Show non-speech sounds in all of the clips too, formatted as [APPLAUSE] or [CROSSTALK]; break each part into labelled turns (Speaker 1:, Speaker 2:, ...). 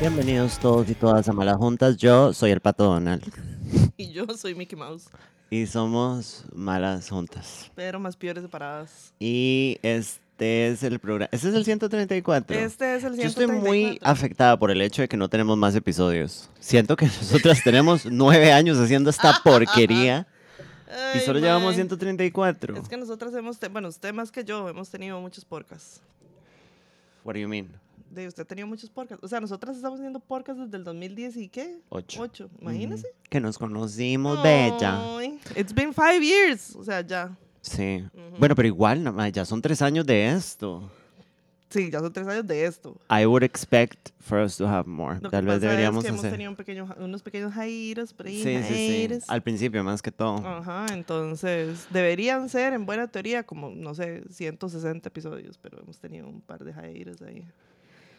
Speaker 1: bienvenidos todos y todas a Malas Juntas. Yo soy el Pato Donald
Speaker 2: Y yo soy Mickey Mouse,
Speaker 1: y somos Malas Juntas.
Speaker 2: pero más peores separadas.
Speaker 1: Y este es el programa. Este es el 134.
Speaker 2: Este es el 134.
Speaker 1: Yo estoy muy afectada por el hecho de que no tenemos más episodios. Siento que nosotras tenemos nueve años haciendo esta porquería y
Speaker 2: Ay,
Speaker 1: solo llevamos
Speaker 2: mae.
Speaker 1: 134.
Speaker 2: Es que nosotras hemos, te- bueno, usted más que yo, hemos tenido muchos podcasts.
Speaker 1: What do you mean?
Speaker 2: De usted ha tenido muchos podcasts. O sea, nosotras estamos haciendo podcasts desde el 2010 y qué?
Speaker 1: Ocho.
Speaker 2: Ocho, imagínese.
Speaker 1: Ujú. Que nos conocimos, bella.
Speaker 2: Ay, It's been five years. O sea, ya.
Speaker 1: Sí. Bueno, pero igual, no, ma, ya son tres años de esto.
Speaker 2: Sí, ya son tres años de esto.
Speaker 1: I would expect for us to have more.
Speaker 2: Lo que
Speaker 1: Tal vez
Speaker 2: pasa es
Speaker 1: deberíamos
Speaker 2: que hemos
Speaker 1: hacer.
Speaker 2: tenido un pequeño- unos pequeños jairos, por ahí,
Speaker 1: Sí, sí, sí.
Speaker 2: jairos.
Speaker 1: Al principio, más que todo.
Speaker 2: Ajá, entonces deberían ser en buena teoría como, no sé, 160 episodios, pero hemos tenido un par de jairos
Speaker 1: [LAUGHS]
Speaker 2: ahí.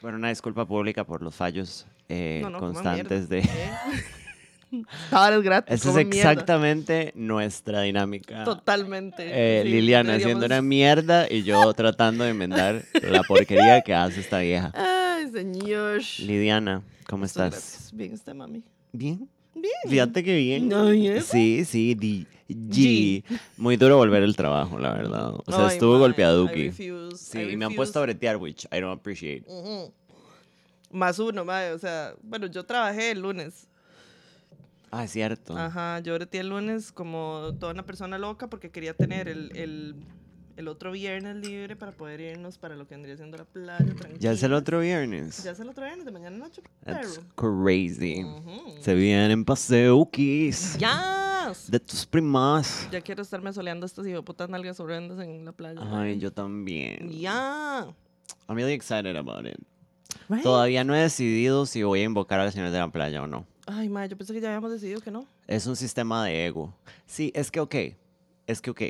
Speaker 1: Bueno, una disculpa pública por los fallos eh,
Speaker 2: No, no, coman
Speaker 1: constantes de.
Speaker 2: [LAUGHS]
Speaker 1: [LAUGHS]
Speaker 2: ¿Eh? Ahora es gratis.
Speaker 1: Esa es
Speaker 2: coman mierda.
Speaker 1: exactamente nuestra dinámica.
Speaker 2: Totalmente.
Speaker 1: Eh,
Speaker 2: sí,
Speaker 1: Liliana
Speaker 2: deberíamos-
Speaker 1: haciendo
Speaker 2: [LAUGHS]
Speaker 1: una mierda y yo tratando de enmendar la porquería que hace esta vieja.
Speaker 2: Ay, señor. Estoy
Speaker 1: Lidiana, ¿cómo estás?
Speaker 2: gratis. Bien, está mami.
Speaker 1: Bien.
Speaker 2: Bien.
Speaker 1: Fíjate que bien.
Speaker 2: No, ¿y eso?
Speaker 1: Sí, sí, di- G.
Speaker 2: G.
Speaker 1: Muy duro volver al trabajo, la verdad. O sea,
Speaker 2: Ay,
Speaker 1: estuvo
Speaker 2: mae, I
Speaker 1: golpeaduki.
Speaker 2: refuse,
Speaker 1: Sí,
Speaker 2: I
Speaker 1: y me han
Speaker 2: refuse.
Speaker 1: puesto a bretear, which I don't appreciate.
Speaker 2: Ujú. Más uno, mae, o sea, bueno, yo trabajé el lunes.
Speaker 1: Ah, es cierto.
Speaker 2: Ajá, yo breteé el lunes como toda una persona loca porque quería tener el, el, el otro viernes libre para poder irnos para lo que vendría siendo la playa.
Speaker 1: Ya es el
Speaker 2: tranquilas.
Speaker 1: otro viernes.
Speaker 2: Ya es el otro viernes, de mañana en noche.
Speaker 1: That's
Speaker 2: perro.
Speaker 1: crazy.
Speaker 2: Ujú.
Speaker 1: Se vienen paseukis
Speaker 2: ¡Yas!
Speaker 1: de tus primas.
Speaker 2: Ya quiero estarme soleando estas putas nalgas horrendas en la playa.
Speaker 1: Ay, yo también.
Speaker 2: ¡Ya!
Speaker 1: I'm really excited about it.
Speaker 2: Right.
Speaker 1: Todavía no he decidido si voy a invocar al señor de la playa o no.
Speaker 2: Ay, madre, yo pensé que ya habíamos decidido que no.
Speaker 1: Es un sistema de ego. Sí, es que ok. Es que ok.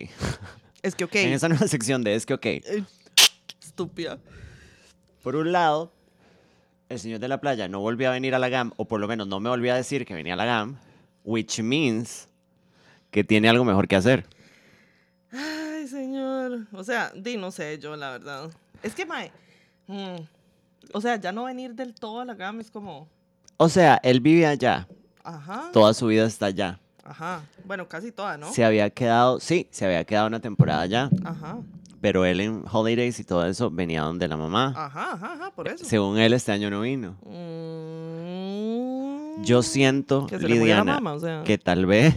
Speaker 2: Es que, ok,
Speaker 1: En esa nueva [LAUGHS] sección de es que ok.
Speaker 2: estúpida.
Speaker 1: Por un lado, el señor de la playa no volvió a venir a la GAM, o por lo menos no me volvió a decir que venía a la GAM, which means que tiene algo mejor que hacer.
Speaker 2: Ay, señor. O sea, di, no sé yo, la verdad. Es que, mae, mm, o sea, ya no venir del todo a la gama es como,
Speaker 1: O sea, él vive allá,
Speaker 2: ajá,
Speaker 1: toda su vida está allá.
Speaker 2: ajá. Bueno, casi toda, ¿no?
Speaker 1: Se había quedado, sí, se había quedado una temporada allá,
Speaker 2: Ajá,
Speaker 1: pero él en holidays y todo eso venía donde la mamá.
Speaker 2: ajá, ajá, ajá, por Ah, eso.
Speaker 1: Según él, este año no vino.
Speaker 2: Mm,
Speaker 1: Yo siento,
Speaker 2: que se le murió la
Speaker 1: Lidiana,
Speaker 2: mama, o sea.
Speaker 1: que tal vez...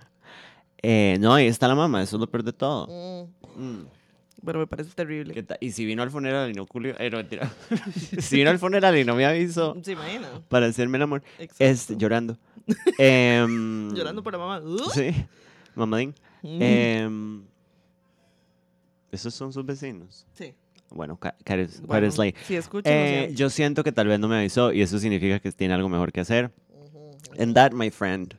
Speaker 1: [LAUGHS] eh, no, ahí está la mamá, eso es lo peor de todo.
Speaker 2: Mm,
Speaker 1: Mm.
Speaker 2: bueno, me parece terrible. Mm,
Speaker 1: ¿Qué ta- Y si vino al funeral y no culio- eh, no, mentira. [LAUGHS] si vino al funeral y no me avisó
Speaker 2: ¿Se imagina?
Speaker 1: para hacerme el amor. Es
Speaker 2: Exacto. [LAUGHS]
Speaker 1: llorando. Em,
Speaker 2: Llorando por la mamá. Uh,
Speaker 1: Sí, mamadín.
Speaker 2: Mm.
Speaker 1: Em, esos son sus vecinos.
Speaker 2: sí.
Speaker 1: Bueno, Ca- Car is- Car
Speaker 2: Bueno,
Speaker 1: is like,
Speaker 2: Sí, escucho.
Speaker 1: eh, yo siento que tal vez no me avisó y eso significa que tiene algo mejor que hacer. And that, my friend,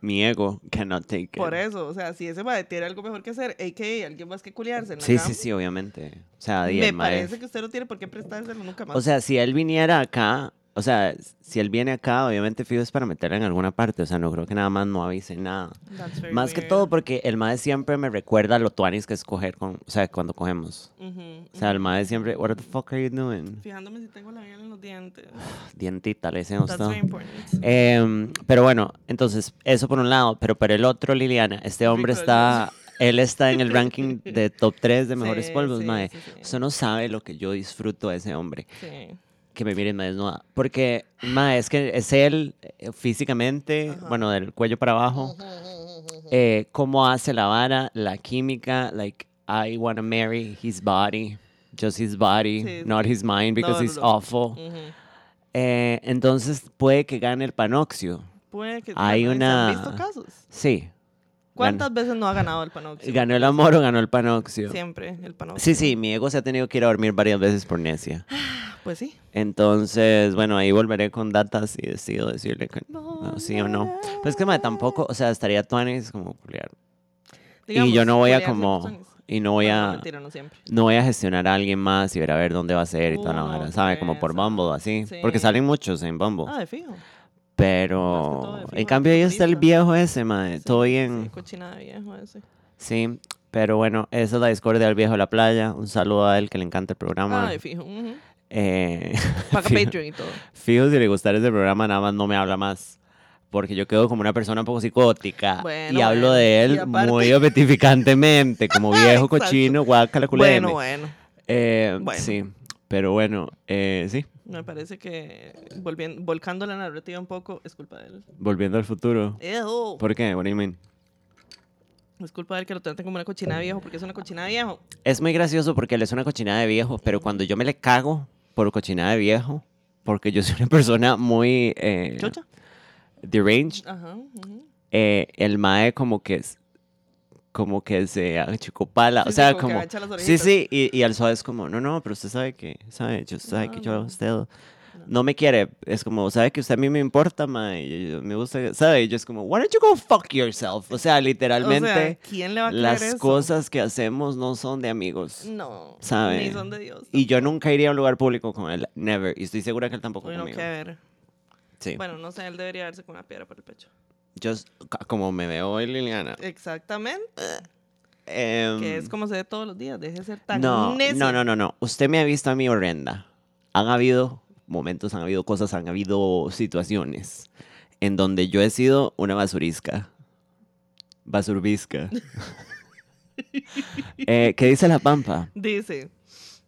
Speaker 1: mi ego cannot take it.
Speaker 2: Por eso, o sea, si ese mae tiene algo mejor que hacer, a.k.a. alguien más que culiarse en la
Speaker 1: Sí, sí,
Speaker 2: gama,
Speaker 1: sí, obviamente. O sea, di,
Speaker 2: Me
Speaker 1: el mae-
Speaker 2: parece que usted no tiene por qué prestárselo nunca más.
Speaker 1: O sea, si él viniera acá, o sea, si él viene acá, obviamente fijo es para meterla en alguna parte. O sea, no creo que nada más no avise nada.
Speaker 2: That's very
Speaker 1: Más que
Speaker 2: weird.
Speaker 1: todo porque el mae siempre me recuerda lo tuanis que es coger con, o sea, cuando cogemos.
Speaker 2: Ujú.
Speaker 1: O sea, el mae siempre, what the fuck are you doing?
Speaker 2: Fijándome si tengo la miel en
Speaker 1: [LAUGHS]
Speaker 2: los dientes.
Speaker 1: Dientita, le dicen a
Speaker 2: That's very
Speaker 1: usted.
Speaker 2: important.
Speaker 1: Em, pero bueno, entonces, eso por un lado, pero por el otro, Liliana, este hombre
Speaker 2: Rico,
Speaker 1: está, él está
Speaker 2: [LAUGHS]
Speaker 1: en el ranking de top 3 de mejores
Speaker 2: Sí,
Speaker 1: polvos,
Speaker 2: sí,
Speaker 1: mae.
Speaker 2: sí, sí.
Speaker 1: Eso no sabe lo que yo disfruto de ese hombre.
Speaker 2: Sí.
Speaker 1: que me miren más desnuda. Porque, ma, es que es él eh, físicamente, bueno, del cuello para abajo, eh, cómo hace la vara, la química, like, I wanna marry his body, just his body,
Speaker 2: Sí,
Speaker 1: not his mind, because
Speaker 2: no,
Speaker 1: he's
Speaker 2: no. Mm.
Speaker 1: awful.
Speaker 2: Ujú.
Speaker 1: Eh, entonces puede que gane el panoxio.
Speaker 2: Puede que
Speaker 1: Hay
Speaker 2: bueno, ¿se
Speaker 1: una-
Speaker 2: han visto casos.
Speaker 1: Sí.
Speaker 2: ¿Cuántas veces no ha ganado el panóxido?
Speaker 1: Ganó el amor o ganó el panoxio.
Speaker 2: Siempre el panóxido.
Speaker 1: Sí, sí, mi ego se ha tenido que ir a dormir varias veces por necia.
Speaker 2: Pues sí.
Speaker 1: Entonces, bueno, ahí volveré con datas y decido decirle que no, sí o no. Pues es que mae, tampoco, o sea, estaría tuanis como culiar. Y yo
Speaker 2: Digamos,
Speaker 1: no voy a
Speaker 2: culiarse
Speaker 1: como,
Speaker 2: personas.
Speaker 1: y no voy
Speaker 2: Bueno, no,
Speaker 1: a,
Speaker 2: mentira, no siempre.
Speaker 1: no voy a gestionar a alguien más y ver a ver dónde va a ser y toda la
Speaker 2: Uh, no,
Speaker 1: vara,
Speaker 2: qué
Speaker 1: ¿sabe? Como por
Speaker 2: pereza.
Speaker 1: Bumble o así. Porque
Speaker 2: Sí.
Speaker 1: salen muchos en Bumble.
Speaker 2: Ah, de fijo.
Speaker 1: eh,
Speaker 2: Más que todo de
Speaker 1: Pero,
Speaker 2: fijo,
Speaker 1: en
Speaker 2: de
Speaker 1: cambio ahí está el
Speaker 2: turista.
Speaker 1: viejo ese, mae,
Speaker 2: Sí,
Speaker 1: todo
Speaker 2: sí,
Speaker 1: bien.
Speaker 2: cochina de viejo ese.
Speaker 1: Sí, pero bueno, esa es la discordia del viejo de la playa. Un saludo a él que le encanta el
Speaker 2: Ah,
Speaker 1: programa. [LAUGHS]
Speaker 2: de fijo. ujú.
Speaker 1: Eh, [LAUGHS]
Speaker 2: Paga
Speaker 1: fijo-
Speaker 2: Patreon y todo.
Speaker 1: Fijo, si le gustara ese programa, nada más no me habla más. Porque yo quedo como una persona un poco psicótica.
Speaker 2: Bueno,
Speaker 1: y hablo
Speaker 2: bueno,
Speaker 1: de
Speaker 2: y
Speaker 1: él
Speaker 2: aparte- [LAUGHS]
Speaker 1: muy objetificantemente, como viejo
Speaker 2: Exacto.
Speaker 1: cochino, guaca la
Speaker 2: Bueno, bueno. bueno.
Speaker 1: Sí, pero bueno, eh, sí,
Speaker 2: Me parece que volviendo, volcando la narrativa un poco es culpa de él.
Speaker 1: volviendo al futuro.
Speaker 2: Ew.
Speaker 1: ¿Por qué? What do you mean?
Speaker 2: Es culpa de él que lo traten como una cochina viejo porque es una cochina viejo.
Speaker 1: Es muy gracioso porque él es una cochinada de viejo, pero cuando yo me le cago por cochinada de viejo, porque yo soy una persona muy eh,
Speaker 2: Chocha.
Speaker 1: deranged,
Speaker 2: Ajá. ujú.
Speaker 1: eh, el mae como que es como que se achicopala,
Speaker 2: Sí,
Speaker 1: o
Speaker 2: sí,
Speaker 1: sea,
Speaker 2: como que
Speaker 1: como,
Speaker 2: agacha las
Speaker 1: sí,
Speaker 2: orejitas.
Speaker 1: sí, y, y al suave es como, no, no, pero usted sabe que, sabe, yo sabe que
Speaker 2: No,
Speaker 1: yo a
Speaker 2: no.
Speaker 1: usted no. me quiere, es como, sabe que usted a mí me importa, mae, y yo- me gusta, sabe, y yo es como, why don't you go fuck yourself, o sea, literalmente
Speaker 2: O sea, ¿quién le va a creer
Speaker 1: las
Speaker 2: eso?
Speaker 1: cosas que hacemos no son de amigos.
Speaker 2: No.
Speaker 1: ¿sabe?
Speaker 2: Ni son de Dios.
Speaker 1: Y yo nunca iría a un lugar público con él, never. Y estoy segura que él tampoco
Speaker 2: Bueno, que
Speaker 1: conmigo.
Speaker 2: ver.
Speaker 1: Sí.
Speaker 2: Bueno, no sé, él debería darse con una piedra por el pecho.
Speaker 1: Yo, s- ca- como me veo hoy, Liliana.
Speaker 2: Exactamente.
Speaker 1: em,
Speaker 2: que es como se ve todos los días. Deje de ser tan
Speaker 1: no,
Speaker 2: necio.
Speaker 1: no, no, no, no. Usted me ha visto a mí horrenda. Han habido momentos, han habido cosas, han habido situaciones en donde yo he sido una basurisca.
Speaker 2: [LAUGHS]
Speaker 1: Basurbisca. Eh, ¿Qué dice la Pampa?
Speaker 2: Dice,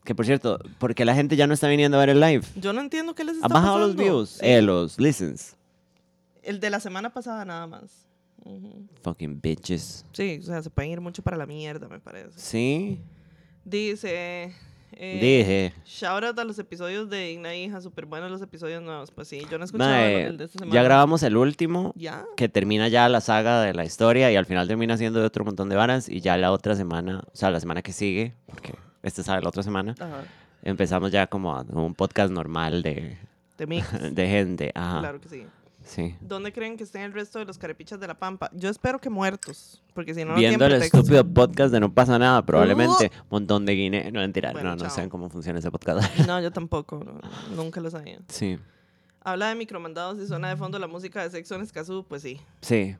Speaker 1: Que por cierto, porque la gente ya no está viniendo a ver el live.
Speaker 2: yo no entiendo qué les está
Speaker 1: ¿Han bajado los
Speaker 2: pasando.
Speaker 1: views?
Speaker 2: Sí.
Speaker 1: Eh, los listens.
Speaker 2: El de la semana pasada nada más. Ujú.
Speaker 1: Fucking bitches.
Speaker 2: Sí, o sea, se pueden ir mucho para la mierda, me parece.
Speaker 1: Sí.
Speaker 2: Dice... eh,
Speaker 1: Dije.
Speaker 2: Shout out a los episodios de Igna Hija, súper buenos los episodios nuevos. Pues sí, yo no he escuchado
Speaker 1: Mae,
Speaker 2: el de esta semana.
Speaker 1: ya grabamos el último,
Speaker 2: ¿Ya?
Speaker 1: que termina ya la saga de la historia y al final termina siendo de otro montón de varas. Y ya la otra semana, o sea, la semana que sigue, porque esta sabe la otra semana,
Speaker 2: Ajá.
Speaker 1: empezamos ya como a- un podcast normal de, [LAUGHS]
Speaker 2: De mí.
Speaker 1: de gente. Ajá.
Speaker 2: Claro que sí.
Speaker 1: Sí.
Speaker 2: ¿Dónde creen que estén el resto de los carepichas de la Pampa? Yo espero que muertos, porque si no, no
Speaker 1: Viendo el
Speaker 2: tienen pretexto. Uh.
Speaker 1: estúpido podcast de No pasa nada, probablemente. montón de guine. No, mentira,
Speaker 2: Bueno,
Speaker 1: no, no
Speaker 2: chao.
Speaker 1: saben cómo funciona ese podcast. [LAUGHS]
Speaker 2: No, yo tampoco, no, no, nunca lo sabía.
Speaker 1: sí,
Speaker 2: Habla de micromandados y suena de fondo la música de Sexo en Escazú, pues sí.
Speaker 1: sí.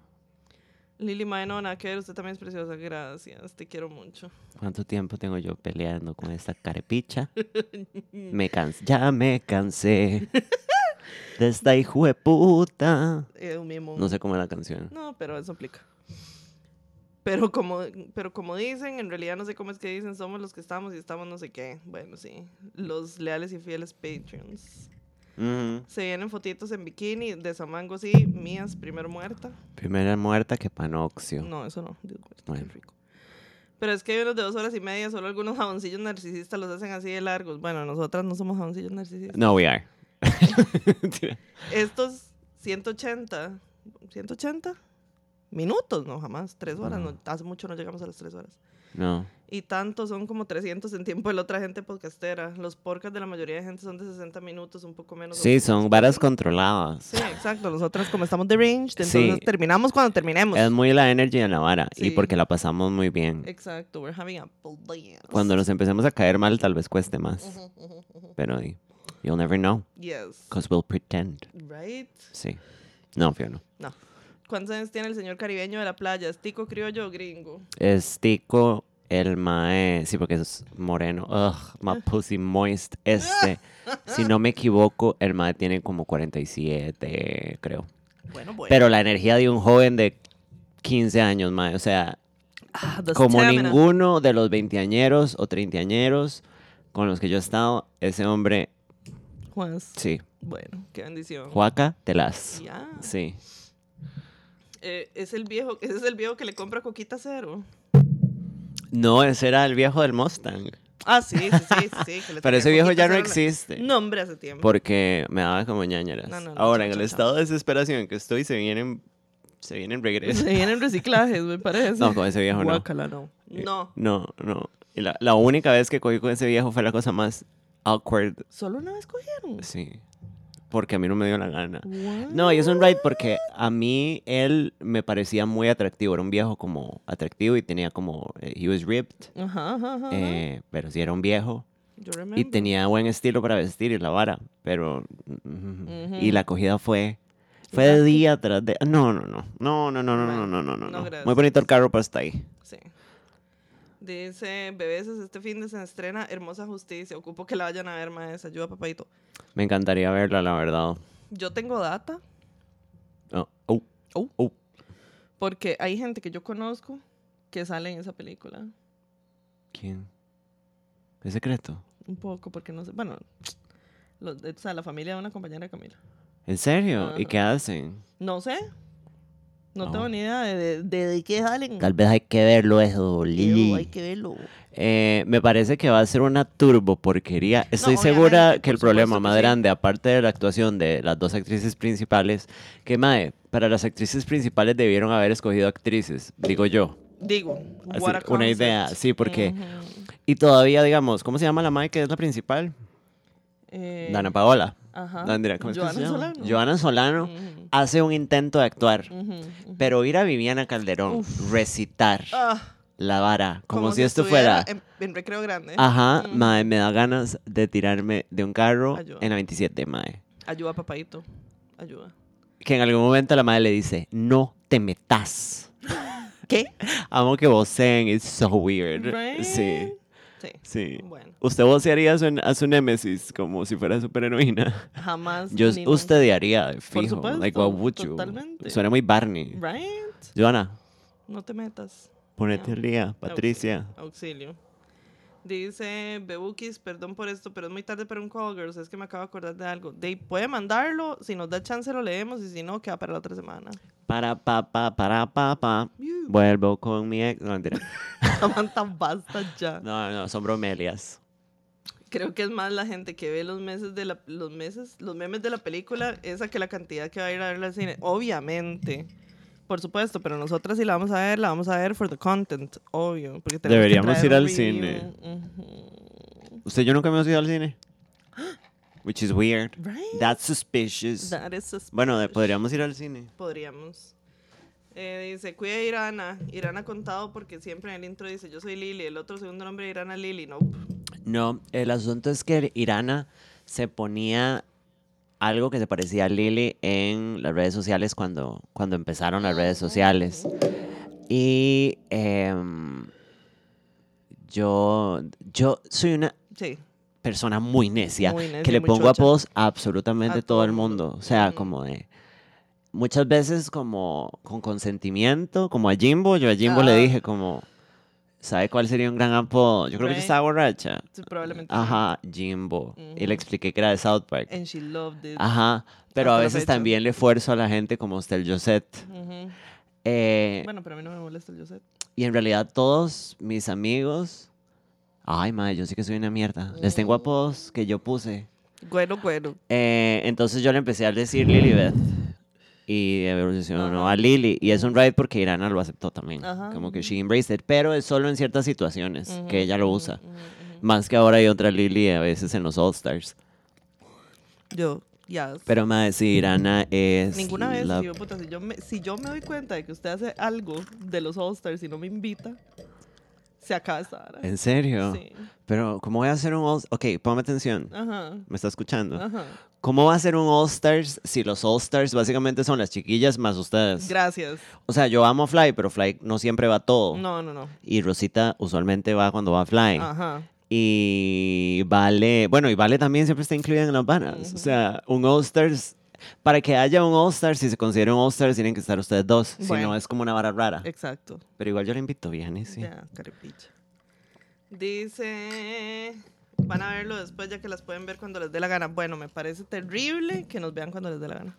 Speaker 2: Lili Maeno, nada que ver, usted también es preciosa, gracias, te quiero mucho.
Speaker 1: ¿Cuánto tiempo tengo yo peleando con esta
Speaker 2: [LAUGHS]
Speaker 1: carepicha? Me cansé, ya me cansé de esta hijo de puta.
Speaker 2: Eh, un mimo.
Speaker 1: No sé cómo es la canción.
Speaker 2: No, pero eso aplica. Pero como, pero como dicen, en realidad no sé cómo es que dicen, somos los que estamos y estamos no sé qué. Bueno, sí, los leales y fieles patrons.
Speaker 1: Ujú.
Speaker 2: Se vienen fotitos en bikini, de Samango sí, mías, primero muerta.
Speaker 1: Primera muerta que Panoxio.
Speaker 2: No, eso no. Dios mío, qué
Speaker 1: Bueno.
Speaker 2: rico. Pero es que hay unos de dos horas y media, solo algunos jaboncillos narcisistas los hacen así de largos. Bueno, nosotras no somos jaboncillos narcisistas.
Speaker 1: No, we are. Mentira.
Speaker 2: Estos 180, 180 minutos, no, jamás, tres horas, no, hace mucho no llegamos a las tres horas.
Speaker 1: no.
Speaker 2: Y tantos son como 300 en tiempo de la otra gente podcastera. Los porcas de la mayoría de gente son de 60 minutos, un poco menos.
Speaker 1: Sí, son varas
Speaker 2: con...
Speaker 1: controladas.
Speaker 2: Sí, exacto. Nosotras como estamos de range, entonces
Speaker 1: Sí.
Speaker 2: terminamos cuando terminemos.
Speaker 1: Es muy la energy en la vara y
Speaker 2: Sí.
Speaker 1: porque la pasamos muy bien.
Speaker 2: Exacto, we're having a blast.
Speaker 1: Cuando nos empecemos a caer mal, tal vez cueste más. Pero y- you'll never know,
Speaker 2: Yes.
Speaker 1: because we'll pretend.
Speaker 2: Right.
Speaker 1: Sí. No, Fiona.
Speaker 2: No. ¿Cuántos años tiene el señor caribeño de la playa? ¿Es tico, criollo o gringo?
Speaker 1: Es Tico, el mae, sí, porque es moreno. Ugh, my pussy moist. Este,
Speaker 2: [LAUGHS]
Speaker 1: si no me equivoco, el mae tiene como 47, creo.
Speaker 2: Bueno, bueno.
Speaker 1: Pero la energía de un joven de 15 años, mae. O sea,
Speaker 2: Ah, the
Speaker 1: como
Speaker 2: stamina.
Speaker 1: ninguno de los veinteañeros o treintañeros con los que yo he estado, ese hombre,
Speaker 2: Juans.
Speaker 1: sí.
Speaker 2: Bueno, qué bendición.
Speaker 1: Juaca, te las.
Speaker 2: Ya.
Speaker 1: Sí.
Speaker 2: Eh, es el viejo, ese es el viejo que le compra coquita cero.
Speaker 1: No, ese era el viejo del Mustang.
Speaker 2: Ah, sí, sí, sí, sí. sí, que le
Speaker 1: [LAUGHS] Pero
Speaker 2: tenía
Speaker 1: ese viejo
Speaker 2: coquita
Speaker 1: ya no
Speaker 2: cero en la-
Speaker 1: existe.
Speaker 2: No, hombre, hace tiempo.
Speaker 1: porque me daba como ñañaras.
Speaker 2: No, no, no,
Speaker 1: Ahora, en
Speaker 2: chao,
Speaker 1: el
Speaker 2: chao,
Speaker 1: estado de desesperación que estoy, se vienen, se vienen regresos. [LAUGHS]
Speaker 2: [LAUGHS] [LAUGHS] Se vienen reciclajes, me parece.
Speaker 1: No, con ese viejo no. Eh,
Speaker 2: Guácala, no. No,
Speaker 1: No, no. Y la, la única vez que cogí con ese viejo fue la cosa más awkward,
Speaker 2: solo una vez cogieron.
Speaker 1: sí. Porque a mí no me dio la gana.
Speaker 2: What?
Speaker 1: No, y es un ride porque a mí él me parecía muy atractivo. Era un viejo como atractivo y tenía como... eh, He was ripped.
Speaker 2: Ajá, ajá, ajá.
Speaker 1: eh, pero sí era un viejo.
Speaker 2: Yo
Speaker 1: Y
Speaker 2: remember.
Speaker 1: tenía buen estilo para vestir y la vara, pero... mm, Y la acogida fue... Fue de
Speaker 2: Exacto.
Speaker 1: día tras de... No, no, no. No, no, no, no, no,
Speaker 2: Bueno,
Speaker 1: no, no, no.
Speaker 2: no,
Speaker 1: no. Muy
Speaker 2: gracias.
Speaker 1: bonito el carro, pero hasta ahí.
Speaker 2: Sí. Dice, bebés, este fin de se estrena Hermosa Justicia. Ocupo que la vayan a ver, maes. Ayuda, papadito.
Speaker 1: Me encantaría verla, la verdad.
Speaker 2: Yo tengo data
Speaker 1: Oh, oh, oh, oh.
Speaker 2: porque hay gente que yo conozco que sale en esa película.
Speaker 1: ¿Quién? ¿Es secreto?
Speaker 2: Un poco, porque no sé. Bueno, los- o sea, la familia de una compañera de Camila.
Speaker 1: ¿En serio? ¿Y
Speaker 2: Ajá.
Speaker 1: qué hacen?
Speaker 2: No sé. No,
Speaker 1: No.
Speaker 2: tengo ni idea de, de, de- de qué salen.
Speaker 1: Tal vez hay que verlo eso,
Speaker 2: Pero Hay
Speaker 1: Lili.
Speaker 2: que verlo.
Speaker 1: Eh, me parece que va a ser una turbo porquería. Estoy
Speaker 2: obviamente,
Speaker 1: segura que
Speaker 2: por
Speaker 1: el problema
Speaker 2: supuesto que
Speaker 1: más
Speaker 2: sí.
Speaker 1: grande, aparte de la actuación de las dos actrices principales, que mae, para las actrices principales debieron haber escogido actrices, digo yo.
Speaker 2: Digo,
Speaker 1: Así,
Speaker 2: what a
Speaker 1: una
Speaker 2: concept.
Speaker 1: idea, sí, porque-
Speaker 2: Ujú.
Speaker 1: Y todavía, digamos, ¿cómo se llama la mae que es la principal?
Speaker 2: Eh,
Speaker 1: Dana Paola.
Speaker 2: Ajá.
Speaker 1: Andrea, ¿cómo es que se
Speaker 2: Joana
Speaker 1: llama?
Speaker 2: Solano.
Speaker 1: Joana Solano
Speaker 2: Ujú,
Speaker 1: hace un intento de actuar,
Speaker 2: ujú, ujú.
Speaker 1: pero ir a Viviana Calderón recitar
Speaker 2: Ah,
Speaker 1: la vara como, si, esto
Speaker 2: estuviera
Speaker 1: fuera...
Speaker 2: En, en recreo grande.
Speaker 1: Ajá,
Speaker 2: Ujú.
Speaker 1: mae, me da ganas de tirarme de un carro
Speaker 2: Ayuda.
Speaker 1: en la 27, mae.
Speaker 2: Ayuda, papadito. Ayuda.
Speaker 1: Que en algún momento la madre le dice, no te metas.
Speaker 2: [LAUGHS] ¿Qué?
Speaker 1: Amo que voceen, it's so weird. Sí,
Speaker 2: Sí.
Speaker 1: sí.
Speaker 2: Bueno,
Speaker 1: Usted vocearía a su, a su némesis como si fuera
Speaker 2: [LAUGHS]
Speaker 1: superheroína.
Speaker 2: jamás.
Speaker 1: Yo,
Speaker 2: ni
Speaker 1: usted haría, fijo.
Speaker 2: Por supuesto,
Speaker 1: like, what would you?
Speaker 2: totalmente.
Speaker 1: Suena muy Barney.
Speaker 2: nunca. Right?
Speaker 1: Joana,
Speaker 2: No te metas.
Speaker 1: ponete al día. Patricia.
Speaker 2: Auxilio. Dice Bebukis, perdón por esto, pero es muy tarde para un call, girls. Es que me acabo de acordar de algo. De, puede mandarlo, si nos da chance lo leemos y si no, queda para la otra semana.
Speaker 1: Para, pa, pa, para, pa, pa.
Speaker 2: Iu.
Speaker 1: Vuelvo con mi ex. No,
Speaker 2: [LAUGHS]
Speaker 1: mentira.
Speaker 2: Samantha, basta [LAUGHS] ya.
Speaker 1: No, no, son bromelias.
Speaker 2: Creo que es más la gente que ve los meses de la, los meses, los memes de la película, esa que la cantidad que va a ir a verla al cine. Obviamente. Por supuesto, pero nosotras si la vamos a ver, la vamos a ver for the content, obvio. porque tenemos que
Speaker 1: Deberíamos
Speaker 2: traer
Speaker 1: ir
Speaker 2: un
Speaker 1: al
Speaker 2: review.
Speaker 1: cine.
Speaker 2: Ujú.
Speaker 1: Usted, yo nunca hemos ido al
Speaker 2: [GASPS]
Speaker 1: cine. Which is weird.
Speaker 2: Right?
Speaker 1: That's suspicious.
Speaker 2: That is suspicious.
Speaker 1: Bueno, de- podríamos ir al cine.
Speaker 2: Podríamos. Eh, dice, cuida a Irana. Irana ha contado porque siempre en el intro dice, yo soy Lili. El otro segundo nombre de Irana es Lili. No.
Speaker 1: No, el asunto es que Irana se ponía algo que se parecía a Lily en las redes sociales cuando, cuando empezaron las redes sociales. Y em, yo, yo soy una
Speaker 2: Sí.
Speaker 1: persona muy necia,
Speaker 2: Muy necia,
Speaker 1: que le
Speaker 2: muy
Speaker 1: pongo
Speaker 2: chocha.
Speaker 1: apodos a absolutamente
Speaker 2: A
Speaker 1: todo
Speaker 2: todo
Speaker 1: el
Speaker 2: el mundo.
Speaker 1: mundo. O sea,
Speaker 2: Ujú.
Speaker 1: como de... Muchas veces como con consentimiento, como a Jimbo, yo a Jimbo le
Speaker 2: Ah.
Speaker 1: dije como, ¿sabe cuál sería un gran apodo? Yo creo que yo
Speaker 2: Right.
Speaker 1: estaba borracha.
Speaker 2: sí, probablemente. sí.
Speaker 1: Ajá, Jimbo. Y
Speaker 2: Ujú.
Speaker 1: le expliqué que era de South Park.
Speaker 2: And she loved it.
Speaker 1: Ajá, pero
Speaker 2: Hasta
Speaker 1: a
Speaker 2: la
Speaker 1: veces
Speaker 2: Ah, fecha.
Speaker 1: también le esfuerzo a la gente como usted el Josette.
Speaker 2: Ujú.
Speaker 1: Eh,
Speaker 2: Bueno, pero a mí no me molesta el Joseph.
Speaker 1: y en realidad todos mis amigos... Ay, madre, yo sí que soy una mierda. Les
Speaker 2: Mm.
Speaker 1: tengo apodos que yo puse.
Speaker 2: Bueno, bueno.
Speaker 1: Eh, entonces yo le empecé a decir Lilibet. Y evolucionó
Speaker 2: Ajá.
Speaker 1: a Lily. Y es un ride porque Irana lo aceptó también.
Speaker 2: Ajá.
Speaker 1: Como que she embraced it. Pero es solo en ciertas situaciones
Speaker 2: Ujú,
Speaker 1: que ella lo
Speaker 2: ujú,
Speaker 1: usa.
Speaker 2: ujú, ujú.
Speaker 1: Más que ahora hay otra Lily a veces en los All Stars.
Speaker 2: Yo, ya.
Speaker 1: Pero más si Irana es.
Speaker 2: Ninguna vez,
Speaker 1: la-
Speaker 2: digo, puta, si, yo me, si yo me doy cuenta de que usted hace algo de los All-Stars y no me invita, se acaba esta vara.
Speaker 1: ¿En serio?
Speaker 2: Sí. Ah.
Speaker 1: Pero, ¿cómo voy a hacer un All Ok, ponme atención.
Speaker 2: Ajá.
Speaker 1: ¿Me está escuchando?
Speaker 2: Ajá.
Speaker 1: ¿Cómo va a ser un All Stars si los All Stars básicamente son las chiquillas más ustedes?
Speaker 2: Gracias.
Speaker 1: o sea, yo amo a Fly, pero Fly no siempre va a todo.
Speaker 2: No, no, no.
Speaker 1: Y Rosita usualmente va cuando va a Fly.
Speaker 2: Ajá.
Speaker 1: Y Vale, bueno, y Vale también siempre está incluida en las vanas. O sea, un All Stars, para que haya un All Stars, si se considera un All Stars, tienen que estar ustedes dos. Si no,
Speaker 2: Bueno.
Speaker 1: es como una vara rara.
Speaker 2: Exacto.
Speaker 1: Pero igual yo le invito, Vianney, sí.
Speaker 2: Ya, carepicha. Dice. Van a verlo después, ya que las pueden ver cuando les dé la gana. Bueno, me parece terrible que nos vean cuando les dé la gana.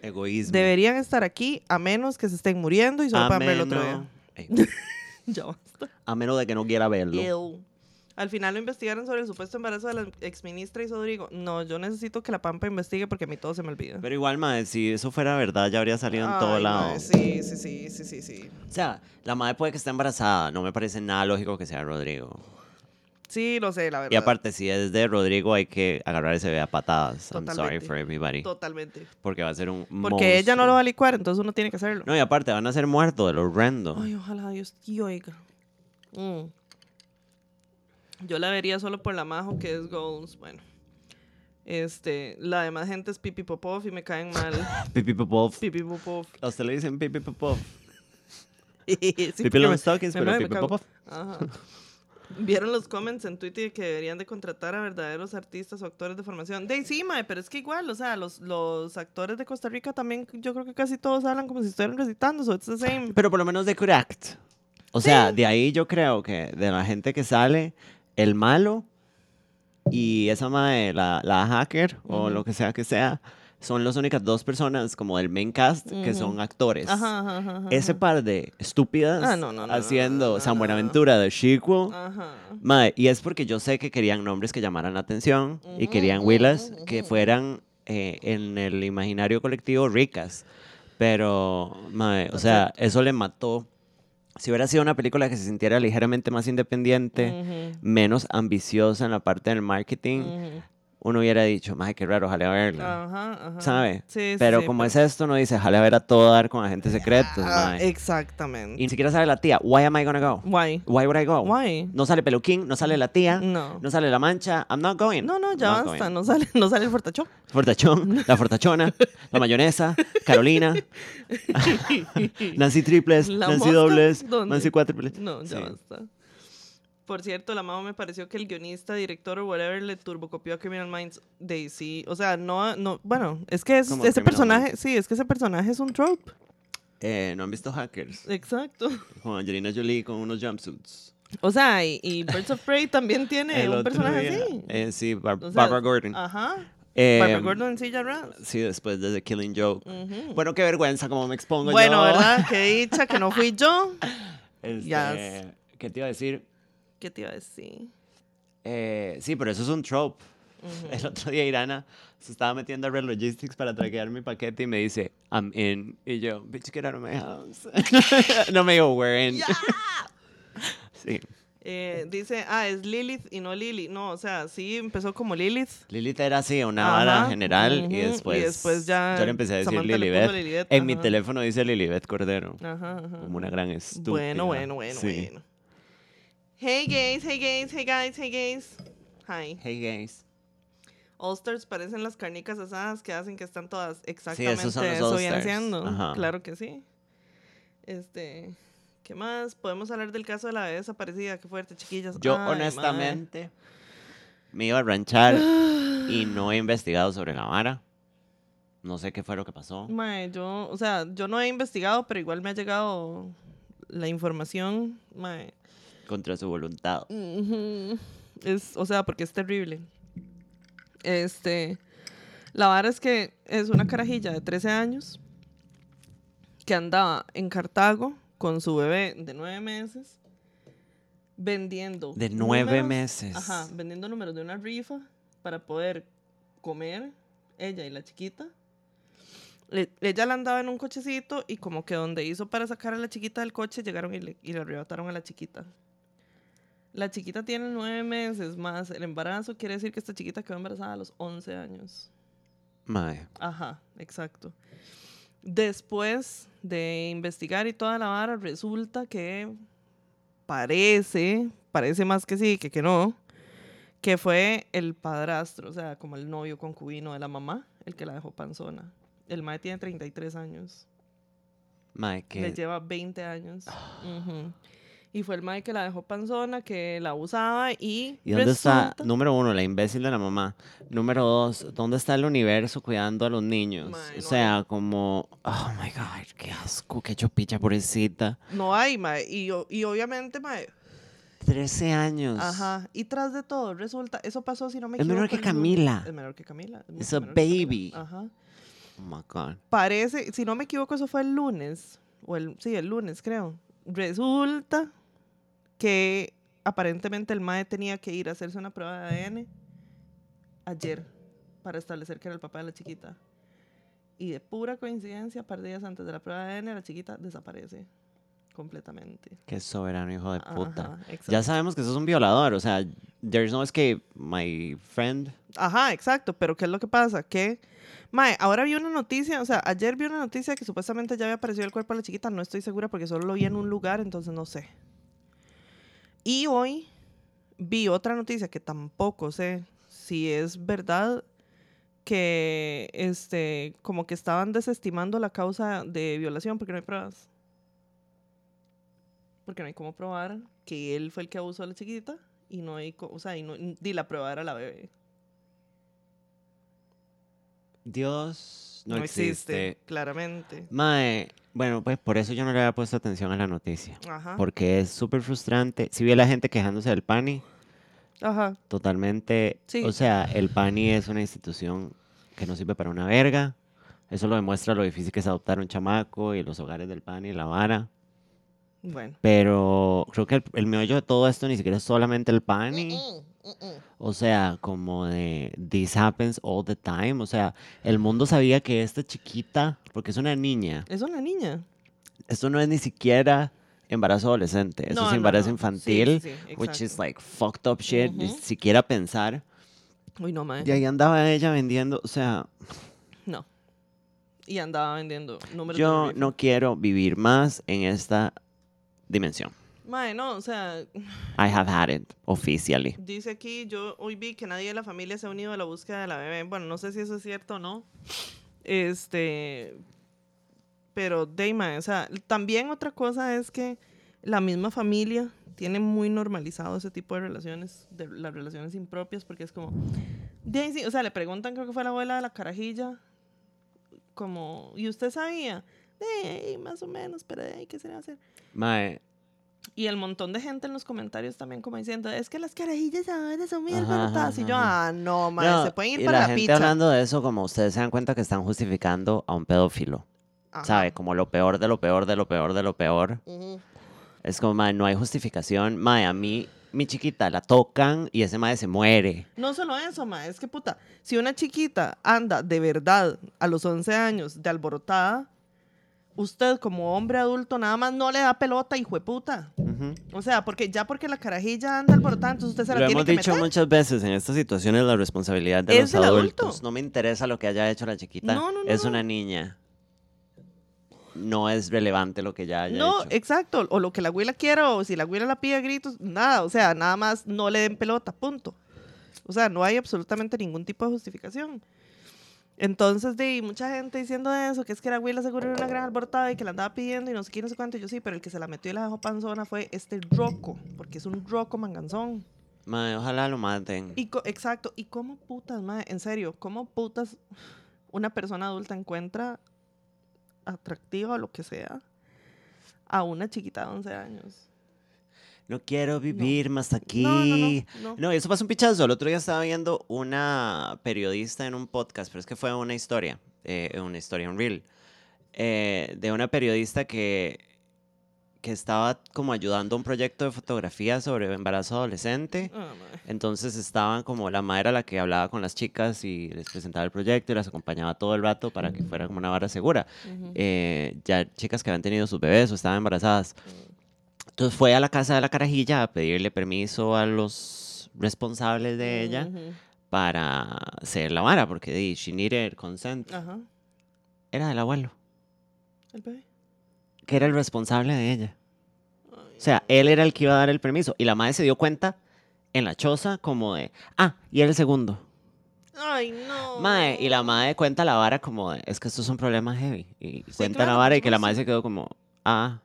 Speaker 1: Egoísmo.
Speaker 2: Deberían estar aquí a menos que se estén muriendo y solo
Speaker 1: a
Speaker 2: puedan verlo otro
Speaker 1: menos,
Speaker 2: día.
Speaker 1: Ey,
Speaker 2: [LAUGHS] Ya basta.
Speaker 1: a menos de que no quiera verlo.
Speaker 2: Ew. Al final lo investigaron sobre el supuesto embarazo de la exministra y Rodrigo. No, yo necesito que la Pampa investigue porque a mí todo se me olvida.
Speaker 1: Pero igual, madre, si eso fuera verdad, ya habría salido en todo
Speaker 2: Ay,
Speaker 1: lado.
Speaker 2: mae, Sí, sí, sí, sí, sí, sí.
Speaker 1: O sea, la madre puede que esté embarazada. No me parece nada lógico que sea Rodrigo.
Speaker 2: Sí, lo sé, la verdad.
Speaker 1: Y aparte, si es de Rodrigo, hay que agarrar ese bebé a patadas. I'm sorry
Speaker 2: Totalmente.
Speaker 1: for everybody.
Speaker 2: Totalmente.
Speaker 1: Porque va a ser un
Speaker 2: Porque ella no
Speaker 1: monstruo.
Speaker 2: lo va a licuar, entonces uno tiene que hacerlo.
Speaker 1: No, y aparte, van a ser muertos de lo horrendo.
Speaker 2: Ay, ojalá Dios te oiga. Mm. Yo la vería solo por la majo que es Goals. Bueno. Este, la demás gente es Pipi
Speaker 1: [LAUGHS]
Speaker 2: Popov y me caen mal.
Speaker 1: Pipi Popov.
Speaker 2: Pipi Popov.
Speaker 1: A usted le dicen Pipi Popov.
Speaker 2: [LAUGHS] sí,
Speaker 1: People
Speaker 2: porque
Speaker 1: on Stockings,
Speaker 2: me-
Speaker 1: pero
Speaker 2: me- me
Speaker 1: People
Speaker 2: cago.
Speaker 1: Pop
Speaker 2: Ajá. Vieron los comments en Twitter que deberían de contratar a verdaderos artistas o actores de formación. De sí, mae, pero es que igual, o sea, los, los actores de Costa Rica también, yo creo que casi todos hablan como si estuvieran recitando, so it's the same.
Speaker 1: Pero por lo menos de could act. O sea, de ahí yo creo que de la gente que sale, el malo y esa madre, la, la hacker o
Speaker 2: Ujú.
Speaker 1: lo que sea que sea, son las únicas dos personas como del main cast que
Speaker 2: Ujú.
Speaker 1: son actores.
Speaker 2: Ajá, ajá, ajá, ajá.
Speaker 1: Pues, Ese par de estúpidas
Speaker 2: Ah, no, no, no, no,
Speaker 1: haciendo
Speaker 2: no, no,
Speaker 1: San
Speaker 2: no, Ah.
Speaker 1: Buenaventura de Chico.
Speaker 2: Ajá.
Speaker 1: Mae, y es porque yo sé que querían nombres que llamaran la atención y
Speaker 2: Ujú,
Speaker 1: querían
Speaker 2: ujú,
Speaker 1: Willas
Speaker 2: ujú,
Speaker 1: que
Speaker 2: ujú.
Speaker 1: fueran eh, en el imaginario colectivo ricas. Pero, mae, o sea, eso le mató. Si hubiera sido una película que se sintiera ligeramente más independiente,
Speaker 2: Ujú,
Speaker 1: menos ambiciosa en la parte del marketing,
Speaker 2: ujú.
Speaker 1: uno hubiera dicho, mae, qué raro, ojalá verla.
Speaker 2: Ajá, ajá.
Speaker 1: ¿Sabe?
Speaker 2: Sí,
Speaker 1: pero
Speaker 2: sí,
Speaker 1: como
Speaker 2: pero-
Speaker 1: es esto, no dice, ojalá ver a todo dar con agentes secretos,
Speaker 2: Ah,
Speaker 1: mae.
Speaker 2: exactamente.
Speaker 1: Y ni siquiera sale la tía, why am I gonna go?
Speaker 2: Why?
Speaker 1: Why would I go?
Speaker 2: Why?
Speaker 1: No sale Peluquín, no sale la tía,
Speaker 2: No.
Speaker 1: no sale la mancha. I'm not going.
Speaker 2: No, no, ya
Speaker 1: Not
Speaker 2: basta,
Speaker 1: going.
Speaker 2: no sale, [LAUGHS] no sale el fortachón.
Speaker 1: Fortachón, la fortachona, la mayonesa,
Speaker 2: [LAUGHS]
Speaker 1: Carolina, Nancy triples,
Speaker 2: La
Speaker 1: Nancy
Speaker 2: mosca,
Speaker 1: dobles,
Speaker 2: ¿dónde?
Speaker 1: Nancy cuádruples.
Speaker 2: [LAUGHS] No, ya
Speaker 1: Sí.
Speaker 2: basta. Por cierto, la mamá me pareció que el guionista, director o whatever le turbocopió a Criminal Minds Daisy. O sea, no, no, bueno, es que es,
Speaker 1: Como
Speaker 2: ese
Speaker 1: Criminal
Speaker 2: personaje,
Speaker 1: Minds.
Speaker 2: sí, es que ese personaje es un trope.
Speaker 1: Eh, ¿No han visto Hackers?
Speaker 2: Exacto.
Speaker 1: Con Angelina Jolie con unos jumpsuits.
Speaker 2: O sea, y, y Birds of Prey también tiene
Speaker 1: El
Speaker 2: Eh, un
Speaker 1: otro
Speaker 2: personaje
Speaker 1: día.
Speaker 2: así.
Speaker 1: Eh, sí, Bar-
Speaker 2: O sea,
Speaker 1: Barbara Gordon.
Speaker 2: Ajá.
Speaker 1: Eh,
Speaker 2: Barbara Gordon en silla de ruedas.
Speaker 1: Sí, después de The Killing Joke.
Speaker 2: Ujú.
Speaker 1: Bueno, qué vergüenza como me expongo
Speaker 2: Bueno,
Speaker 1: yo.
Speaker 2: ¿verdad? Qué dicha que no fui yo.
Speaker 1: [LAUGHS] Este, ¿Qué te iba a decir?
Speaker 2: ¿Qué te iba a decir?
Speaker 1: Eh, sí, pero eso es un trope. [LAUGHS] El otro día Irana se estaba metiendo a Red Logistics para traquear mi paquete y me dice, I'm in. Y yo, bitch, get out of my house. [LAUGHS] no me digo, we're in. [LAUGHS] Sí.
Speaker 2: Eh, dice, ah, es Lilith y no Lily. No, o sea, sí empezó como Lilith.
Speaker 1: Lilith era así, una
Speaker 2: Ajá,
Speaker 1: vara general
Speaker 2: ujú,
Speaker 1: y,
Speaker 2: y
Speaker 1: después,
Speaker 2: después ya
Speaker 1: yo le empecé a decir
Speaker 2: Samantha le puso
Speaker 1: Lilibet.
Speaker 2: Lilibet,
Speaker 1: En mi
Speaker 2: ajá.
Speaker 1: teléfono dice Lilibet Cordero.
Speaker 2: Ajá, ajá.
Speaker 1: Como una gran estúpida.
Speaker 2: Bueno, bueno, bueno,
Speaker 1: Sí.
Speaker 2: bueno. Hey gays, hey gays, hey guys, hey gays. Hi.
Speaker 1: Hey, gays.
Speaker 2: All-Stars parecen las carnicas asadas que hacen que están todas exactamente
Speaker 1: esos son los
Speaker 2: eso viene
Speaker 1: All-Stars.
Speaker 2: siendo.
Speaker 1: Ajá.
Speaker 2: Claro que sí. Este, ¿qué más? Podemos hablar del caso de la bebé desaparecida. Qué fuerte, chiquillas.
Speaker 1: Yo
Speaker 2: Ay, mae.
Speaker 1: honestamente me iba a ranchar y no he investigado sobre la vara. No sé qué fue lo que pasó.
Speaker 2: Mae, yo, o sea, yo no he investigado, pero igual me ha llegado la información. Mae.
Speaker 1: Contra su voluntad.
Speaker 2: Ujú. Es, o sea, porque es terrible. Este, la vara es que es una carajilla de 13 años que andaba en Cartago con su bebé de 9 meses vendiendo.
Speaker 1: De nueve
Speaker 2: números-
Speaker 1: meses.
Speaker 2: Ajá, vendiendo números de una rifa para poder comer, ella y la chiquita. Le- ella la andaba en un cochecito y como que donde hizo para sacar a la chiquita del coche, llegaron y le, y le arrebataron a la chiquita. La chiquita tiene nueve meses más el embarazo, quiere decir que esta chiquita quedó embarazada a los 11 años.
Speaker 1: Mae.
Speaker 2: Ajá, exacto. Después de investigar y toda la vara, resulta que parece, parece más que sí, que que no, que fue el padrastro, o sea, como el novio concubino de la mamá, el que la dejó panzona. El mae tiene 33 años,
Speaker 1: Mae,
Speaker 2: le
Speaker 1: que.
Speaker 2: lleva 20 años.
Speaker 1: Ah.
Speaker 2: Ujú. Y fue el mae que la dejó panzona, que la abusaba y...
Speaker 1: ¿Y dónde está?
Speaker 2: resulta-
Speaker 1: Número uno, la imbécil de la mamá. Número dos, ¿dónde está el universo cuidando a los niños?
Speaker 2: Mae,
Speaker 1: o
Speaker 2: no
Speaker 1: sea, como. Oh my god, qué asco, qué chupilla, pobrecita.
Speaker 2: No hay, mae. Y, o- y obviamente, mae,
Speaker 1: 13 años.
Speaker 2: Ajá. Y tras de todo, resulta, eso pasó si no me
Speaker 1: Es
Speaker 2: equivoco.
Speaker 1: menor que
Speaker 2: en Zoom.
Speaker 1: Camila.
Speaker 2: Es menor que Camila. mucho
Speaker 1: It's a
Speaker 2: menor que Camila.
Speaker 1: baby.
Speaker 2: Ajá.
Speaker 1: Oh my god.
Speaker 2: Parece, si no me equivoco, eso fue el lunes. O el, sí, el lunes, creo. Resulta que aparentemente el MAE tenía que ir a hacerse una prueba de ADN ayer para establecer que era el papá de la chiquita. Y de pura coincidencia, par de días antes de la prueba de ADN, la chiquita desaparece completamente.
Speaker 1: Qué soberano, hijo de puta.
Speaker 2: Ajá, exacto.
Speaker 1: Ya sabemos que sos un violador, o sea, there's no escape, my friend.
Speaker 2: Ajá, exacto, pero ¿qué es lo que pasa? Que, mae, ahora vi una noticia, o sea, ayer vi una noticia que supuestamente ya había aparecido el cuerpo de la chiquita, no estoy segura porque solo lo vi en un lugar, entonces no sé. Y hoy vi otra noticia que tampoco sé si es verdad que, este, como que estaban desestimando la causa de violación porque no hay pruebas. porque no hay cómo probar que él fue el que abusó a la chiquita y no hay, co- o sea, y no, ni la prueba era la bebé.
Speaker 1: Dios no, existe.
Speaker 2: claramente.
Speaker 1: Mae, bueno, pues por eso yo no le había puesto atención a la noticia.
Speaker 2: Ajá.
Speaker 1: Porque es súper frustrante. Si vi a la gente quejándose del PANI,
Speaker 2: Ajá.
Speaker 1: totalmente.
Speaker 2: Sí.
Speaker 1: O sea, el PANI es una institución que no sirve para una verga. Eso lo demuestra lo difícil que es adoptar un chamaco y los hogares del PANI, la vara.
Speaker 2: Bueno.
Speaker 1: Pero creo que el, el meollo de todo esto ni siquiera es solamente el PANI.
Speaker 2: Mm, mm, mm.
Speaker 1: O sea, como de this happens all the time. O sea, el mundo sabía que esta chiquita, porque es una niña,
Speaker 2: Es una niña.
Speaker 1: esto no es ni siquiera embarazo adolescente, eso
Speaker 2: No,
Speaker 1: es
Speaker 2: no,
Speaker 1: embarazo
Speaker 2: no.
Speaker 1: infantil,
Speaker 2: Sí, sí, sí,
Speaker 1: which is
Speaker 2: exacto.
Speaker 1: like fucked up shit, ni
Speaker 2: Ujú.
Speaker 1: siquiera pensar.
Speaker 2: Uy, no, mae.
Speaker 1: Y ahí andaba ella vendiendo, o sea,
Speaker 2: No. Y andaba vendiendo números.
Speaker 1: yo
Speaker 2: de rifle.
Speaker 1: no quiero vivir más en esta dimensión.
Speaker 2: Mae, no, o sea,
Speaker 1: I have had it officially.
Speaker 2: dice aquí, yo hoy vi que nadie de la familia se ha unido a la búsqueda de la bebé. Bueno, no sé si eso es cierto o no. Este, pero Dayma, o sea, también otra cosa es que la misma familia tiene muy normalizado ese tipo de relaciones, de las relaciones impropias, porque es como, de ahí sí, o sea, le preguntan, creo que fue la abuela de la carajilla, como, ¿y usted sabía? De ahí, más o menos, pero de ahí, ¿qué se le va a hacer?
Speaker 1: Mae,
Speaker 2: Y el montón de gente en los comentarios también como diciendo, es que las carajillas ahora son muy
Speaker 1: Ajá,
Speaker 2: alborotadas. Y
Speaker 1: ajá,
Speaker 2: yo,
Speaker 1: ajá.
Speaker 2: ah, no, madre,
Speaker 1: no,
Speaker 2: se pueden ir
Speaker 1: y
Speaker 2: para
Speaker 1: la
Speaker 2: la,
Speaker 1: gente
Speaker 2: pizza.
Speaker 1: hablando de eso, como ustedes se dan cuenta que están justificando a un pedófilo,
Speaker 2: Ajá.
Speaker 1: ¿sabe? Como lo peor de lo peor de lo peor de lo peor.
Speaker 2: Ujú.
Speaker 1: Es como, mae, no hay justificación. Mae, a mí, mi chiquita, la tocan y ese mae se muere.
Speaker 2: No solo eso, madre, es que puta, si una chiquita anda de verdad a los 11 años de alborotada, usted como hombre adulto nada más no le da pelota, hijo de puta.
Speaker 1: Ujú.
Speaker 2: O sea, porque ya porque la carajilla anda alborotada, entonces usted se la
Speaker 1: Lo
Speaker 2: tiene
Speaker 1: hemos
Speaker 2: que
Speaker 1: dicho
Speaker 2: meter.
Speaker 1: muchas veces, en estas situaciones la responsabilidad de
Speaker 2: Es
Speaker 1: los
Speaker 2: del adulto.
Speaker 1: adultos. No me interesa lo que haya hecho la chiquita.
Speaker 2: No, no, no,
Speaker 1: es
Speaker 2: no.
Speaker 1: una niña. No es relevante lo que ya haya
Speaker 2: No, eh,
Speaker 1: hecho.
Speaker 2: exacto. O lo que la abuela quiera, o si la abuela la pide a gritos, nada. O sea, nada más no le den pelota, punto. O sea, no hay absolutamente ningún tipo de justificación. Entonces, de ahí, mucha gente diciendo eso, que es que la abuela seguro era una gran alborotada y que la andaba pidiendo y no sé qué, no sé cuánto. Y Yo sí, pero el que se la metió y la dejó panzona fue este roco, porque es un roco manganzón.
Speaker 1: Mae, ojalá lo maten.
Speaker 2: Y co- exacto. ¿Y cómo putas, madre? En serio, ¿cómo putas una persona adulta encuentra atractiva o lo que sea a una chiquita de 11 años?
Speaker 1: No quiero vivir más aquí.
Speaker 2: No, no, no, no.
Speaker 1: No, eso pasa un pichazo. El otro día estaba viendo una periodista en un podcast, pero es que fue una historia, eh, una historia, un reel, eh, de una periodista que, que estaba como ayudando a un proyecto de fotografía sobre embarazo adolescente.
Speaker 2: Ah, mae.
Speaker 1: Entonces estaban como la madre era la que hablaba con las chicas y les presentaba el proyecto y las acompañaba todo el rato para que fuera como una vara segura.
Speaker 2: Ujú.
Speaker 1: Eh, ya chicas que habían tenido sus bebés o estaban embarazadas. Entonces fue a la casa de la carajilla a pedirle permiso a los responsables de ella
Speaker 2: Ujú.
Speaker 1: para hacer la vara, porque di, she needed consent.
Speaker 2: Ajá.
Speaker 1: Era del abuelo,
Speaker 2: El bebé.
Speaker 1: que era el responsable de ella.
Speaker 2: Ay,
Speaker 1: O sea, él era el que iba a dar el permiso. Y la madre se dio cuenta en la choza como de, ah, y era el segundo.
Speaker 2: Ay, no.
Speaker 1: Mae, y la madre cuenta la vara como, de, es que esto es un problema heavy. Y cuenta
Speaker 2: claro,
Speaker 1: la
Speaker 2: por
Speaker 1: vara y que la
Speaker 2: supuesto.
Speaker 1: madre se quedó como, ah.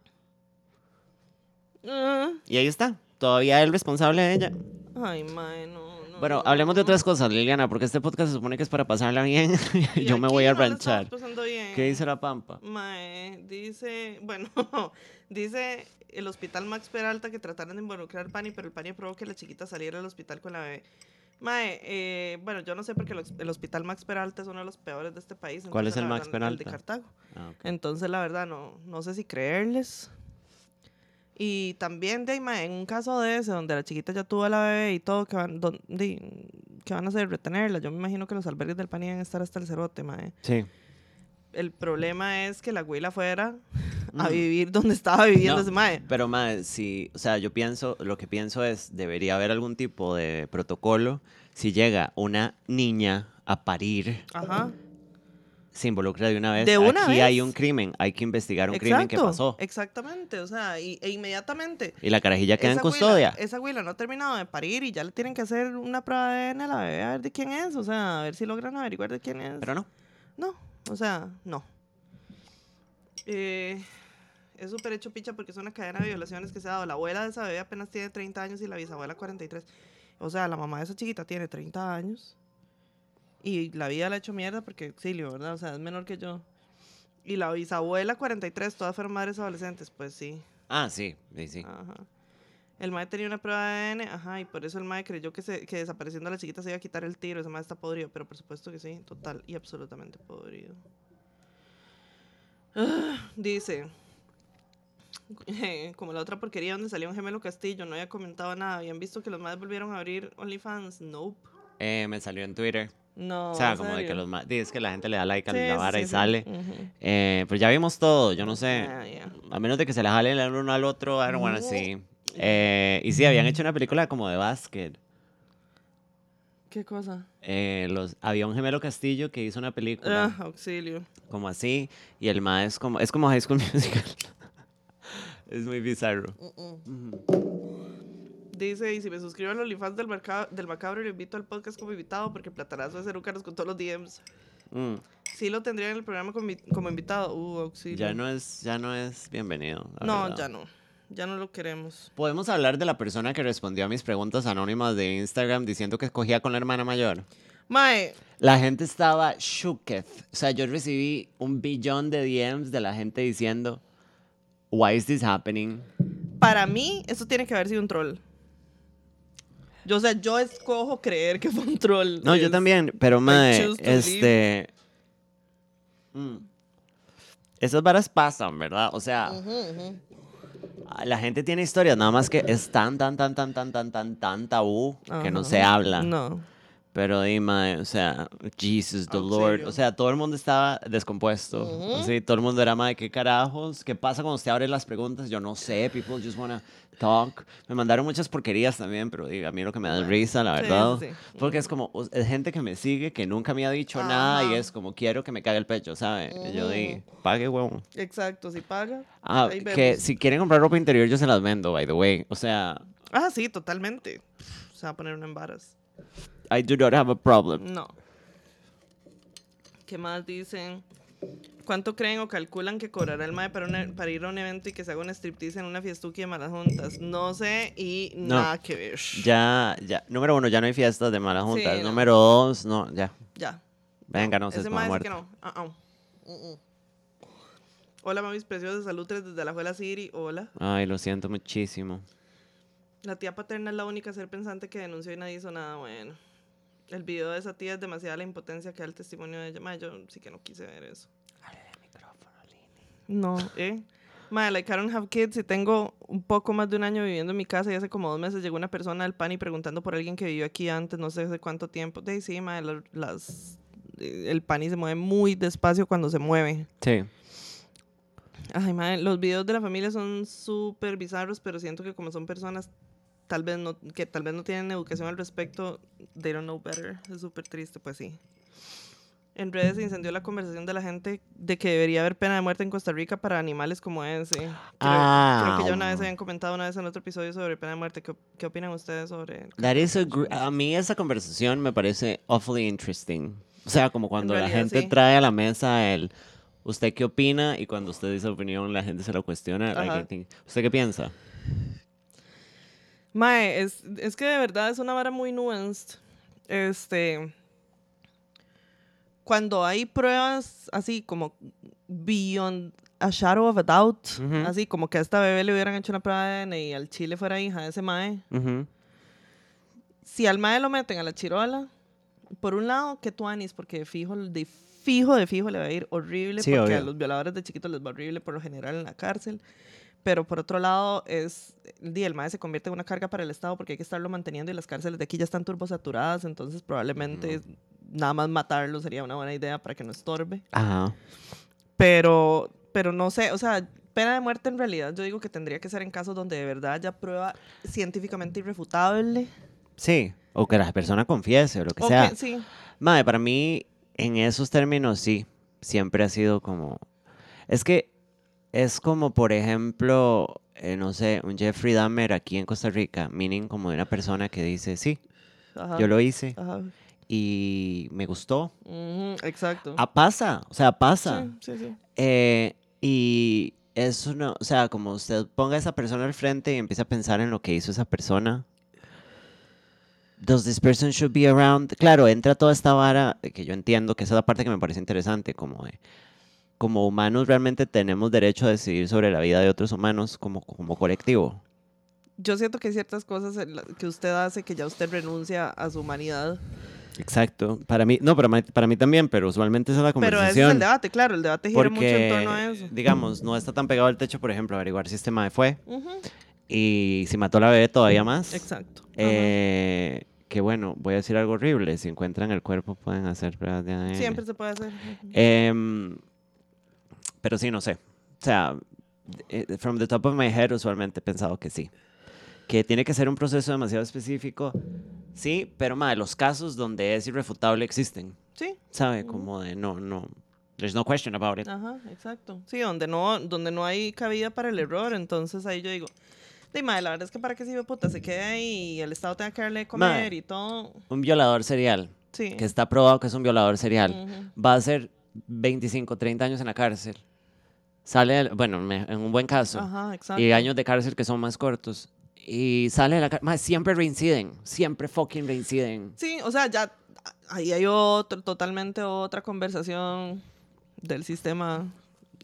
Speaker 2: Ah.
Speaker 1: Y ahí está, todavía el responsable de ella.
Speaker 2: Ay, mae, no, no,
Speaker 1: Bueno,
Speaker 2: no,
Speaker 1: hablemos de
Speaker 2: no.
Speaker 1: otras cosas, Liliana, porque este podcast se supone que es para pasarla bien. [LAUGHS]
Speaker 2: Y
Speaker 1: Yo me
Speaker 2: aquí
Speaker 1: voy a
Speaker 2: no la estamos
Speaker 1: ranchar.
Speaker 2: pasando bien.
Speaker 1: ¿Qué dice la pampa?
Speaker 2: Mae, dice, bueno, [LAUGHS] dice el hospital Max Peralta que trataron de involucrar al Pani, pero el Pani aprobó que la chiquita saliera del hospital con la bebé. Mae, eh, bueno, yo no sé porque el, hos- el hospital Max Peralta es uno de los peores de este país.
Speaker 1: ¿Cuál es el
Speaker 2: entonces, la
Speaker 1: Max
Speaker 2: verdad, El de
Speaker 1: Peralta?
Speaker 2: Cartago.
Speaker 1: Ah, ok.
Speaker 2: Entonces, la verdad, no, no sé si creerles. Y también, de, ahí, mae, en un caso de ese, donde la chiquita ya tuvo a la bebé y todo, que van, don- di, que van a hacer? Retenerla. Yo me imagino que los albergues del PANI van a estar hasta el cerote, mae
Speaker 1: Sí.
Speaker 2: el problema es que la abuela fuera a
Speaker 1: Mm.
Speaker 2: vivir donde estaba viviendo
Speaker 1: No,
Speaker 2: ese mae.
Speaker 1: Pero madre, si, o sea, yo pienso, lo que pienso es, debería haber algún tipo de protocolo si llega una niña a parir,
Speaker 2: Ajá.
Speaker 1: se involucra de una vez.
Speaker 2: De una
Speaker 1: Aquí hay
Speaker 2: vez.
Speaker 1: un crimen, hay que investigar un crimen que
Speaker 2: Exacto.
Speaker 1: pasó.
Speaker 2: Exactamente. O sea, y- e inmediatamente.
Speaker 1: Y la carajilla queda en
Speaker 2: esa güila-
Speaker 1: custodia.
Speaker 2: esa abuela no ha terminado de parir y ya le tienen que hacer una prueba de ADN a la bebé a ver de quién es. O sea, a ver si logran averiguar de quién es.
Speaker 1: Pero no.
Speaker 2: No, o sea, no. Eh, Es súper hecho picha porque es una cadena de violaciones que se ha dado. La abuela de esa bebé apenas tiene 30 años y la bisabuela 43. O sea, la mamá de esa chiquita tiene 30 años. Y la vida la ha hecho mierda porque exilio, ¿verdad? O sea, es menor que yo. Y la bisabuela 43, todas fueron madres adolescentes, pues sí.
Speaker 1: Ah, sí, sí, sí.
Speaker 2: Ajá. El mae tenía una prueba de ADN, ajá, y por eso el mae creyó que, se, que desapareciendo a la chiquita se iba a quitar el tiro. Ese mae está podrido, pero por supuesto que sí, total y absolutamente podrido. [SIGHS] Ah, dice, [LAUGHS] como la otra porquería donde salió un gemelo castillo, no había comentado nada. Habían visto que los madres volvieron a abrir OnlyFans. Nope.
Speaker 1: Eh, me salió en Twitter.
Speaker 2: No.
Speaker 1: o sea, como de que los más. Es que la gente le da like a la vara y sale. Eh, pero ya vimos todo, yo no sé. A menos de que se la jalen el uno al otro, I don't wanna
Speaker 2: Ah. No.
Speaker 1: see. Eh, y sí, habían hecho una película como de básquet.
Speaker 2: ¿Qué cosa?
Speaker 1: Eh, los, había un gemelo Castillo que hizo una película
Speaker 2: Ah, auxilio.
Speaker 1: como así. Y el más es como, es como High School [LAUGHS] Musical. es muy bizarro.
Speaker 2: Dice, y si me suscribo al OnlyFans del, mercado, del Macabro, lo invito al podcast como invitado porque Platarazo de Cerucaros con todos los DMs.
Speaker 1: Mm,
Speaker 2: Sí lo tendría en el programa como, invi- como invitado. Uh, auxilio.
Speaker 1: ya, no es, ya no es bienvenido. la
Speaker 2: No,
Speaker 1: verdad.
Speaker 2: ya no. Ya no lo queremos.
Speaker 1: Podemos hablar de la persona que respondió a mis preguntas anónimas de Instagram diciendo que escogía con la hermana mayor.
Speaker 2: Mae,
Speaker 1: La gente estaba shooketh. O sea, yo recibí un billón de DMs de la gente diciendo, Why is this happening?
Speaker 2: para mí, eso tiene que haber sido un troll. Yo, o sea, yo escojo creer que fue un troll.
Speaker 1: No, yo
Speaker 2: Es-
Speaker 1: también, pero madre,
Speaker 2: choose to leave.
Speaker 1: este. mm, Esas varas pasan, ¿verdad? O sea, ah, la gente tiene historias, nada más que es tan, tan, tan, tan, tan, tan, tan, tan tabú que no
Speaker 2: Ajá.
Speaker 1: se habla.
Speaker 2: No.
Speaker 1: Pero dime, o sea, Jesus, the Lord.
Speaker 2: Auxilio.
Speaker 1: O sea, todo el mundo estaba descompuesto. Sí, todo el mundo era más de qué carajos. ¿Qué pasa cuando usted abre las preguntas? Yo no sé, people just wanna talk. Me mandaron muchas porquerías también, pero diga, a mí lo que me da es risa, la
Speaker 2: Sí,
Speaker 1: verdad.
Speaker 2: sí, sí.
Speaker 1: Porque es como, o- es gente que me sigue, que nunca me ha dicho nada y
Speaker 2: Ajá.
Speaker 1: es como, quiero que me cague el pecho, ¿sabe? Y Yo di, pague, huevón.
Speaker 2: Exacto, si paga.
Speaker 1: Ah,
Speaker 2: ahí
Speaker 1: que
Speaker 2: vemos.
Speaker 1: si quieren comprar ropa interior, yo se las vendo, by the way. O sea,
Speaker 2: Ah, sí, totalmente. Se va a poner una embaraz.
Speaker 1: I do not have a problem.
Speaker 2: No. ¿Qué más dicen? ¿Cuánto creen o calculan que cobrará el MAE para, una- para ir a un evento y que se haga un striptease en una fiestuki de malas juntas? No sé y
Speaker 1: No.
Speaker 2: nada que ver.
Speaker 1: Ya, ya. Número uno, ya no hay fiestas de malas
Speaker 2: Sí,
Speaker 1: juntas.
Speaker 2: no.
Speaker 1: Número dos, no, ya.
Speaker 2: Ya.
Speaker 1: Venga, no se
Speaker 2: Ese
Speaker 1: ponga
Speaker 2: mae dice que
Speaker 1: muerto.
Speaker 2: no. Ah, ah. Hola, mamis preciosas. Saludos desde la Juela City. Hola.
Speaker 1: Ay, lo siento muchísimo.
Speaker 2: La tía paterna es la única ser pensante que denunció y nadie hizo nada bueno. El video de esa tía es demasiada la impotencia que da el testimonio de ella. Mae, yo sí que no quise ver eso. No, ¿eh? Mae, like I don't have kids y tengo un poco más de un año viviendo en mi casa y hace como dos meses llegó una persona del pan y preguntando por alguien que vivió aquí antes, no sé hace cuánto tiempo. De ahí sí, mae, la- las, eh, el pani se mueve muy despacio cuando se mueve.
Speaker 1: Sí.
Speaker 2: Ay, mae, los videos de la familia son súper bizarros, pero siento que como son personas tal vez no, que tal vez no tienen educación al respecto, they don't know better. Es súper triste, pues sí. En redes se incendió la conversación de la gente de que debería haber pena de muerte en Costa Rica para animales como ese. Creo,
Speaker 1: Ah,
Speaker 2: creo que ya una vez
Speaker 1: um.
Speaker 2: habían comentado una vez en otro episodio sobre pena de muerte. ¿Qué, qué opinan ustedes sobre el
Speaker 1: That is a, gr- a mí esa conversación me parece awfully interesting. O sea, como cuando la
Speaker 2: realidad,
Speaker 1: gente
Speaker 2: sí.
Speaker 1: trae a la mesa el usted qué opina y cuando usted dice opinión la gente se lo cuestiona. like,
Speaker 2: Ajá.
Speaker 1: I think- ¿Usted qué piensa?
Speaker 2: Mae, es, es que de verdad es una vara muy nuanced. Este. Cuando hay pruebas así como beyond a shadow of a doubt,
Speaker 1: Ujú.
Speaker 2: así como que a esta bebé le hubieran hecho una prueba de ADN y al chile fuera hija de ese mae.
Speaker 1: Ujú.
Speaker 2: Si al mae lo meten a la chirola, por un lado, que tú anis, porque de fijo, de fijo, de fijo le va a ir horrible,
Speaker 1: Sí,
Speaker 2: porque a
Speaker 1: obvio.
Speaker 2: los violadores de chiquitos les va horrible por lo general en la cárcel. Pero por otro lado, es, di, el MAE se convierte en una carga para el Estado porque hay que estarlo manteniendo y las cárceles de aquí ya están turbosaturadas, entonces probablemente nada más matarlo sería una buena idea para que no estorbe.
Speaker 1: Ajá.
Speaker 2: Pero, pero no sé, o sea, pena de muerte en realidad yo digo que tendría que ser en casos donde de verdad haya prueba científicamente irrefutable.
Speaker 1: Sí. O que la persona confiese o lo que
Speaker 2: O
Speaker 1: sea.
Speaker 2: que- sí.
Speaker 1: Madre, para mí, en esos términos sí, siempre ha sido como... Es que es como, por ejemplo, eh, no sé, un Jeffrey Dahmer aquí en Costa Rica, meaning como de una persona que dice, sí,
Speaker 2: Ajá.
Speaker 1: yo lo hice
Speaker 2: Ajá.
Speaker 1: y me gustó.
Speaker 2: Ujú, exacto.
Speaker 1: Ah, pasa, o sea, pasa.
Speaker 2: Sí, sí, sí.
Speaker 1: Eh, y es una, o sea, como usted ponga a esa persona al frente y empieza a pensar en lo que hizo esa persona. Does this person should be around? Claro, entra toda esta vara que yo entiendo que esa es la parte que me parece interesante, como de- como humanos realmente tenemos derecho a decidir sobre la vida de otros humanos como, como colectivo.
Speaker 2: Yo siento que hay ciertas cosas en la- que usted hace que ya usted renuncia a su humanidad.
Speaker 1: Exacto. Para mí, no, para mí, para mí también, pero usualmente esa es la
Speaker 2: Pero
Speaker 1: conversación.
Speaker 2: ese es el debate, claro, el debate gira mucho en
Speaker 1: porque,
Speaker 2: torno a eso.
Speaker 1: digamos, no está tan pegado al techo, por ejemplo, averiguar si este mae fue
Speaker 2: Ujú,
Speaker 1: y si mató a la bebé todavía más.
Speaker 2: Exacto. ajá.
Speaker 1: Eh, que bueno, voy a decir algo horrible. Si encuentran el cuerpo, pueden hacer pruebas de ADN.
Speaker 2: Siempre se puede hacer. ujú.
Speaker 1: Em, pero sí, no sé. O sea, eh, from the top of my head, usualmente he pensado que sí. Que tiene que ser un proceso demasiado específico. Sí, pero madre, los casos donde es irrefutable existen.
Speaker 2: Sí,
Speaker 1: ¿Sabe?
Speaker 2: Ujú.
Speaker 1: Como de no, no. There's no question about it.
Speaker 2: ajá, exacto. Sí, donde no, donde no hay cabida para el error, entonces ahí yo digo, de madre, la verdad es que para que si puta se quede ahí y el Estado tenga que darle de comer
Speaker 1: Mae.
Speaker 2: y todo.
Speaker 1: Un violador serial,
Speaker 2: Sí.
Speaker 1: que está probado que es un violador serial,
Speaker 2: Ujú.
Speaker 1: va a ser 25, 30 años en la cárcel. Sale, del- bueno, me- en un buen caso.
Speaker 2: Ajá, exacto.
Speaker 1: y años de cárcel que son más cortos. Y sale de la cárcel. Siempre reinciden. Siempre fucking reinciden.
Speaker 2: Sí, o sea, ya ahí hay otro, totalmente otra conversación del sistema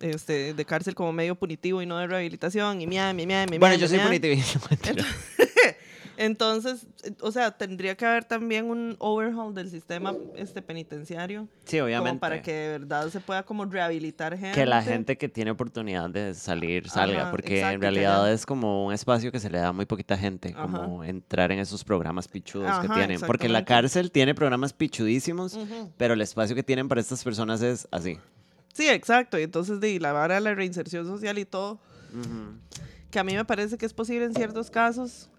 Speaker 2: este, de cárcel como medio punitivo y no de rehabilitación. Y mía, mía, mía, mía.
Speaker 1: Bueno,
Speaker 2: mía,
Speaker 1: yo soy
Speaker 2: mía.
Speaker 1: punitivista.
Speaker 2: [LAUGHS]
Speaker 1: mentira.
Speaker 2: Entonces, eh, o sea, tendría que haber también un overhaul del sistema este, penitenciario.
Speaker 1: Sí, obviamente.
Speaker 2: Como para que de verdad se pueda como rehabilitar gente.
Speaker 1: Que la gente que tiene oportunidad de salir salga,
Speaker 2: Ajá,
Speaker 1: porque
Speaker 2: exacto,
Speaker 1: en
Speaker 2: que
Speaker 1: realidad
Speaker 2: ya-
Speaker 1: es como un espacio que se le da a muy poquita gente, como entrar en esos programas pichudos que
Speaker 2: Ajá,
Speaker 1: tienen. Porque la
Speaker 2: exactamente.
Speaker 1: cárcel tiene programas pichudísimos,
Speaker 2: Ujú.
Speaker 1: pero el espacio que tienen para estas personas es así.
Speaker 2: Sí, exacto. Y entonces, de la vara de la reinserción social y todo, que a mí me parece que es posible en ciertos casos.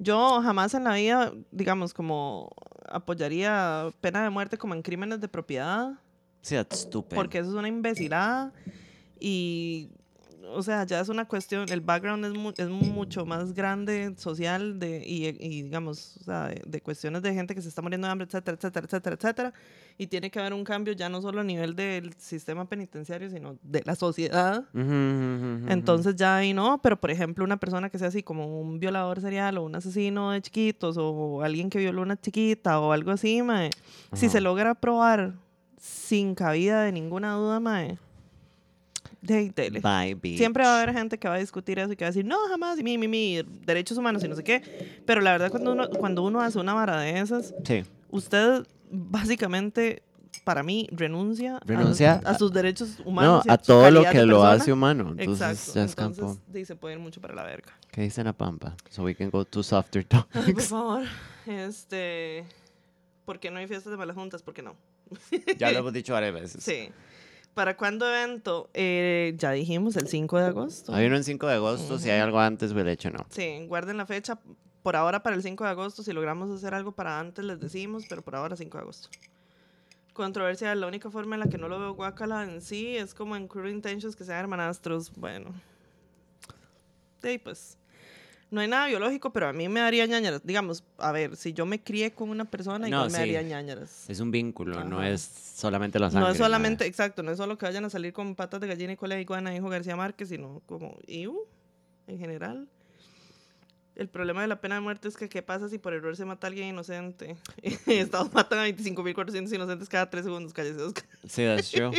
Speaker 2: Yo jamás en la vida, digamos, como apoyaría pena de muerte como en crímenes de propiedad,
Speaker 1: Sí, that's stupid.
Speaker 2: porque eso es una imbecilada y, o sea, ya es una cuestión, el background es, mu- es mucho más grande social de, y, y, digamos, o sea, de, de cuestiones de gente que se está muriendo de hambre, etcétera, etcétera, etcétera, etcétera, y tiene que haber un cambio ya no solo a nivel del sistema penitenciario, sino de la sociedad.
Speaker 1: Ujú, ujú, ujú, ujú.
Speaker 2: Entonces ya ahí no, pero por ejemplo una persona que sea así como un violador serial o un asesino de chiquitos o alguien que violó a una chiquita o algo así, mae, si
Speaker 1: Ajá.
Speaker 2: se logra probar sin cabida de ninguna duda, mae, de ahí dele.
Speaker 1: Bye, bitch.
Speaker 2: Siempre va a haber gente que va a discutir eso y que va a decir, no, jamás, y mi, mi, mi, derechos humanos y no sé qué. Pero la verdad, cuando uno, cuando uno hace una vara de esas,
Speaker 1: Sí.
Speaker 2: usted básicamente, para mí, renuncia, a los-
Speaker 1: Renuncia
Speaker 2: a, sus derechos
Speaker 1: No,
Speaker 2: humanos. y
Speaker 1: a
Speaker 2: su
Speaker 1: todo lo
Speaker 2: calidad
Speaker 1: que
Speaker 2: de
Speaker 1: lo
Speaker 2: persona.
Speaker 1: hace humano. Entonces,
Speaker 2: Exacto.
Speaker 1: ya es campo.
Speaker 2: Entonces, sí, se puede ir mucho para la verga.
Speaker 1: [LAUGHS] ¿Qué dice la pampa? So we can go to softer
Speaker 2: [LAUGHS] Ay, por
Speaker 1: topics.
Speaker 2: favor, este. ¿Por qué no hay fiestas de malas juntas? ¿Por qué no?
Speaker 1: ya lo hemos dicho varias veces.
Speaker 2: Sí. ¿Para cuándo evento? Eh, ya dijimos, el 5 de agosto.
Speaker 1: Hay uno en 5 de agosto. Si hay algo antes, we'll let you know.
Speaker 2: Sí, guarden la fecha. Por ahora, para el 5 de agosto. Si logramos hacer algo para antes, les decimos, pero por ahora, 5 de agosto. Controversia, la única forma en la que no lo veo guacala en sí es como en Cruel Intentions que sean hermanastros. Bueno. De ahí, pues. No hay nada biológico, pero a mí me daría ñañaras. Digamos, a ver, si yo me crié con una persona,
Speaker 1: No,
Speaker 2: igual me
Speaker 1: sí.
Speaker 2: daría ñañaras.
Speaker 1: Es un vínculo, no
Speaker 2: Ajá.
Speaker 1: es solamente la sangre.
Speaker 2: No es
Speaker 1: ma.
Speaker 2: solamente, exacto, no es solo que vayan a salir con patas de gallina y cola de iguana, dijo García Márquez, sino como IU en general. El problema de la pena de muerte es que qué pasa si por error se mata a alguien inocente. [LAUGHS] En Estados matan a 25.400 inocentes cada 3 segundos, cállese Oscar.
Speaker 1: Sí, that's
Speaker 2: [LAUGHS]
Speaker 1: true.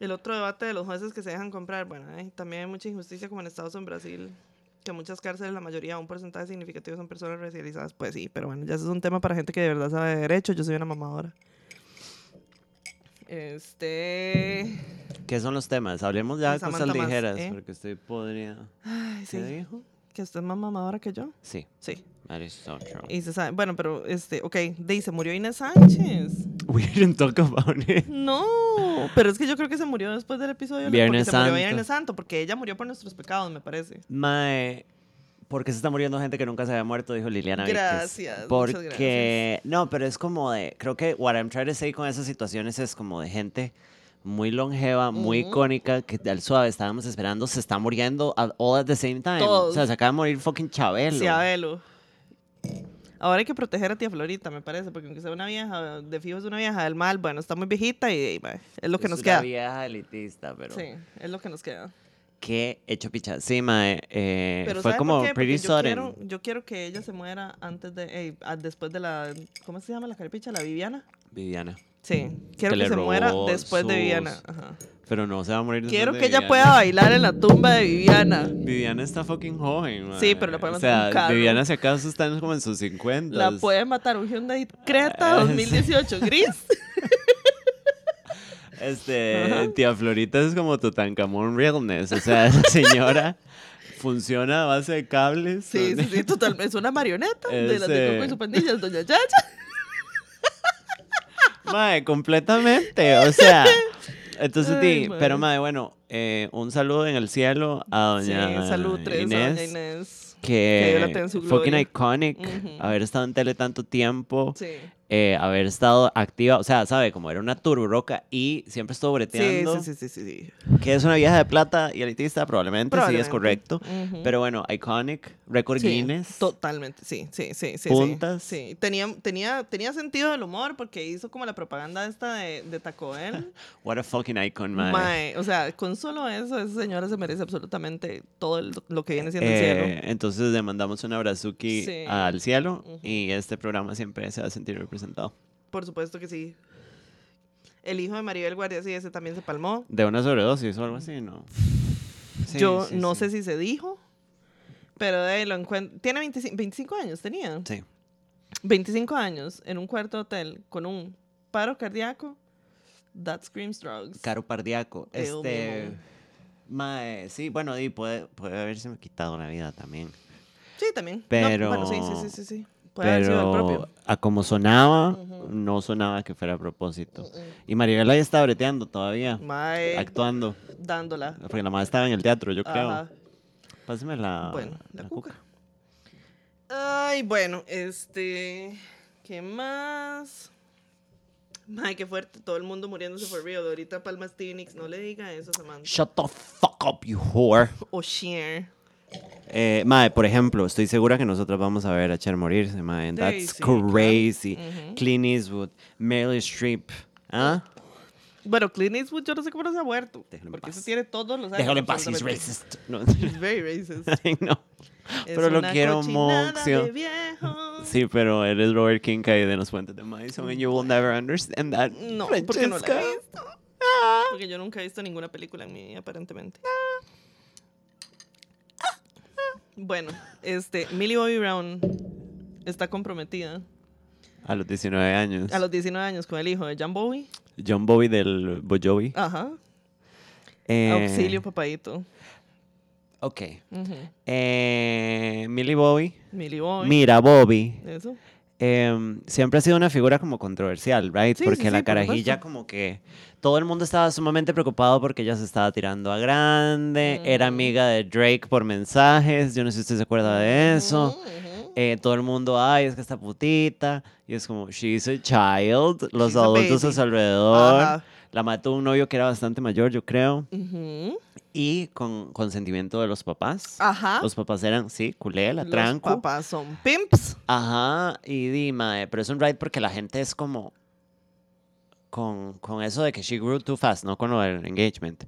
Speaker 2: El otro debate de los jueces que se dejan comprar, bueno, ay, también hay mucha injusticia como en Estados o en Brasil, que en muchas cárceles la mayoría, un porcentaje significativo son personas racializadas, pues sí, pero bueno, ya ese es un tema para gente que de verdad sabe de derecho, yo soy una mamadora. Este...
Speaker 1: ¿Qué son los temas? Hablemos ya de
Speaker 2: Samantha
Speaker 1: cosas
Speaker 2: más,
Speaker 1: ligeras,
Speaker 2: ¿eh?
Speaker 1: porque estoy podría.
Speaker 2: Ay,
Speaker 1: ¿Qué
Speaker 2: sí.
Speaker 1: dijo?
Speaker 2: Que usted es más mamadora que yo.
Speaker 1: Sí,
Speaker 2: Sí.
Speaker 1: that is so true.
Speaker 2: Y se sabe. Bueno, pero este, ok, dice, murió Inés Sánchez.
Speaker 1: [LAUGHS] We didn't talk about it.
Speaker 2: No, pero es que yo creo que se murió después del episodio. ¿no?
Speaker 1: Viernes
Speaker 2: porque se murió
Speaker 1: Santo.
Speaker 2: Viernes Santo, porque ella murió por nuestros pecados, me parece.
Speaker 1: Mae, porque se está muriendo gente que nunca se había muerto, dijo Liliana Víquez.
Speaker 2: Gracias, muchas
Speaker 1: Porque, no, pero es como de, creo que what I'm trying to say con esas situaciones es como de gente muy longeva, muy
Speaker 2: Ujú.
Speaker 1: icónica, que al suave estábamos esperando, se está muriendo at- all at the same time. O sea,
Speaker 2: Todos.
Speaker 1: se acaba de morir fucking Chabelo.
Speaker 2: Sí, Abelo. Ahora hay que proteger a tía Florita, me parece, porque aunque sea una vieja, de fijo es una vieja del mal, bueno, está muy viejita y, y, mae, es lo que
Speaker 1: Es
Speaker 2: nos
Speaker 1: una
Speaker 2: queda.
Speaker 1: vieja elitista, pero...
Speaker 2: Sí, es lo que nos queda.
Speaker 1: qué hecho picha. Sí, mae, eh,
Speaker 2: Pero
Speaker 1: fue
Speaker 2: ¿sabe por
Speaker 1: como
Speaker 2: qué? Porque
Speaker 1: pretty
Speaker 2: yo
Speaker 1: sudden.
Speaker 2: quiero, yo quiero que ella se muera antes de, ey, ah, después de la, ¿cómo se llama la caripicha? ¿La Viviana?
Speaker 1: Viviana.
Speaker 2: Sí, quiero
Speaker 1: Mm. Que
Speaker 2: que,
Speaker 1: le
Speaker 2: se muera
Speaker 1: robó
Speaker 2: después de
Speaker 1: sus-
Speaker 2: Viviana. Ajá.
Speaker 1: Pero no se va a morir. después
Speaker 2: Quiero
Speaker 1: de
Speaker 2: que ella
Speaker 1: Viviana.
Speaker 2: pueda bailar en la tumba de Viviana.
Speaker 1: Viviana está fucking joven, mae.
Speaker 2: Sí, pero la podemos
Speaker 1: O sea,
Speaker 2: hacer un carro.
Speaker 1: Viviana si acaso está en- como en sus 50.
Speaker 2: La puede matar un Hyundai
Speaker 1: [LAUGHS]
Speaker 2: Creta 2018 gris.
Speaker 1: Este,
Speaker 2: Ajá.
Speaker 1: tía Florita es como Tutankamón Realness. O sea,
Speaker 2: [LAUGHS]
Speaker 1: esa señora funciona a base de cables.
Speaker 2: Sí,
Speaker 1: donde-
Speaker 2: sí, sí, totalmente. Es una marioneta de las de
Speaker 1: Ese-
Speaker 2: Coco y su pandilla, es Doña Yaya.
Speaker 1: Mae, completamente. O sea, entonces,
Speaker 2: Ay,
Speaker 1: di,
Speaker 2: mae.
Speaker 1: pero mae, bueno, eh, un saludo en el cielo a doña
Speaker 2: sí, salud, tres,
Speaker 1: Inés.
Speaker 2: Doña Inés. Que Dios la tenga
Speaker 1: Que
Speaker 2: en su
Speaker 1: fucking
Speaker 2: gloria.
Speaker 1: iconic,
Speaker 2: Ujú.
Speaker 1: haber estado en tele tanto tiempo,
Speaker 2: Sí.
Speaker 1: eh, haber estado activa, o sea, sabe, como era una turburoca y siempre estuvo
Speaker 2: Sí,
Speaker 1: breteando,
Speaker 2: sí, sí, sí, sí, sí.
Speaker 1: que es una vieja de plata y elitista, probablemente, sí es
Speaker 2: Probablemente.
Speaker 1: correcto,
Speaker 2: Ujú.
Speaker 1: pero bueno, iconic, record
Speaker 2: Sí,
Speaker 1: Guinness,
Speaker 2: Totalmente, sí, sí, sí, sí, sí.
Speaker 1: Puntas.
Speaker 2: Sí, Tenía, tenía, tenía sentido del humor porque hizo como la propaganda esta de, de Taco Bell.
Speaker 1: what a fucking icon, [LAUGHS] mae.
Speaker 2: Mae, o sea, con solo eso, esa señora se merece absolutamente todo el- lo que viene siendo el
Speaker 1: Eh,
Speaker 2: cielo.
Speaker 1: Entonces le mandamos un abrazuki
Speaker 2: Sí.
Speaker 1: al cielo
Speaker 2: Ujú.
Speaker 1: y este programa siempre se va a sentir representado.
Speaker 2: Por supuesto que sí. El hijo de Maribel Guardia, sí, ese también se palmó.
Speaker 1: De una sobredosis o algo así, ¿no? Sí,
Speaker 2: Yo
Speaker 1: sí,
Speaker 2: no
Speaker 1: sí.
Speaker 2: sé si se dijo, pero de ahí lo encuentro. Tiene 25, 25 años, tenía.
Speaker 1: Sí.
Speaker 2: 25 años en un cuarto de hotel con un paro cardíaco. That screams drugs.
Speaker 1: Caro cardíaco.
Speaker 2: Eh,
Speaker 1: Este.
Speaker 2: mismo.
Speaker 1: Mae, sí, bueno, y puede, puede haberse me quitado la vida también.
Speaker 2: Sí, también. No,
Speaker 1: Pero-
Speaker 2: bueno, sí, sí, sí, sí, sí. Puede haber sido el
Speaker 1: Pero
Speaker 2: propio.
Speaker 1: a como sonaba,
Speaker 2: Ujú.
Speaker 1: no sonaba que fuera a propósito. Y Maribel ahí está breteando todavía,
Speaker 2: Mae,
Speaker 1: actuando.
Speaker 2: dándola.
Speaker 1: Porque la madre estaba en el teatro, yo creo.
Speaker 2: Ajá.
Speaker 1: Pásame la,
Speaker 2: Bueno, la,
Speaker 1: la
Speaker 2: cuca.
Speaker 1: cuca.
Speaker 2: Ay, bueno, este. ¿Qué más? Ay, qué fuerte. Todo el mundo muriéndose por Río. Ahorita Palma Stevens, no le diga eso, Samantha.
Speaker 1: Shut the fuck up, you whore.
Speaker 2: O Cher.
Speaker 1: Eh, mae, por ejemplo, estoy segura que nosotros vamos a ver a Cher morirse, mae. and That's
Speaker 2: sí, claro.
Speaker 1: crazy. Clint Eastwood, Meryl Streep. ¿Ah?
Speaker 2: Bueno, Clint Eastwood, yo no sé cómo no se ha muerto.
Speaker 1: Déjalo en
Speaker 2: porque
Speaker 1: paz.
Speaker 2: eso tiene todos los años.
Speaker 1: Déjalo en paz, he's
Speaker 2: absolutamente.
Speaker 1: racist. [LAUGHS] No,
Speaker 2: He's very
Speaker 1: [LAUGHS]
Speaker 2: racist.
Speaker 1: ay, no.
Speaker 2: Es
Speaker 1: Pero lo
Speaker 2: una
Speaker 1: quiero
Speaker 2: cochinada
Speaker 1: mucho.
Speaker 2: de viejo.
Speaker 1: Sí, pero eres Robert King caído de los puentes de Madison and you will never understand that.
Speaker 2: No, porque no la
Speaker 1: Francesca. Ah.
Speaker 2: he visto. Porque yo nunca he visto ninguna película en mi vida, aparentemente. Bueno, este, Millie Bobby Brown está comprometida
Speaker 1: A los 19 años.
Speaker 2: a los 19 años con el hijo de John Bowie.
Speaker 1: John Bobby del Bon Jovi.
Speaker 2: Ajá.
Speaker 1: Eh,
Speaker 2: Ah, Auxilio, papadito.
Speaker 1: Ok.
Speaker 2: Ujú.
Speaker 1: Eh, Millie Bobby.
Speaker 2: Millie Bobby.
Speaker 1: Mira, Bobby.
Speaker 2: Eso.
Speaker 1: em, siempre ha sido una figura como controversial, ¿right?
Speaker 2: Sí, sí,
Speaker 1: porque
Speaker 2: sí,
Speaker 1: la
Speaker 2: por
Speaker 1: carajilla
Speaker 2: supuesto.
Speaker 1: como que todo el mundo estaba sumamente preocupado porque ella se estaba tirando a grande, era
Speaker 2: Mm.
Speaker 1: amiga de Drake por mensajes, yo no sé si usted se acuerda de eso.
Speaker 2: Ujú.
Speaker 1: Eh, todo el mundo, ay, es que esta putita, y es como, she's a child, los
Speaker 2: She's a
Speaker 1: adultos a,
Speaker 2: baby.
Speaker 1: su alrededor,
Speaker 2: Ajá.
Speaker 1: la mató un novio que era bastante mayor, yo creo,
Speaker 2: Ujú.
Speaker 1: y con consentimiento de los papás.
Speaker 2: Ajá.
Speaker 1: Los papás eran, sí, culé, la
Speaker 2: Los
Speaker 1: tranco.
Speaker 2: papás son pimps.
Speaker 1: Ajá, y Dima, pero es un ride porque la gente es como con, con eso de que she grew too fast, no con lo del engagement.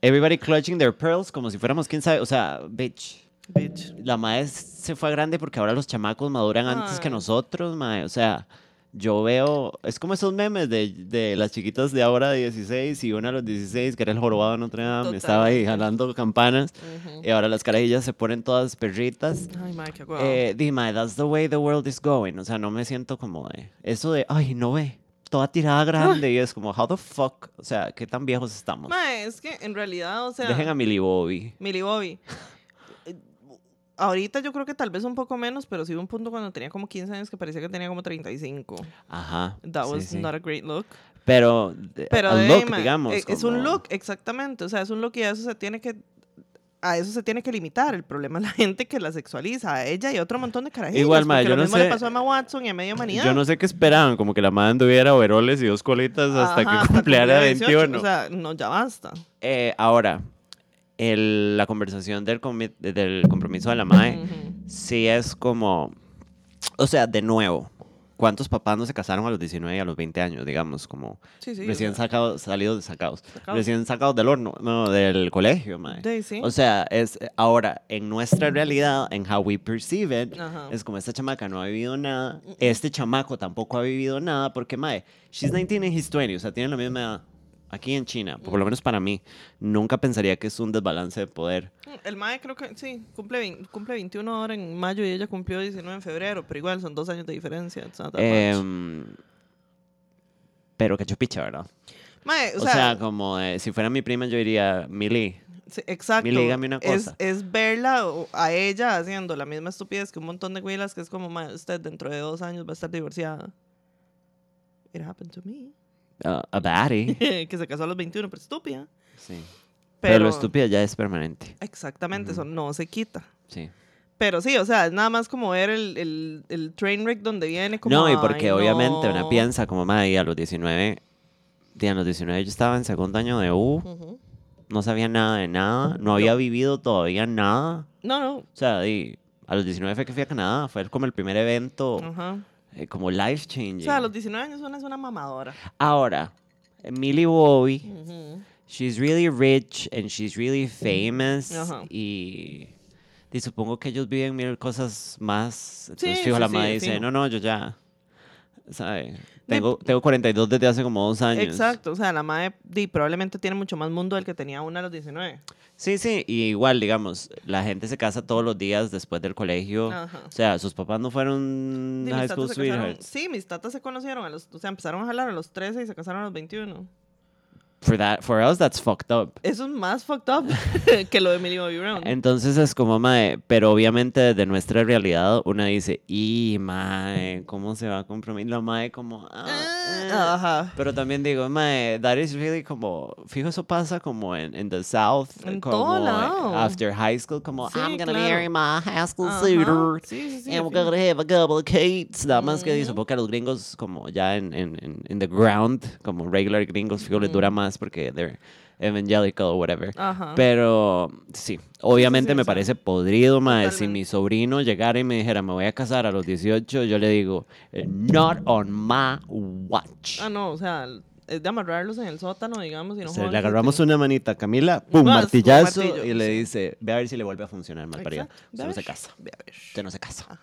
Speaker 1: Everybody clutching their pearls como si fuéramos quién sabe, o sea, bitch.
Speaker 2: Bitch.
Speaker 1: La madre se fue a grande porque ahora los chamacos maduran antes que
Speaker 2: Ay.
Speaker 1: nosotros, madre. O sea, yo veo, es como esos memes de, de las chiquitas de ahora de 16 y una a los 16 que era el jorobado de Notre Dame, estaba ahí jalando campanas y ahora las carajillas se ponen todas perritas.
Speaker 2: Ay, madre, qué guau.
Speaker 1: Eh, Dima, that's the way the world is going. O sea, no me siento como de. Eso de, ay, no ve. Toda tirada grande. Y es como, how the fuck. O sea, qué tan viejos estamos.
Speaker 2: Mae, es que en realidad, o sea.
Speaker 1: Dejen a Millie Bobby.
Speaker 2: Millie Bobby. Eh, Ahorita yo creo que tal vez un poco menos, pero sí hubo un punto cuando tenía como 15 años que parecía que tenía como 35.
Speaker 1: Ajá.
Speaker 2: That
Speaker 1: sí,
Speaker 2: was
Speaker 1: sí.
Speaker 2: not a great look.
Speaker 1: Pero, de-
Speaker 2: Pero
Speaker 1: a
Speaker 2: de ahí,
Speaker 1: look,
Speaker 2: ma,
Speaker 1: digamos.
Speaker 2: eh, es un
Speaker 1: como-
Speaker 2: look, exactamente. O sea, es un look y a eso se tiene que a eso se tiene que limitar. El problema es la gente que la sexualiza, a ella y a otro montón de carajillos.
Speaker 1: Igual, ma,
Speaker 2: porque
Speaker 1: yo
Speaker 2: lo
Speaker 1: no
Speaker 2: mismo
Speaker 1: sé-
Speaker 2: le pasó a Emma Watson y a media humanidad.
Speaker 1: Yo no sé qué esperaban. Como que la madre anduviera overoles y dos colitas hasta
Speaker 2: Ajá,
Speaker 1: que cumpliera
Speaker 2: cumplir 18,
Speaker 1: 21.
Speaker 2: O sea, no, ya basta.
Speaker 1: Eh, ahora, el- la conversación del, comi- Eh. del compromiso de la madre.
Speaker 2: Ujú.
Speaker 1: sí es como, o sea, de nuevo, ¿Cuántos papás no se casaron a los 19 y a los 20 años, digamos? Como
Speaker 2: Sí, sí.
Speaker 1: recién
Speaker 2: o sea,
Speaker 1: sacados, salidos de sacados.
Speaker 2: Sacados.
Speaker 1: Recién sacados del horno, no, del colegio, mae.
Speaker 2: de ahí sí. Mm.
Speaker 1: O sea, es ahora en nuestra realidad, en how we perceive it,
Speaker 2: Ajá.
Speaker 1: es como esta chamaca no ha vivido nada, este chamaco tampoco ha vivido nada, porque mae, she's 19 and he's 20, o sea, tienen la misma edad. Aquí en China, por
Speaker 2: Mm.
Speaker 1: lo menos para mí, nunca pensaría que es un desbalance de poder.
Speaker 2: El MAE creo que sí, cumple, vein- cumple 21 ahora en mayo y ella cumplió 19 en febrero, pero igual son dos años de diferencia. it's not that much.
Speaker 1: Em, pero que chupicha, ¿verdad?
Speaker 2: Mae,
Speaker 1: O, sea, como eh, si fuera mi prima, yo diría, Mili,
Speaker 2: Sí, exacto.
Speaker 1: Mili, dígame una
Speaker 2: Es-
Speaker 1: cosa.
Speaker 2: Es, verla o- a ella haciendo la misma estupidez que un montón de güilas que es como, "Ma, usted dentro de dos años va a estar divorciada. It happened to me. [LAUGHS]
Speaker 1: uh, a baddie.
Speaker 2: que se casó a los 21, pero estúpida.
Speaker 1: Sí.
Speaker 2: Pero,
Speaker 1: Pero... lo estúpido ya es permanente.
Speaker 2: Exactamente,
Speaker 1: Ujú.
Speaker 2: eso no se quita.
Speaker 1: Sí.
Speaker 2: Pero sí, o sea, es nada más como ver el, el, el train wreck donde viene. Como,
Speaker 1: No, y porque
Speaker 2: "Ay,
Speaker 1: obviamente
Speaker 2: no".
Speaker 1: una piensa como, madre, a los 19, di, a los 19 yo estaba en segundo año de U,
Speaker 2: Ujú.
Speaker 1: no sabía nada de nada, no había vivido todavía nada.
Speaker 2: No, no.
Speaker 1: O sea, di, a los 19 fue que fui a Canadá, fue como el primer evento
Speaker 2: Ajá.
Speaker 1: eh, como life
Speaker 2: O
Speaker 1: changing.
Speaker 2: sea, a los 19 años una es una mamadora.
Speaker 1: Ahora, Millie Bobby,
Speaker 2: Ujú.
Speaker 1: she's really rich and she's really famous
Speaker 2: Ajá.
Speaker 1: y... Y supongo que ellos viven mil cosas más. Entonces,
Speaker 2: Sí,
Speaker 1: fijo,
Speaker 2: sí,
Speaker 1: la
Speaker 2: sí,
Speaker 1: madre dice,
Speaker 2: fijo.
Speaker 1: no, no, yo ya, ¿sabe?
Speaker 2: De-
Speaker 1: Tengo, tengo 42 desde hace como dos años.
Speaker 2: Exacto, o sea, la madre di, probablemente tiene mucho más mundo del que tenía una a los 19.
Speaker 1: Sí, sí, y igual, digamos, la gente se casa todos los días después del colegio.
Speaker 2: Ajá.
Speaker 1: O sea, sus papás no fueron
Speaker 2: Di,
Speaker 1: high
Speaker 2: mis
Speaker 1: school
Speaker 2: tatas se casaron-
Speaker 1: sweethearts.
Speaker 2: sí, mis tatas se conocieron, a los, o sea, empezaron a jalar a los 13 y se casaron a los 21.
Speaker 1: For, that, for us, that's fucked up.
Speaker 2: Eso es más fucked up [LAUGHS] que lo de Millie Bobby Brown.
Speaker 1: Entonces es como, mae, pero obviamente desde nuestra realidad una dice, y mae, ¿cómo se va a comprometer? La mae como, "Ah, eh".
Speaker 2: Ah, Ajá.
Speaker 1: Pero también digo, mae, that is really como, fijo, eso pasa como en in the South.
Speaker 2: En
Speaker 1: como
Speaker 2: todo
Speaker 1: eh,
Speaker 2: lado.
Speaker 1: After high school, como,
Speaker 2: Sí,
Speaker 1: I'm gonna
Speaker 2: claro.
Speaker 1: marry my high school
Speaker 2: Ajá.
Speaker 1: suitor.
Speaker 2: Sí, sí, sí.
Speaker 1: And we're
Speaker 2: definitivamente.
Speaker 1: gonna have a couple of kids. Nada más que
Speaker 2: Ujú.
Speaker 1: dice, supongo que a los gringos, como ya en, en, en in the ground, como regular gringos, fijo, les dura más porque they're evangelical o whatever.
Speaker 2: Ajá.
Speaker 1: Pero sí, obviamente
Speaker 2: sí,
Speaker 1: me
Speaker 2: o sea,
Speaker 1: parece podrido, mae. Si
Speaker 2: totalmente.
Speaker 1: mi sobrino llegara y me dijera, me voy a casar a los 18, yo le digo, "Eh, not on my watch.
Speaker 2: Ah, no, o sea, es de amarrarlos en el sótano, digamos, y no
Speaker 1: Se
Speaker 2: jodan
Speaker 1: le agarramos
Speaker 2: gente.
Speaker 1: una manita a Camila, pum,
Speaker 2: Vas, un
Speaker 1: martillazo,
Speaker 2: martillo,
Speaker 1: y le
Speaker 2: sí.
Speaker 1: dice, ve a ver si le vuelve a funcionar, mal parido.
Speaker 2: Exacto, ve
Speaker 1: Usted
Speaker 2: a
Speaker 1: no se
Speaker 2: ver,
Speaker 1: casa,
Speaker 2: ve a ver.
Speaker 1: usted no se casa.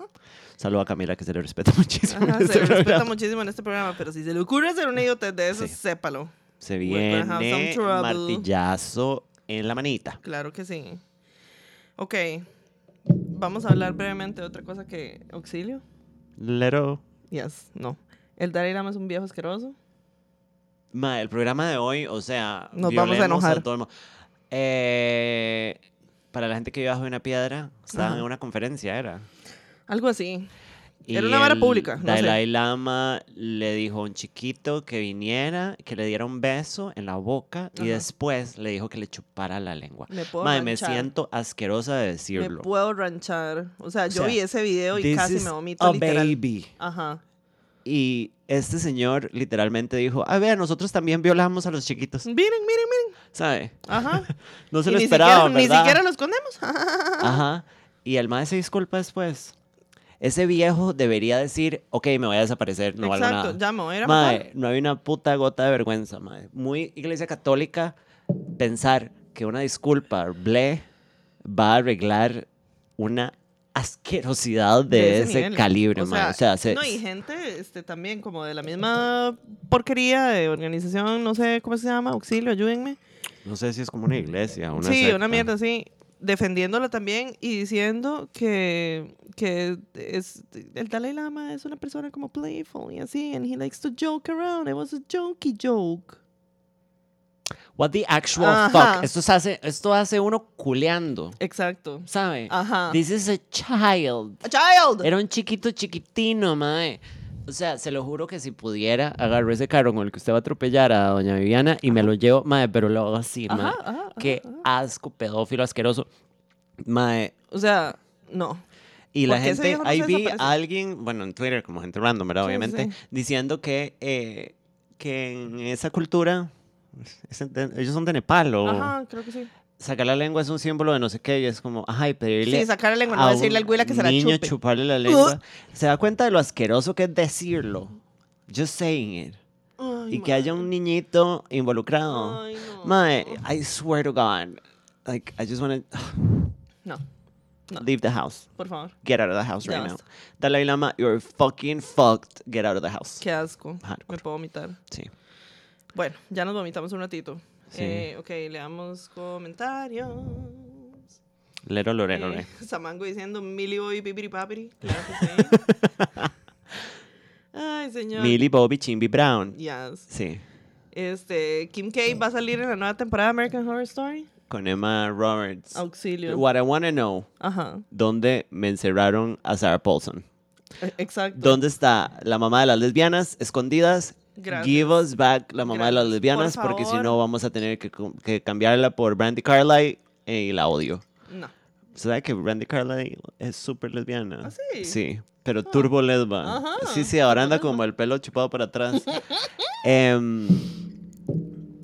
Speaker 1: Saludo a Camila, que [LAUGHS] se le respeta [LAUGHS] muchísimo.
Speaker 2: Ajá,
Speaker 1: en
Speaker 2: se
Speaker 1: este
Speaker 2: le respeta
Speaker 1: programa.
Speaker 2: muchísimo en este programa, pero si se le ocurre hacer un idiotez de eso,
Speaker 1: Sí.
Speaker 2: sépalo.
Speaker 1: Se
Speaker 2: We're gonna have some
Speaker 1: viene
Speaker 2: trouble.
Speaker 1: martillazo en la manita.
Speaker 2: Claro que sí. Ok. Vamos a hablar brevemente de otra cosa que. ¿Auxilio?
Speaker 1: Lero.
Speaker 2: Yes, no. El Dalai Lama es un viejo asqueroso.
Speaker 1: Ma, el programa de hoy, o sea,
Speaker 2: Nos vamos a
Speaker 1: violemos
Speaker 2: enojar.
Speaker 1: todo el mu- Eh, para la gente que vive bajo una piedra, estaban
Speaker 2: Ajá.
Speaker 1: en una conferencia, era.
Speaker 2: Algo así.
Speaker 1: Y
Speaker 2: Era una vara
Speaker 1: el
Speaker 2: pública, no sé.
Speaker 1: Dalai Lama le dijo a un chiquito que viniera, que le diera un beso en la boca y
Speaker 2: Ajá.
Speaker 1: después le dijo que le chupara la lengua.
Speaker 2: Me puedo
Speaker 1: Mae, me
Speaker 2: ranchar.
Speaker 1: siento asquerosa de
Speaker 2: Me
Speaker 1: decirlo.
Speaker 2: puedo ranchar. O sea, yo
Speaker 1: sea,
Speaker 2: vi ese video y
Speaker 1: This
Speaker 2: casi
Speaker 1: is
Speaker 2: me
Speaker 1: a
Speaker 2: vomito literal.
Speaker 1: baby.
Speaker 2: Ajá.
Speaker 1: Y este señor literalmente dijo, a ver, nosotros también violamos a los chiquitos,
Speaker 2: Miren, miren, miren.
Speaker 1: ¿sabe?
Speaker 2: Ajá.
Speaker 1: [LAUGHS] No se
Speaker 2: Y
Speaker 1: lo
Speaker 2: ni
Speaker 1: esperaba,
Speaker 2: siquiera, ni
Speaker 1: ¿verdad?
Speaker 2: siquiera los escondemos.
Speaker 1: Ajá. Y el mae se disculpa después. Ese viejo debería decir, ok, me voy a desaparecer, no valgo
Speaker 2: Exacto,
Speaker 1: nada.
Speaker 2: ya me voy a ir a matar.
Speaker 1: Mae, no hay una puta gota de vergüenza, mae. Muy iglesia católica pensar que una disculpa, ble, va a arreglar una asquerosidad de, ese,
Speaker 2: nivel.
Speaker 1: calibre, mae. O sea, se-
Speaker 2: no, y gente este, también como de la misma porquería de organización, no sé cómo se llama, auxilio, ayúdenme.
Speaker 1: no sé si es como una iglesia, una
Speaker 2: sí, una
Speaker 1: secta.
Speaker 2: mierda así. Defendiéndola también y diciendo que, que es, el Dalai Lama es una persona como playful y así, and he likes to joke around. It was a jokey joke.
Speaker 1: What the actual
Speaker 2: Ajá.
Speaker 1: fuck. Esto se hace, esto hace uno culeando,
Speaker 2: Exacto.
Speaker 1: ¿sabe?
Speaker 2: Ajá.
Speaker 1: This is a child.
Speaker 2: A child.
Speaker 1: Era un chiquito chiquitino, mae. O sea, se lo juro que si pudiera, agarro ese carro con el que usted va a atropellar a doña Viviana y me lo llevo, mae, pero lo hago así, mae.
Speaker 2: Ajá, ajá, ajá,
Speaker 1: Qué asco, pedófilo, asqueroso. Mae.
Speaker 2: O sea, no.
Speaker 1: Y la
Speaker 2: Porque ese
Speaker 1: gente,
Speaker 2: viejo no
Speaker 1: ahí
Speaker 2: se
Speaker 1: vi
Speaker 2: desaparece.
Speaker 1: a alguien, bueno, en Twitter, como gente random, ¿verdad?
Speaker 2: Sí,
Speaker 1: Obviamente,
Speaker 2: sí.
Speaker 1: diciendo que, eh, que en esa cultura, es- es de- ellos son de Nepal o...
Speaker 2: Oh. Ajá, creo que sí.
Speaker 1: sacar la lengua es un símbolo de no sé qué y es como, ajá, y pedirle.
Speaker 2: Sí, sacar la lengua, no
Speaker 1: a
Speaker 2: decirle al güila que se la
Speaker 1: niño
Speaker 2: chupe. Uh.
Speaker 1: chuparle la lengua. Se da cuenta de lo asqueroso que es decirlo. Just saying it.
Speaker 2: Ay,
Speaker 1: y que haya un niñito involucrado.
Speaker 2: Ay, no.
Speaker 1: Mae, I swear to God. Like, I just [SIGHS] want
Speaker 2: No, No.
Speaker 1: leave the house.
Speaker 2: por favor.
Speaker 1: Get out of the house
Speaker 2: Ya
Speaker 1: right now.
Speaker 2: basta.
Speaker 1: Dalai Lama, you're fucking fucked. Get out of the house.
Speaker 2: Qué asco.
Speaker 1: Hardcore.
Speaker 2: Me puedo vomitar.
Speaker 1: Sí.
Speaker 2: Bueno, ya nos vomitamos un ratito.
Speaker 1: Sí.
Speaker 2: Eh, ok, leamos comentarios.
Speaker 1: Lero, lorero,
Speaker 2: Eh,
Speaker 1: re.
Speaker 2: [LAUGHS] Samango diciendo Millie Boy Pipiri Papiri. Claro que sí.
Speaker 1: [LAUGHS]
Speaker 2: Ay, señor.
Speaker 1: Millie Bobby Chimby Brown.
Speaker 2: Yes.
Speaker 1: Sí.
Speaker 2: Este, Kim K va a salir en la nueva temporada de American Horror Story.
Speaker 1: Con Emma Roberts.
Speaker 2: Auxilio.
Speaker 1: What I want to know,
Speaker 2: Ajá.
Speaker 1: ¿dónde me encerraron a Sarah Paulson?
Speaker 2: e- Exacto.
Speaker 1: ¿Dónde está la mamá de las lesbianas escondidas?
Speaker 2: Gracias.
Speaker 1: Give us back la mamá de las
Speaker 2: Gracias.
Speaker 1: lesbianas
Speaker 2: Por
Speaker 1: porque si
Speaker 2: favor.
Speaker 1: no vamos a tener que, com- que cambiarla por Brandy Carlyle eh, y la odio.
Speaker 2: No. [LAUGHS]
Speaker 1: ¿Sabes que Brandy Carlyle es súper lesbiana?
Speaker 2: ¿Ah, sí? Ah.
Speaker 1: pero turbo lesba.
Speaker 2: Ajá,
Speaker 1: Sí, sí, ahora anda como el pelo chupado para
Speaker 2: [LAUGHS]
Speaker 1: atrás. Em,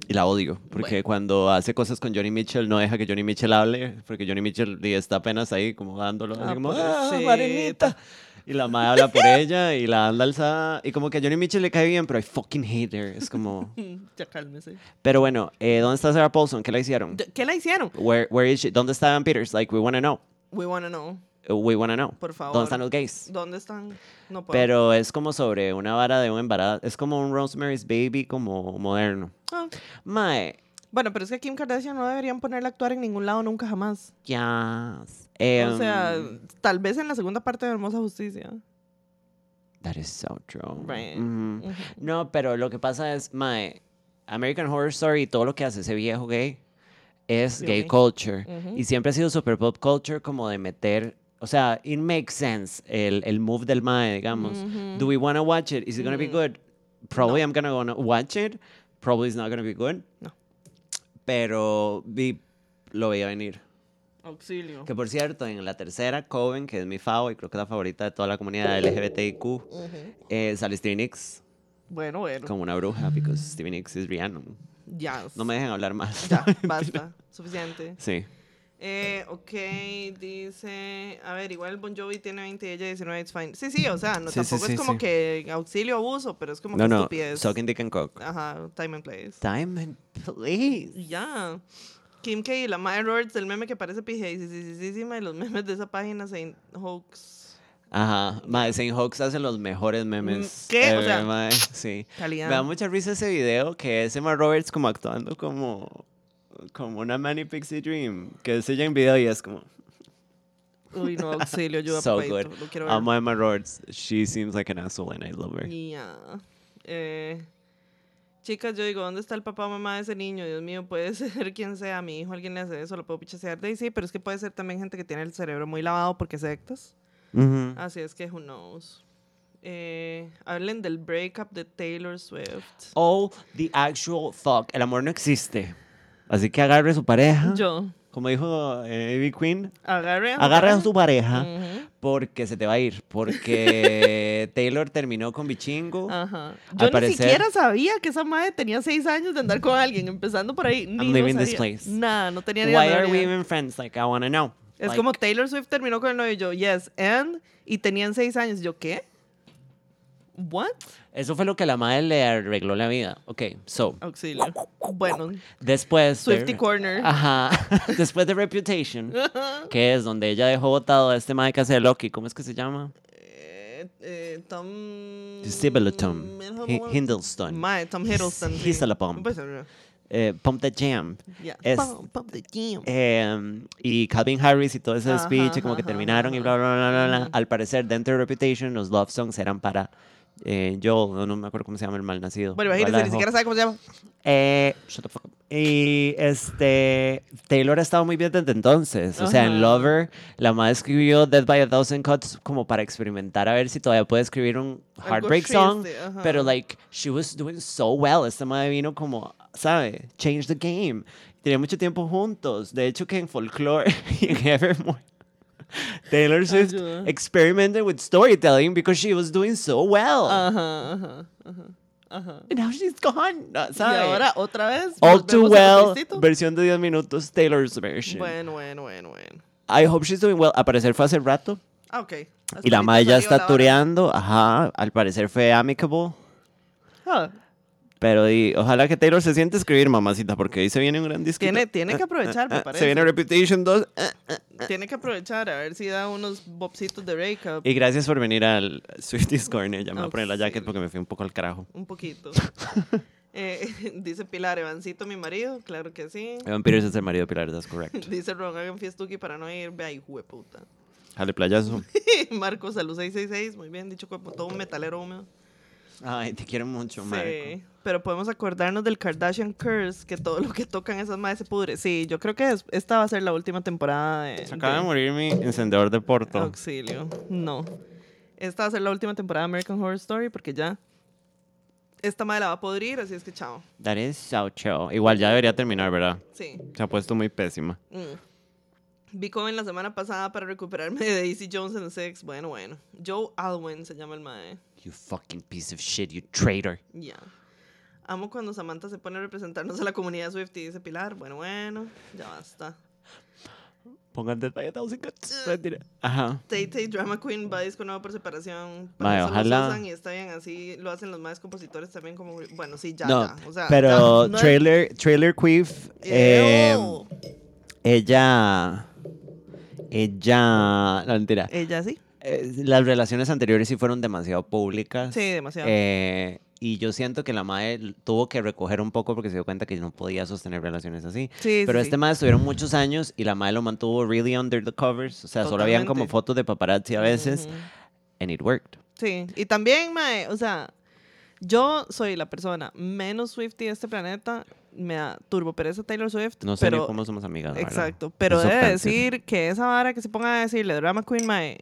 Speaker 1: y la odio, porque cuando hace cosas con Johnny Mitchell no deja que Johnny Mitchell hable, porque Johnny Mitchell di, está apenas ahí como dándolo, así
Speaker 2: Ah,
Speaker 1: como, "Ah,
Speaker 2: pobrecita".
Speaker 1: Marinita". Y la madre habla por ella y la anda alzada. Y como que a Johnny Mitchell le cae bien, pero I fucking hate her. Es
Speaker 2: [LAUGHS]
Speaker 1: como...
Speaker 2: Mm, Ya cálmese.
Speaker 1: Pero bueno, eh, ¿dónde está Sarah Paulson? ¿Qué la hicieron?
Speaker 2: D- ¿Qué la hicieron?
Speaker 1: Where, where is she? ¿Dónde está Evan Peters? Like, we wanna know.
Speaker 2: We wanna know.
Speaker 1: We wanna know.
Speaker 2: Por favor.
Speaker 1: ¿Dónde están los gays?
Speaker 2: ¿Dónde están? No puedo.
Speaker 1: Pero es como sobre una vara de un embarazo. Es como un Rosemary's Baby como moderno.
Speaker 2: Ah.
Speaker 1: Mae,
Speaker 2: Bueno, pero es que a Kim Kardashian no deberían ponerla a actuar en ningún lado nunca jamás.
Speaker 1: yes.
Speaker 2: o
Speaker 1: Em,
Speaker 2: sea, tal vez en la segunda parte de Hermosa Justicia.
Speaker 1: That is so true.
Speaker 2: Right. Mm-hmm.
Speaker 1: Mhm.
Speaker 2: Ujú.
Speaker 1: No, pero lo que pasa es, mae, American Horror Story y todo lo que hace ese viejo gay es
Speaker 2: Sí,
Speaker 1: gay
Speaker 2: ok. Mm-hmm.
Speaker 1: culture.
Speaker 2: Ujú.
Speaker 1: Y siempre ha sido super pop culture como de meter, o sea, it makes sense el, el move del mae, digamos.
Speaker 2: Ujú.
Speaker 1: Do we want to watch it? Is it
Speaker 2: Mm.
Speaker 1: going to be good? Probably I'm going to wanna watch it. Probably it's not going to be good.
Speaker 2: No.
Speaker 1: Pero vi, lo veía venir.
Speaker 2: Auxilio.
Speaker 1: Que por cierto, en la tercera, Coven, que es mi favo y creo que es la favorita de toda la comunidad LGBTIQ, eh, sale Stevie Nicks
Speaker 2: Bueno, bueno.
Speaker 1: como una bruja, porque Stevie Nicks es Rihanna.
Speaker 2: Ya.
Speaker 1: No me dejen hablar más. [LAUGHS]
Speaker 2: Ya, basta. Suficiente.
Speaker 1: Sí.
Speaker 2: Eh, ok, dice. A ver, igual Bon Jovi tiene 20 y ella 19, it's fine. Sí, sí, o sea, no,
Speaker 1: Sí, sí,
Speaker 2: tampoco
Speaker 1: sí,
Speaker 2: es como
Speaker 1: sí.
Speaker 2: que auxilio abuso, pero es como
Speaker 1: No,
Speaker 2: que
Speaker 1: no.
Speaker 2: estupidez.
Speaker 1: Sucking Dick and Coke.
Speaker 2: Ajá, time and place.
Speaker 1: Time and please.
Speaker 2: Ya. Kim K y la Maya Roberts, el meme que parece pija, y sí, sí, sí, sí, sí, ma, y los memes de esa página se in- hoax.
Speaker 1: Ajá. Mae, Saint Hawks hace los mejores memes.
Speaker 2: Mm, ¿qué? O
Speaker 1: ever,
Speaker 2: sea,
Speaker 1: mae. Sí.
Speaker 2: Calidad.
Speaker 1: Me da mucha risa ese video que es Emma Roberts como actuando como, como una Manny Pixie Dream. Que es ella en video y es como
Speaker 2: Uy, no, auxilio, yo
Speaker 1: so
Speaker 2: apagué
Speaker 1: good.
Speaker 2: esto, Lo quiero ver.
Speaker 1: Amo a Emma Roberts. She seems like an asshole and I love her.
Speaker 2: Ya. Eh, chicas, yo digo, ¿dónde está el papá o mamá de ese niño? Dios mío, puede [LAUGHS] ser quien sea. A mi hijo alguien le hace eso, lo puedo pichasear. De ahí sí, pero es que puede ser también gente que tiene el cerebro muy lavado porque sectas.
Speaker 1: Ujú.
Speaker 2: Así es que, who knows. Eh, hablen del breakup de Taylor Swift.
Speaker 1: Oh, the actual fuck. El amor no existe. Así que agarre a su pareja.
Speaker 2: Yo,
Speaker 1: Como dijo eh, Ivy Queen,
Speaker 2: agarre a
Speaker 1: agarre a su pareja
Speaker 2: Ujú.
Speaker 1: porque se te va a ir.
Speaker 2: [LAUGHS]
Speaker 1: Porque Taylor terminó con Bichingo.
Speaker 2: Ajá.
Speaker 1: Al
Speaker 2: Yo ni
Speaker 1: parecer-
Speaker 2: siquiera sabía que esa madre tenía seis años de andar con alguien, empezando por ahí. Ni
Speaker 1: I'm
Speaker 2: lo
Speaker 1: leaving this
Speaker 2: sabía.
Speaker 1: place.
Speaker 2: Nada, no tenía ni la
Speaker 1: Why
Speaker 2: menor
Speaker 1: are we
Speaker 2: idea.
Speaker 1: even friends? Like, I want to know.
Speaker 2: Es
Speaker 1: Like,
Speaker 2: como Taylor Swift terminó con el novio y yo, yes, and, y tenían seis años. Yo, ¿qué? ¿What?
Speaker 1: Eso fue lo que la madre le arregló la vida. Ok, so.
Speaker 2: Auxilio. Bueno,
Speaker 1: Después. de-
Speaker 2: Swifty Corner.
Speaker 1: Ajá. [LAUGHS] Después de
Speaker 2: [LAUGHS]
Speaker 1: Reputation, que es donde ella dejó votado a este madre que hace Loki. ¿Cómo es que se llama?
Speaker 2: eh, eh, Tom...
Speaker 1: Sibelitum.
Speaker 2: Middleton.
Speaker 1: Hindleston.
Speaker 2: Mae, Tom Hiddleston. sí.
Speaker 1: Hiddleston.
Speaker 2: Pues, eh,
Speaker 1: eh, Pump the Jam.
Speaker 2: yeah.
Speaker 1: Es-
Speaker 2: Pump, pump the jam.
Speaker 1: eh, y Calvin Harris y todo ese
Speaker 2: Ajá,
Speaker 1: speech, y como que
Speaker 2: ajá, Mm.
Speaker 1: terminaron y bla, bla, bla, bla, bla. Al parecer, dentro de Reputation, los love songs eran para eh, Joel, no, no me acuerdo cómo se llama el malnacido.
Speaker 2: Bueno,
Speaker 1: Igual la
Speaker 2: imagínense, ni
Speaker 1: dejó.
Speaker 2: siquiera sabe cómo se llama.
Speaker 1: Eh, shut the fuck up. Y este, Taylor ha estado muy bien desde entonces. O sea, en
Speaker 2: Ajá.
Speaker 1: Lover, la madre escribió Dead by a Thousand Cuts como para experimentar a ver si todavía puede escribir un
Speaker 2: Algo
Speaker 1: heartbreak song.
Speaker 2: triste, ajá.
Speaker 1: Pero, like, she was doing so well. Esta madre vino como, ¿sabe? Change the game. Tenía mucho tiempo juntos. De hecho, que en Folklore [LAUGHS] y en Evermore. Taylor Swift
Speaker 2: Ayuda. Ah.
Speaker 1: experimented with storytelling because she was doing so well.
Speaker 2: Ajá, ajá, ajá. Ajá.
Speaker 1: And now she's gone. No,
Speaker 2: Y
Speaker 1: ¿sabe?
Speaker 2: ahora otra vez.
Speaker 1: All
Speaker 2: volvemos
Speaker 1: Too
Speaker 2: al
Speaker 1: Well,
Speaker 2: contextito.
Speaker 1: versión de 10 minutos, Taylor's version.
Speaker 2: Bueno, bueno, bueno, bueno.
Speaker 1: I hope she's doing well. Al parecer fue hace rato.
Speaker 2: Ah, ok. Hasta
Speaker 1: Y la
Speaker 2: ahorita
Speaker 1: madre ya
Speaker 2: salió la
Speaker 1: está
Speaker 2: vara.
Speaker 1: tureando. Ajá, al parecer fue amicable.
Speaker 2: Ah,
Speaker 1: Pero di- ojalá que Taylor se siente a escribir, mamacita, porque ahí se viene un gran disco.
Speaker 2: tiene, tiene que aprovechar, me
Speaker 1: se
Speaker 2: parece.
Speaker 1: viene Reputation 2. eh.
Speaker 2: Tiene que aprovechar, a ver si da unos bobcitos de breakup.
Speaker 1: Y gracias por venir al Swifties Corner. Ya me voy a
Speaker 2: Oh,
Speaker 1: poner la
Speaker 2: sí.
Speaker 1: jacket porque me fui un poco al carajo.
Speaker 2: Un
Speaker 1: [LAUGHS]
Speaker 2: poquito. Eh, [LAUGHS] dice Pilar, Evancito, mi marido. Claro que sí.
Speaker 1: Evan Peters es el marido de Pilar, that's correct.
Speaker 2: [LAUGHS] Dice Ron, hagan fiestuki para no ir. Ve ahí, [LAUGHS] jueputa.
Speaker 1: Jale
Speaker 2: [LAUGHS]
Speaker 1: playazo.
Speaker 2: Marco, salud 666. Muy bien dicho, cuerpo. Todo un metalero húmedo.
Speaker 1: Ay, te quiero mucho, Marco.
Speaker 2: Sí, pero podemos acordarnos del Kardashian Curse, que todo lo que tocan esas madres se pudre. Sí, yo creo que es- esta va a ser la última temporada de,
Speaker 1: Se acaba de
Speaker 2: de
Speaker 1: morir mi encendedor de Porto.
Speaker 2: Auxilio. No. Esta va a ser la última temporada de American Horror Story porque ya esta madre la va a podrir, así es que chao.
Speaker 1: That is so chill. Igual ya debería terminar, ¿verdad?
Speaker 2: Sí.
Speaker 1: Se ha puesto muy pésima.
Speaker 2: Mm. Vi Coven la semana pasada para recuperarme de Daisy Jones and the Sex. Bueno, bueno. Joe Alwyn se llama el mae.
Speaker 1: You fucking piece of shit, you traitor.
Speaker 2: Ya. Amo cuando Samantha se pone a representarnos a la comunidad Swift y dice Pilar. Bueno, bueno. Ya basta.
Speaker 1: Pongan detalle Thousand
Speaker 2: [LAUGHS]
Speaker 1: Cuts. Mentira. Ajá.
Speaker 2: Tay Tay Drama Queen va a disco nuevo por separación. Para
Speaker 1: Mae,
Speaker 2: eso los
Speaker 1: ojalá.
Speaker 2: usan y está bien, así lo hacen los más compositores también como... Bueno, sí, ya,
Speaker 1: No,
Speaker 2: ya. O sea,
Speaker 1: pero
Speaker 2: ya, no es-
Speaker 1: trailer, trailer Queef, eh,
Speaker 2: Ew.
Speaker 1: ella, ella, no mentira,
Speaker 2: Ella sí.
Speaker 1: Eh, las relaciones anteriores sí fueron demasiado públicas.
Speaker 2: Sí, demasiado.
Speaker 1: Eh, y yo siento que la madre l- tuvo que recoger un poco porque se dio cuenta que no podía sostener relaciones así.
Speaker 2: Sí, sí,
Speaker 1: Pero
Speaker 2: sí.
Speaker 1: este madre estuvieron muchos años y la madre lo mantuvo really under the covers. O sea, solo habían como
Speaker 2: Totalmente.
Speaker 1: fotos de paparazzi a veces. And it worked.
Speaker 2: Sí. Y también, mae, o sea, yo soy la persona menos Swifty de este planeta. Me da turbo pereza Taylor Swift.
Speaker 1: No sé ni
Speaker 2: pero-
Speaker 1: cómo somos amigas. la verdad.
Speaker 2: Exacto. Pero
Speaker 1: Es
Speaker 2: debe
Speaker 1: offensive.
Speaker 2: decir que esa vara que se ponga a decirle drama queen, mae,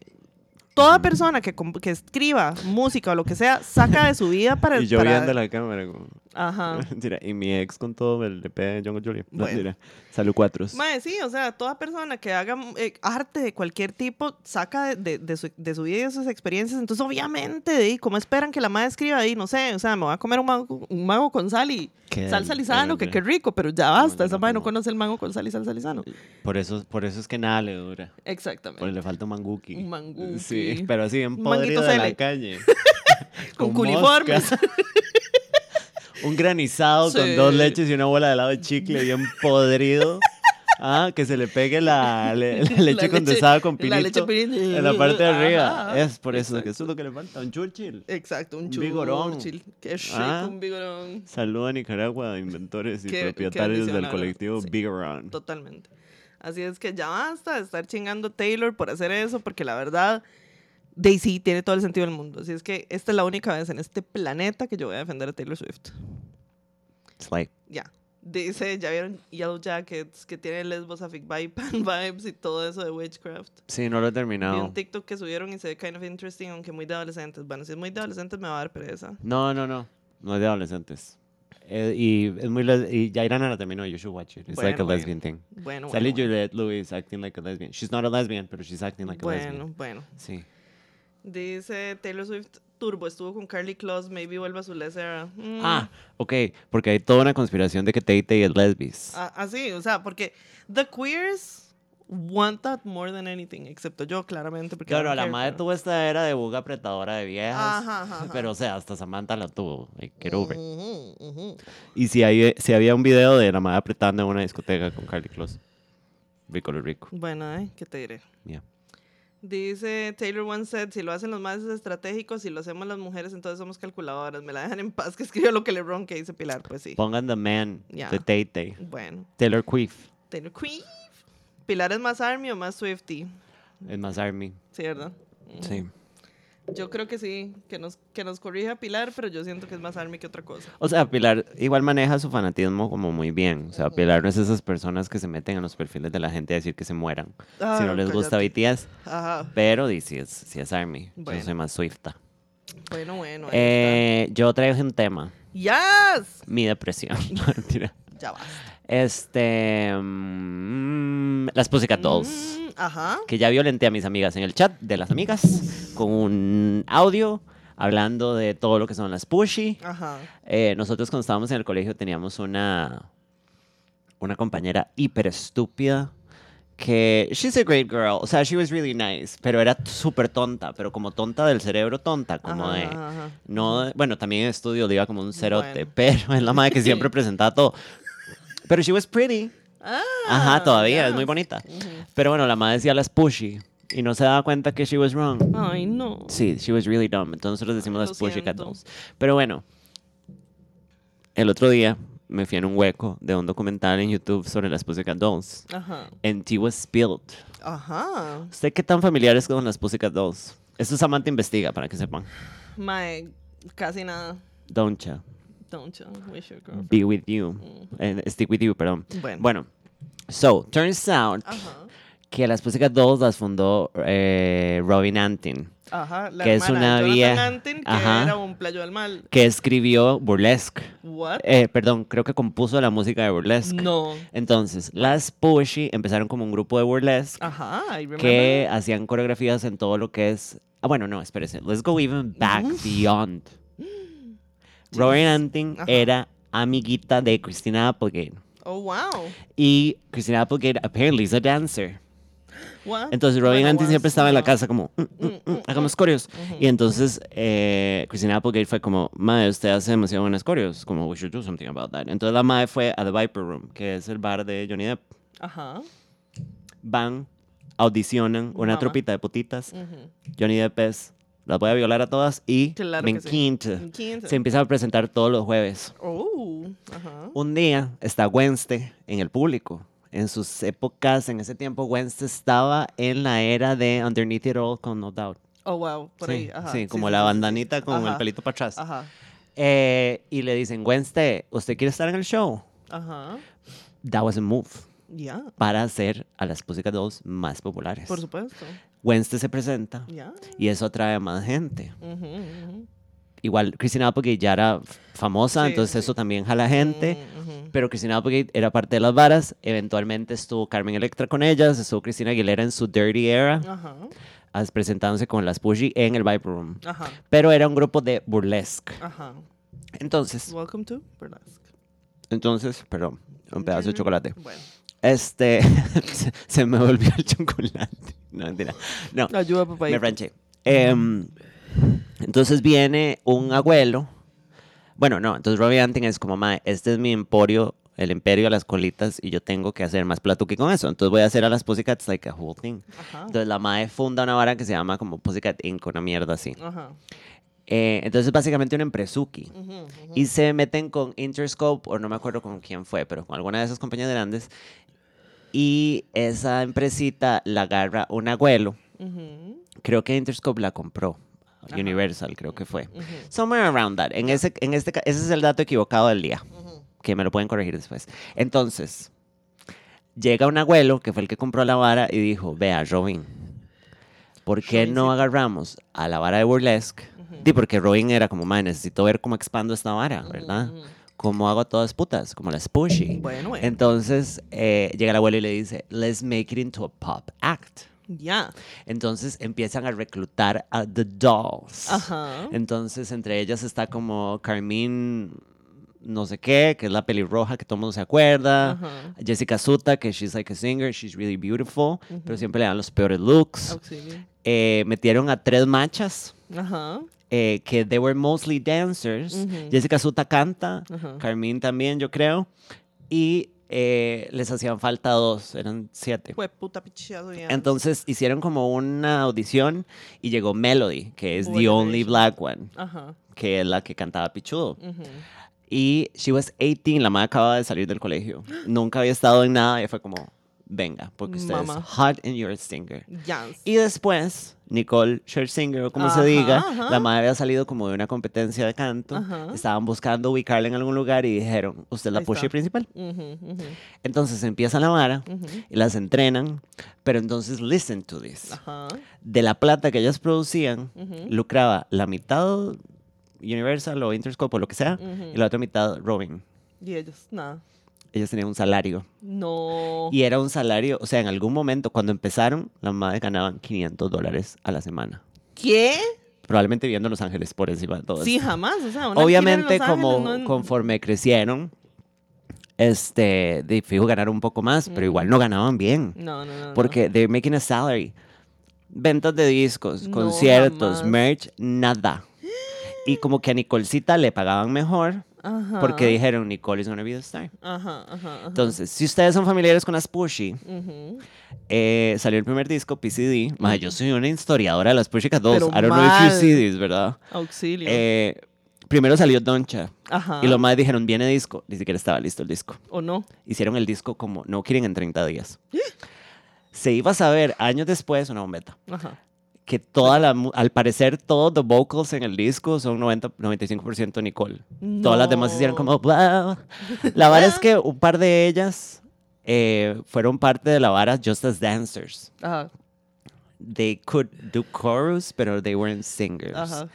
Speaker 2: toda persona que, comp- que escriba música o lo que sea, saca de su vida
Speaker 1: [LAUGHS]
Speaker 2: para...
Speaker 1: Y yo
Speaker 2: para-
Speaker 1: viendo la cámara como... [LAUGHS]
Speaker 2: Ajá.
Speaker 1: Mentira, y mi ex con todo el DP de John Jolie.
Speaker 2: Bueno.
Speaker 1: Mentira. Salud cuatros.
Speaker 2: Pues, Mae, sí, o sea, toda persona que haga eh, arte de cualquier tipo saca de, de- de su, de su vida y de sus experiencias. Entonces, obviamente, di, ¿cómo esperan que la madre escriba ahí? No sé, o sea, me voy a comer un mango, un mango con sal y
Speaker 1: Qué
Speaker 2: salsa
Speaker 1: del-
Speaker 2: lisano, que
Speaker 1: del-
Speaker 2: qué rico, pero ya
Speaker 1: yo
Speaker 2: basta. Esa
Speaker 1: no
Speaker 2: madre no
Speaker 1: como.
Speaker 2: conoce el mango con sal y salsa lisano.
Speaker 1: Por eso, por eso es que nada le dura. Por
Speaker 2: Exactamente.
Speaker 1: Pues le falta un manguki.
Speaker 2: Un manguki.
Speaker 1: Sí, pero así bien
Speaker 2: Un manguito
Speaker 1: podrido de
Speaker 2: cele.
Speaker 1: la calle.
Speaker 2: [LAUGHS] Con
Speaker 1: moscas. [LAUGHS]
Speaker 2: cuniformes.
Speaker 1: un granizado
Speaker 2: Sí.
Speaker 1: con dos leches y una bola de helado de chicle
Speaker 2: [LAUGHS]
Speaker 1: bien podrido. Ah, que se le pegue la, le- la leche
Speaker 2: leche-
Speaker 1: condensada con
Speaker 2: la
Speaker 1: pinito
Speaker 2: leche pinito.
Speaker 1: en la parte de arriba.
Speaker 2: Ajá.
Speaker 1: Es por eso, que eso es lo que le falta. Un Churchill.
Speaker 2: Exacto, un
Speaker 1: Un vigorón.
Speaker 2: Churchill. Qué rico,
Speaker 1: Ah.
Speaker 2: un vigorón.
Speaker 1: Saludo a Nicaragua, inventores y
Speaker 2: Qué- qué
Speaker 1: propietarios
Speaker 2: bendición, la
Speaker 1: del
Speaker 2: verdad.
Speaker 1: colectivo
Speaker 2: Sí.
Speaker 1: Big Around.
Speaker 2: Totalmente. Así es que ya basta de estar chingando a Taylor por hacer eso, porque la verdad, Daisy tiene todo el sentido del mundo. Así es que esta es la única vez en este planeta que yo voy a defender a Taylor Swift.
Speaker 1: Slay.
Speaker 2: Ya. Dice, ya vieron Yellow Jackets, que tiene lesbos, afic vibe, pan vibes y todo eso de witchcraft.
Speaker 1: Sí, no lo he
Speaker 2: Vi
Speaker 1: terminado.
Speaker 2: un TikTok que subieron y se ve kind of interesting, aunque muy de adolescentes. Bueno, si es muy de adolescentes me va a dar pereza.
Speaker 1: No, no, no. No es de adolescentes. Eh, y es muy les- y Jairana la terminó. You should watch it. It's like a
Speaker 2: Bueno,
Speaker 1: lesbian thing.
Speaker 2: Bueno,
Speaker 1: Sally
Speaker 2: bueno.
Speaker 1: Juliette Lewis acting like a lesbian. She's not a lesbian, pero she's acting like a
Speaker 2: Bueno,
Speaker 1: lesbian.
Speaker 2: bueno.
Speaker 1: Sí.
Speaker 2: Dice Taylor Swift Turbo estuvo con Carly Claus, maybe vuelva a su Les Era. Mm.
Speaker 1: Ah, ok. Porque hay toda una conspiración de que Tay Tay es lesbis.
Speaker 2: A- Así, o sea, porque the queers want that more than anything, excepto yo, claramente. Porque I
Speaker 1: claro,
Speaker 2: don't
Speaker 1: la
Speaker 2: care,
Speaker 1: madre
Speaker 2: pero-
Speaker 1: tuvo esta era de buga apretadora de viejas.
Speaker 2: Ajá, ajá, Mm. ajá.
Speaker 1: Pero, o sea, hasta Samantha la tuvo. Like, get over it.
Speaker 2: Ujú, ujú.
Speaker 1: Y si, hay, si había un video de la madre apretando en una discoteca con Carly Close. Rico lo rico.
Speaker 2: Bueno, ¿eh? ¿qué te diré?
Speaker 1: Yeah.
Speaker 2: Dice Taylor One Set, si lo hacen los más estratégicos, si lo hacemos las mujeres, entonces somos calculadoras. Me la dejan en paz, [LAUGHS] que escribió lo que le ronque, dice Pilar. Pues sí.
Speaker 1: Pongan The Man
Speaker 2: Ya.
Speaker 1: de Tay Tay.
Speaker 2: Bueno,
Speaker 1: Taylor Queef.
Speaker 2: Taylor Queen. Pilar es más Army o más Swifty,
Speaker 1: Es más Army.
Speaker 2: ¿sí, verdad?
Speaker 1: Sí.
Speaker 2: Yo creo que sí, que nos, que nos corrija Pilar, pero yo siento que es más Army que otra cosa.
Speaker 1: O sea, Pilar igual maneja su fanatismo como muy bien. O sea, Pilar no es esas personas que se meten en los perfiles de la gente a decir que se mueran.
Speaker 2: Ah,
Speaker 1: si no les gusta
Speaker 2: cállate.
Speaker 1: BTS.
Speaker 2: Ajá.
Speaker 1: Pero di, si es, si es Army.
Speaker 2: Bueno.
Speaker 1: Yo soy más Swifta.
Speaker 2: Bueno, bueno. ahí
Speaker 1: Eh, yo traje un tema.
Speaker 2: está. ¡Yes!
Speaker 1: Mi depresión. [LAUGHS] No, mentira.
Speaker 2: Ya basta.
Speaker 1: Este. mm, las Pussycat Dolls.
Speaker 2: Mm, ajá.
Speaker 1: Que ya violenté a mis amigas en el chat de las amigas. Con un audio hablando de todo lo que son las pushy.
Speaker 2: Ajá.
Speaker 1: Eh, nosotros cuando estábamos en el colegio teníamos una, una compañera hiper estúpida que she's a great girl, o sea, she was really nice, pero era súper tonta, pero como tonta del cerebro tonta, como
Speaker 2: ajá,
Speaker 1: de...
Speaker 2: ajá, ajá.
Speaker 1: No, bueno, también en estudio le iba como un cerote,
Speaker 2: Bueno.
Speaker 1: pero es la madre que
Speaker 2: [LAUGHS]
Speaker 1: siempre presentaba todo. Pero she was pretty.
Speaker 2: Ah,
Speaker 1: Ajá, todavía, es
Speaker 2: ya.
Speaker 1: muy bonita. Pero bueno, la madre decía las pushy y no se daba cuenta que she was wrong.
Speaker 2: Ay, no.
Speaker 1: Sí, she was really dumb. Entonces nosotros decimos
Speaker 2: Ay,
Speaker 1: las
Speaker 2: lo
Speaker 1: pushy cat
Speaker 2: siento.
Speaker 1: dolls. Pero bueno, el otro día me fui en un hueco de un documental en YouTube sobre las Pussycat Dolls.
Speaker 2: Ajá.
Speaker 1: And tea was spilled.
Speaker 2: Ajá.
Speaker 1: ¿Usted qué tan familiar es con las Pussycat Dolls? Esto Samantha investiga, para que sepan.
Speaker 2: Mae, casi nada.
Speaker 1: Doncha,
Speaker 2: Don't you wish your girlfriend.
Speaker 1: be with you. Eh, stick with you, perdón.
Speaker 2: Mm. Bueno.
Speaker 1: Bueno, so, turns out
Speaker 2: Ajá.
Speaker 1: que las Pussycat Dolls las fundó eh, Robin Antin,
Speaker 2: Ajá. La
Speaker 1: Que es
Speaker 2: hermana de
Speaker 1: una
Speaker 2: Jonathan
Speaker 1: vieja-
Speaker 2: Antin, que
Speaker 1: Ajá.
Speaker 2: era un playo del mal.
Speaker 1: que escribió Burlesque.
Speaker 2: What?
Speaker 1: Eh, perdón, creo que compuso la música de Burlesque.
Speaker 2: No.
Speaker 1: Entonces, las Pushy empezaron como un grupo de burlesque
Speaker 2: Ajá, I remember.
Speaker 1: que hacían coreografías en todo lo que es. Ah, bueno, no, espérese. Let's go even back [GASPS] beyond. Robin Antin
Speaker 2: Ajá.
Speaker 1: era amiguita de Christina Applegate.
Speaker 2: Oh, wow.
Speaker 1: Y Christina Applegate apparently is a dancer.
Speaker 2: What?
Speaker 1: Entonces Robin
Speaker 2: Bueno,
Speaker 1: Antin
Speaker 2: was-
Speaker 1: siempre estaba en la
Speaker 2: ajá.
Speaker 1: casa como, "Mm, mm, mm, hagamos coreos. Y entonces eh, Christina Applegate fue como, madre, usted hace demasiado buenas coreos, como, we should do something about that. Entonces la madre fue a The Viper Room, que es el bar de Johnny Depp.
Speaker 2: Ajá.
Speaker 1: Van, audicionan una
Speaker 2: Mamá.
Speaker 1: tropita de putitas.
Speaker 2: Ujú.
Speaker 1: Johnny Depp es, las voy a violar a todas y
Speaker 2: Claro
Speaker 1: me
Speaker 2: que sí.
Speaker 1: enquinta.
Speaker 2: Me enquinta.
Speaker 1: Se empieza a presentar todos los jueves.
Speaker 2: Oh, ajá.
Speaker 1: Un día está Wednesday en el público. En sus épocas, en ese tiempo, Wednesday estaba en la era de Underneath It All con No Doubt.
Speaker 2: Oh, wow. Por
Speaker 1: sí,
Speaker 2: ahí. Ajá.
Speaker 1: sí, como
Speaker 2: sí,
Speaker 1: la
Speaker 2: sí, sí,
Speaker 1: bandanita
Speaker 2: sí.
Speaker 1: con el
Speaker 2: Ajá,
Speaker 1: pelito para atrás.
Speaker 2: Ajá.
Speaker 1: Eh, y le dicen, Wednesday, ¿usted quiere estar en el show?
Speaker 2: Ajá.
Speaker 1: That was a move
Speaker 2: Ya.
Speaker 1: para hacer a las músicas dos más populares.
Speaker 2: Por supuesto.
Speaker 1: Wednesday se presenta
Speaker 2: Ya.
Speaker 1: y eso atrae a más gente.
Speaker 2: Ujú, ujú.
Speaker 1: Igual, Christina Applegate ya era f- famosa,
Speaker 2: Sí,
Speaker 1: entonces
Speaker 2: sí. Mm.
Speaker 1: eso también jala gente.
Speaker 2: Ujú, ujú.
Speaker 1: Pero Christina Applegate era parte de las varas. Eventualmente estuvo Carmen Electra con ellas. Estuvo Cristina Aguilera en su Dirty Era,
Speaker 2: Ajá.
Speaker 1: as- presentándose con las Pushy en el Viper Room.
Speaker 2: Ajá.
Speaker 1: Pero era un grupo de burlesque.
Speaker 2: Ajá.
Speaker 1: Entonces,
Speaker 2: Welcome to Burlesque.
Speaker 1: entonces, perdón, un pedazo de chocolate.
Speaker 2: Bueno.
Speaker 1: Este, [LAUGHS] se- se me volvió el chocolate. No, mentira. No,
Speaker 2: Ayuda, papá.
Speaker 1: me ranché. Em, entonces viene un abuelo. Bueno, no, entonces Robbie Antin es como, mae, este es mi emporio, el imperio de las colitas y yo tengo que hacer más platuqui con eso. Entonces voy a hacer a las Pussycats like a whole thing.
Speaker 2: Ajá.
Speaker 1: Entonces la mae funda una vara que se llama como Pussycat Inc., una mierda así.
Speaker 2: Ajá.
Speaker 1: Eh, entonces es básicamente una empresuki.
Speaker 2: Ujú, ujú.
Speaker 1: Y se meten con Interscope, o no me acuerdo con quién fue, pero con alguna de esas compañías grandes. Y esa empresita la agarra un abuelo.
Speaker 2: Ujú,
Speaker 1: Creo que Interscope la compró.
Speaker 2: Ajá.
Speaker 1: Universal, creo que fue.
Speaker 2: ujú,
Speaker 1: Somewhere around that. En ese, en este, ca- ese es el dato equivocado del día,
Speaker 2: ujú.
Speaker 1: que me lo pueden corregir después. Entonces, llega un abuelo, que fue el que compró la vara, y dijo, vea, Robin, ¿por qué
Speaker 2: Robin,
Speaker 1: no
Speaker 2: sí.
Speaker 1: agarramos a la vara de Burlesque? Sí, porque Robin era como, man, necesito ver cómo expando esta vara, ¿verdad?
Speaker 2: ujú.
Speaker 1: Como hago a todas putas, como las pushy.
Speaker 2: Bueno, bueno.
Speaker 1: Entonces, eh, llega el abuelo y le dice, let's make it into a pop act.
Speaker 2: Ya.
Speaker 1: Entonces empiezan a reclutar a The Dolls.
Speaker 2: Ajá.
Speaker 1: Entonces entre ellas está como Carmine, no sé qué, que es la pelirroja que todo el mundo se acuerda.
Speaker 2: Ajá.
Speaker 1: Jessica Suta, que she's like a singer, she's really beautiful, pero siempre le dan los peores looks.
Speaker 2: Auxilio.
Speaker 1: Eh, metieron a tres machas.
Speaker 2: Ajá.
Speaker 1: eh, que they were mostly dancers.
Speaker 2: Ujú.
Speaker 1: Jessica Suta canta,
Speaker 2: Ajá.
Speaker 1: Carmine también, yo creo. Y eh, les hacían falta dos, eran siete.
Speaker 2: Fue puta pichado ya.
Speaker 1: Entonces hicieron como una audición y llegó Melody, que es
Speaker 2: Boy
Speaker 1: the only
Speaker 2: Generation.
Speaker 1: black one,
Speaker 2: Ajá.
Speaker 1: que es la que cantaba Pichudo.
Speaker 2: ujú.
Speaker 1: Y she was 18, la madre acaba de salir del colegio. Nunca había estado en nada y fue como, venga, porque usted
Speaker 2: Mamá.
Speaker 1: es hot and you're a singer.
Speaker 2: Ya.
Speaker 1: Y después, Nicole Scherzinger, o como
Speaker 2: Ajá,
Speaker 1: se diga,
Speaker 2: ajá.
Speaker 1: la madre había salido como de una competencia de canto.
Speaker 2: Ajá.
Speaker 1: Estaban buscando ubicarla en algún lugar y dijeron, usted es la
Speaker 2: Ahí
Speaker 1: pushy
Speaker 2: está. Mm.
Speaker 1: principal.
Speaker 2: Ujú, ujú,
Speaker 1: Entonces empieza la vara
Speaker 2: ujú.
Speaker 1: y las entrenan, pero entonces listen to this
Speaker 2: Ajá.
Speaker 1: de la plata que ellas producían,
Speaker 2: Ujú.
Speaker 1: lucraba la mitad Universal o Interscope o lo que sea,
Speaker 2: Ujú.
Speaker 1: y la otra mitad Robin.
Speaker 2: Y ellos, nada.
Speaker 1: Ellas tenían un salario.
Speaker 2: No.
Speaker 1: Y era un salario, o sea, en algún momento, cuando empezaron, las madres ganaban 500 dólares a la semana
Speaker 2: ¿Qué?
Speaker 1: probablemente viendo Los Ángeles por encima de todo.
Speaker 2: Sí,
Speaker 1: esto.
Speaker 2: jamás. O sea, una gira en
Speaker 1: pues, Obviamente,
Speaker 2: Los
Speaker 1: como
Speaker 2: Ángeles no-
Speaker 1: conforme crecieron, este, de fijo ganaron un poco más, pero igual no ganaban bien.
Speaker 2: No, no, no, no.
Speaker 1: Porque they're making a salary. Ventas de discos,
Speaker 2: No,
Speaker 1: conciertos,
Speaker 2: jamás.
Speaker 1: merch, nada. Y como que a Nicolcita le pagaban mejor
Speaker 2: Ajá.
Speaker 1: porque dijeron Nicole is gonna be the star.
Speaker 2: Ajá, ajá, ajá.
Speaker 1: Entonces, si ustedes son familiares con las Pushy,
Speaker 2: Ujú.
Speaker 1: eh, salió el primer disco, PCD. Mae, yo soy una historiadora de las Pushy Cat Dolls.
Speaker 2: Pero
Speaker 1: I don't know if you
Speaker 2: mal.
Speaker 1: see this, ¿verdad?
Speaker 2: Auxilio.
Speaker 1: Eh, primero salió Doncha.
Speaker 2: ajá.
Speaker 1: Y los más dijeron, viene disco. Ni siquiera estaba listo el disco.
Speaker 2: ¿O no?
Speaker 1: Hicieron el disco como no quieren en 30
Speaker 2: [GASPS]
Speaker 1: días. Se iba a saber años después una bombeta.
Speaker 2: Ajá.
Speaker 1: que toda la, mu- al parecer todos los vocals en el disco son 90, 95% Nicole. Todas las demás hicieron como bla. La vara es que un par de ellas eh, fueron parte de la vara Just as Dancers.
Speaker 2: Ajá.
Speaker 1: They could do chorus, pero they weren't singers.
Speaker 2: Ajá.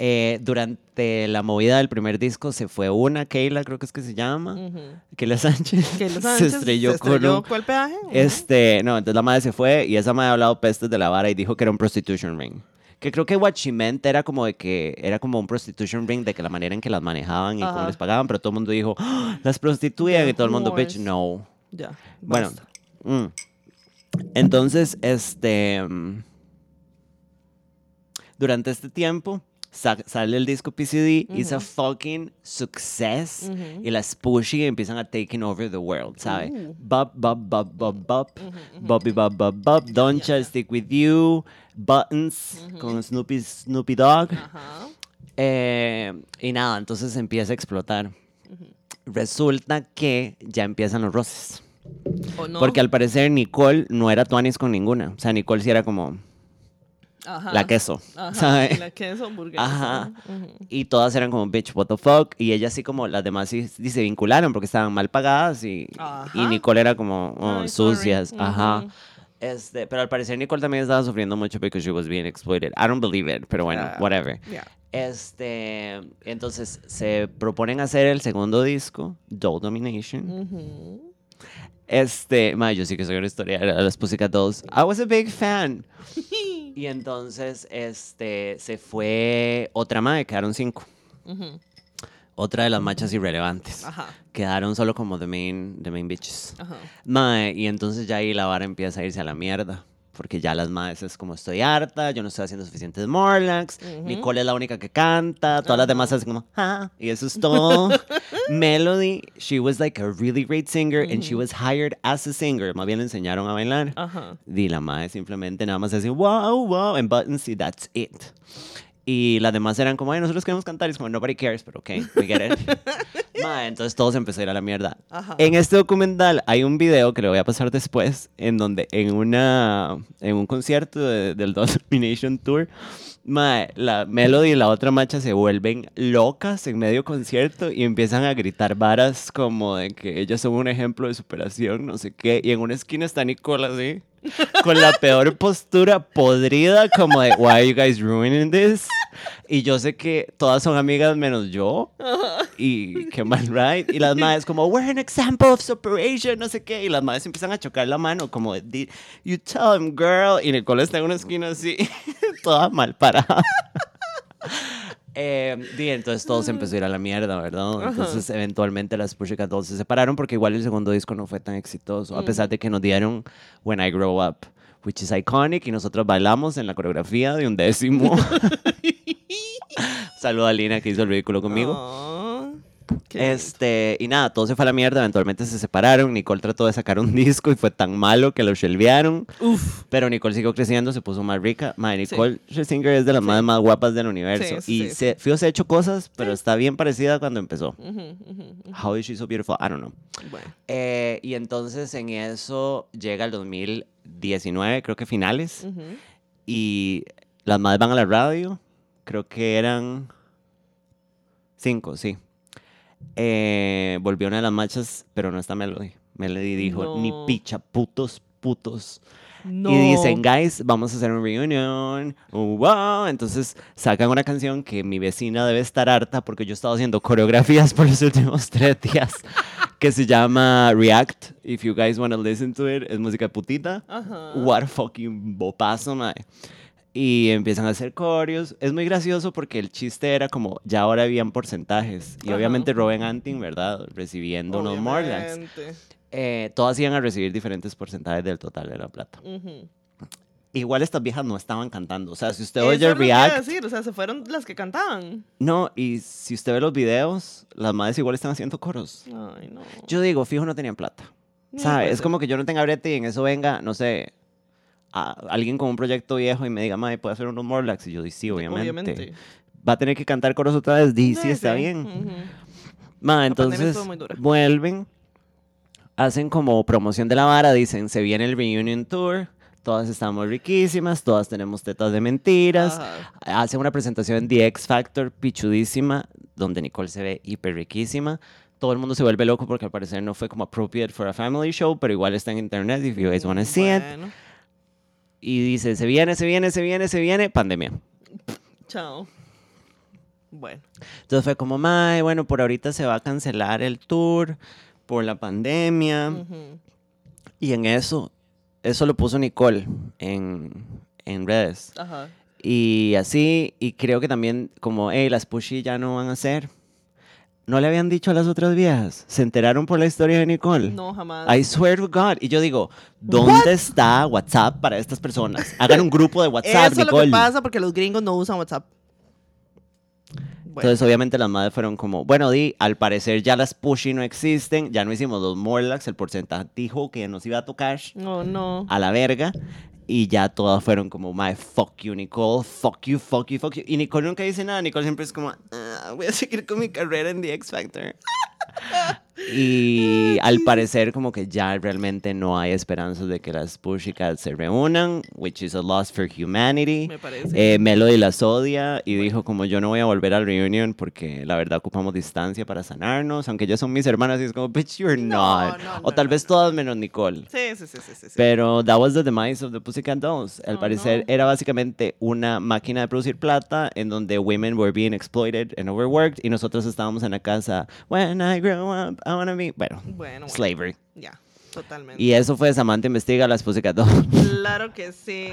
Speaker 1: Eh, durante la movida del primer disco se fue una, Keila creo que es que se llama,
Speaker 2: Ujú.
Speaker 1: Keila Sánchez,
Speaker 2: Que
Speaker 1: [LAUGHS]
Speaker 2: los
Speaker 1: se
Speaker 2: Mm. Sánchez
Speaker 1: estrelló,
Speaker 2: se estrelló
Speaker 1: con un...
Speaker 2: ¿Cuál peaje?
Speaker 1: Este, no, entonces la madre se fue y esa madre ha hablado pestes de la vara y dijo que era un prostitution ring. Que creo que What She Meant era como de que era como un prostitution ring, de que la manera en que las manejaban y cómo
Speaker 2: Ajá.
Speaker 1: les pagaban, pero todo el mundo dijo, "Ah, las prostituían y todo el mundo, bitch,
Speaker 2: whores.
Speaker 1: no.
Speaker 2: Ya.
Speaker 1: Bueno,
Speaker 2: basta.
Speaker 1: mm. entonces, este. mm, Durante este tiempo sa- sale el disco PCD, it's a fucking success. Y las pushy empiezan a taking over the world, ¿sabes?
Speaker 2: Uh.
Speaker 1: Bop, bop, bop, bop, bop. Bobby, bop, bop, bop. Doncha, stick with you. Buttons con Snoopy, Snoopy Dog.
Speaker 2: Ajá.
Speaker 1: Eh, y nada, entonces empieza a explotar. Resulta que ya empiezan los roces.
Speaker 2: ¿O no?
Speaker 1: Porque al parecer Nicole no era tuanis con ninguna. O sea, Nicole sí era como
Speaker 2: Ajá.
Speaker 1: la queso, [LAUGHS]
Speaker 2: Ah. Ajá,
Speaker 1: ¿sabes?
Speaker 2: La queso hamburguesa.
Speaker 1: Ajá.
Speaker 2: Ujú.
Speaker 1: Y todas eran como, bitch, what the fuck. Y ellas sí como, las demás sí, sí se vincularon porque estaban mal pagadas y,
Speaker 2: Ajá.
Speaker 1: y Nicole era como oh,
Speaker 2: Ay, sorry.
Speaker 1: sucias. Ajá.
Speaker 2: Ujú.
Speaker 1: Este, pero al parecer Nicole también estaba sufriendo mucho porque she was being exploited. I don't believe it, pero bueno,
Speaker 2: Ah.
Speaker 1: whatever.
Speaker 2: Ya.
Speaker 1: Este, entonces se proponen hacer el segundo disco, Doll Domination.
Speaker 2: Ujú.
Speaker 1: Este, ma, yo sí que soy una historia de las Pussycat Dolls. I was a big
Speaker 2: [LAUGHS]
Speaker 1: fan. Y entonces, este, se fue otra madre, quedaron cinco.
Speaker 2: Ujú.
Speaker 1: Otra de las machas irrelevantes.
Speaker 2: Ajá.
Speaker 1: Quedaron solo como the main, the main bitches.
Speaker 2: Ajá.
Speaker 1: Mae, y entonces ya ahí la vara empieza a irse a la mierda. Porque ya las madres es como estoy harta, yo no estoy haciendo suficientes Morlax, Nicole es la única que canta, todas las demás hacen como, ah, y eso es todo. Melody, she was like a really great singer and she was hired as a singer. Más bien le enseñaron a bailar.
Speaker 2: Ajá.
Speaker 1: Y la madre simplemente nada más hace wow, wow, en buttons y that's it. Y las demás eran como, ay, nosotros queremos cantar. Y es como, nobody cares, pero ok, we get it. [LAUGHS] Mae, entonces todos empezó a ir a la mierda.
Speaker 2: Ajá.
Speaker 1: En este documental hay un video que le voy a pasar después, en donde en, una, en un concierto de- del [LAUGHS] Domination Tour, mae, la Melody y la otra macha se vuelven locas en medio concierto y empiezan a gritar varas como de que ellas son un ejemplo de superación, no sé qué. Y en una esquina está Nicole así, con la peor postura podrida, como de, why are you guys ruining this? Y yo sé que todas son amigas menos yo. Y qué mal, right? Y las madres como, we're an example of separation, no sé qué. Y las madres empiezan a chocar la mano como, "Di- you tell him, girl. Y Nicole está en una esquina así, [LAUGHS] toda mal parada. [LAUGHS] Eh, y entonces todo se empezó a ir a la mierda, ¿verdad? Entonces eventualmente las Pussycat Dolls se separaron porque igual el segundo disco no fue tan exitoso, a pesar de que nos dieron When I Grow Up, which is iconic, y nosotros bailamos en la coreografía de un décimo. Saluda a Lina que hizo el ridículo conmigo.
Speaker 2: Ah, qué
Speaker 1: Este, y nada, todo se fue a la mierda, eventualmente se separaron, Nicole trató de sacar un [LAUGHS] disco y fue tan malo que lo shelvearon,
Speaker 2: Uf.
Speaker 1: pero Nicole siguió creciendo, se puso más rica. Madre, Nicole Scherzinger es de las más, más guapas del universo
Speaker 2: Sí, sí,
Speaker 1: y
Speaker 2: sí.
Speaker 1: se, Fios ha hecho cosas, pero está bien parecida a cuando empezó.
Speaker 2: Ujú, ujú.
Speaker 1: How is she so beautiful? I don't know.
Speaker 2: Bueno.
Speaker 1: Eh, y entonces en eso llega el 2019, creo que finales,
Speaker 2: Ujú.
Speaker 1: y las madres van a la radio. Creo que eran cinco, sí. Eh, volvió una de las machas, pero no está Melody. Melody dijo, ni
Speaker 2: No.
Speaker 1: picha, putos, putos.
Speaker 2: No.
Speaker 1: Y dicen, guys, vamos a hacer una reunión. Uh, wow. Entonces sacan una canción que mi vecina debe estar harta porque yo he estado haciendo coreografías por los últimos [LAUGHS] tres días. que se llama React. If you guys want to listen to it, es música putita.
Speaker 2: Ajá.
Speaker 1: What a fucking bopazo, mae. y empiezan a hacer coreos. Es muy gracioso porque el chiste era como, ya ahora habían porcentajes. Y
Speaker 2: Ajá.
Speaker 1: obviamente Robin Anting, ¿verdad? Recibiendo unos Morlocks.
Speaker 2: Obviamente.
Speaker 1: Eh, todas iban a recibir diferentes porcentajes del total de la plata.
Speaker 2: Ujú.
Speaker 1: Igual estas viejas no estaban cantando. O sea, si usted
Speaker 2: Eso es
Speaker 1: oye
Speaker 2: lo que iba a
Speaker 1: React,
Speaker 2: decir, o sea, se fueron las que cantaban.
Speaker 1: no, y si usted ve los videos, las madres igual están haciendo coros.
Speaker 2: Ay, no.
Speaker 1: Yo digo, fijo, no tenían plata.
Speaker 2: No, pues
Speaker 1: ¿Sabes?
Speaker 2: puede
Speaker 1: Es
Speaker 2: ser.
Speaker 1: como que yo no tenga brete y en eso venga, no sé, a- alguien con un proyecto viejo y me diga, madre, ¿puedo hacer unos Morlocks? Y yo digo, sí, obviamente. Va a tener que cantar coros otra vez. Di, sí, está bien.
Speaker 2: Ujú.
Speaker 1: Ma,
Speaker 2: La pandemia
Speaker 1: entonces
Speaker 2: estuvo muy dura.
Speaker 1: vuelven, hacen como promoción de la vara, dicen, se viene el reunion tour, todas estamos riquísimas, todas tenemos tetas de mentiras.
Speaker 2: Ajá.
Speaker 1: Hacen una presentación en The X Factor, pichudísima, donde Nicole se ve hiper riquísima. Todo el mundo se vuelve loco porque al parecer no fue como appropriate for a family show, pero igual está en internet if you guys wanna see it.
Speaker 2: Bueno,
Speaker 1: Y dice, se viene, se viene, se viene, se viene, pandemia.
Speaker 2: Chao. Bueno.
Speaker 1: Entonces fue como, mae, bueno, por ahorita se va a cancelar el tour por la pandemia.
Speaker 2: ujú.
Speaker 1: Y en eso, eso lo puso Nicole en, en redes.
Speaker 2: Ajá.
Speaker 1: Y así, y creo que también como, hey, las Pushy ya no van a ser. No le habían dicho a las otras viejas. Se enteraron por la historia de Nicole.
Speaker 2: No, jamás.
Speaker 1: I swear to God. Y yo digo, ¿dónde está WhatsApp para estas personas? Hagan un grupo
Speaker 2: [LAUGHS]
Speaker 1: de WhatsApp,
Speaker 2: Eso es lo
Speaker 1: Nicole.
Speaker 2: que pasa porque los gringos no usan WhatsApp. Bueno,
Speaker 1: Entonces, obviamente, las madres fueron como, bueno, Di, al parecer ya las Pushy no existen, ya no hicimos los Morlocks, el porcentaje dijo que nos iba a tocar.
Speaker 2: no, no.
Speaker 1: a la verga. Y ya todas fueron como, my fuck you, Nicole, fuck you, fuck you, fuck you. Y Nicole nunca dice nada, Nicole siempre es como, "Ah, voy a seguir con mi carrera en The X
Speaker 2: [LAUGHS]
Speaker 1: Factor. y al parecer como que ya realmente no hay esperanzas de que las Pussycats se reúnan, which is a loss for humanity.
Speaker 2: Me parece.
Speaker 1: Eh, Melody las odia y dijo como yo no voy a volver al reunion porque la verdad ocupamos distancia para sanarnos, aunque ellas son mis hermanas y es como, bitch, you're
Speaker 2: No,
Speaker 1: not.
Speaker 2: no,
Speaker 1: o
Speaker 2: no,
Speaker 1: tal
Speaker 2: no,
Speaker 1: vez
Speaker 2: no.
Speaker 1: todas menos Nicole.
Speaker 2: Sí, sí, sí, sí, sí, sí.
Speaker 1: Pero that was the demise of the Pussycat Dolls. Al
Speaker 2: Oh,
Speaker 1: parecer
Speaker 2: no.
Speaker 1: era básicamente una máquina de producir plata en donde women were being exploited and overworked y nosotros estábamos en la casa. When I grow up, I wanna be. Bueno,
Speaker 2: Bueno, bueno,
Speaker 1: slavery.
Speaker 2: ya, totalmente.
Speaker 1: Y eso fue Samantha investiga las Pussycat Dolls. [LAUGHS]
Speaker 2: Claro que sí.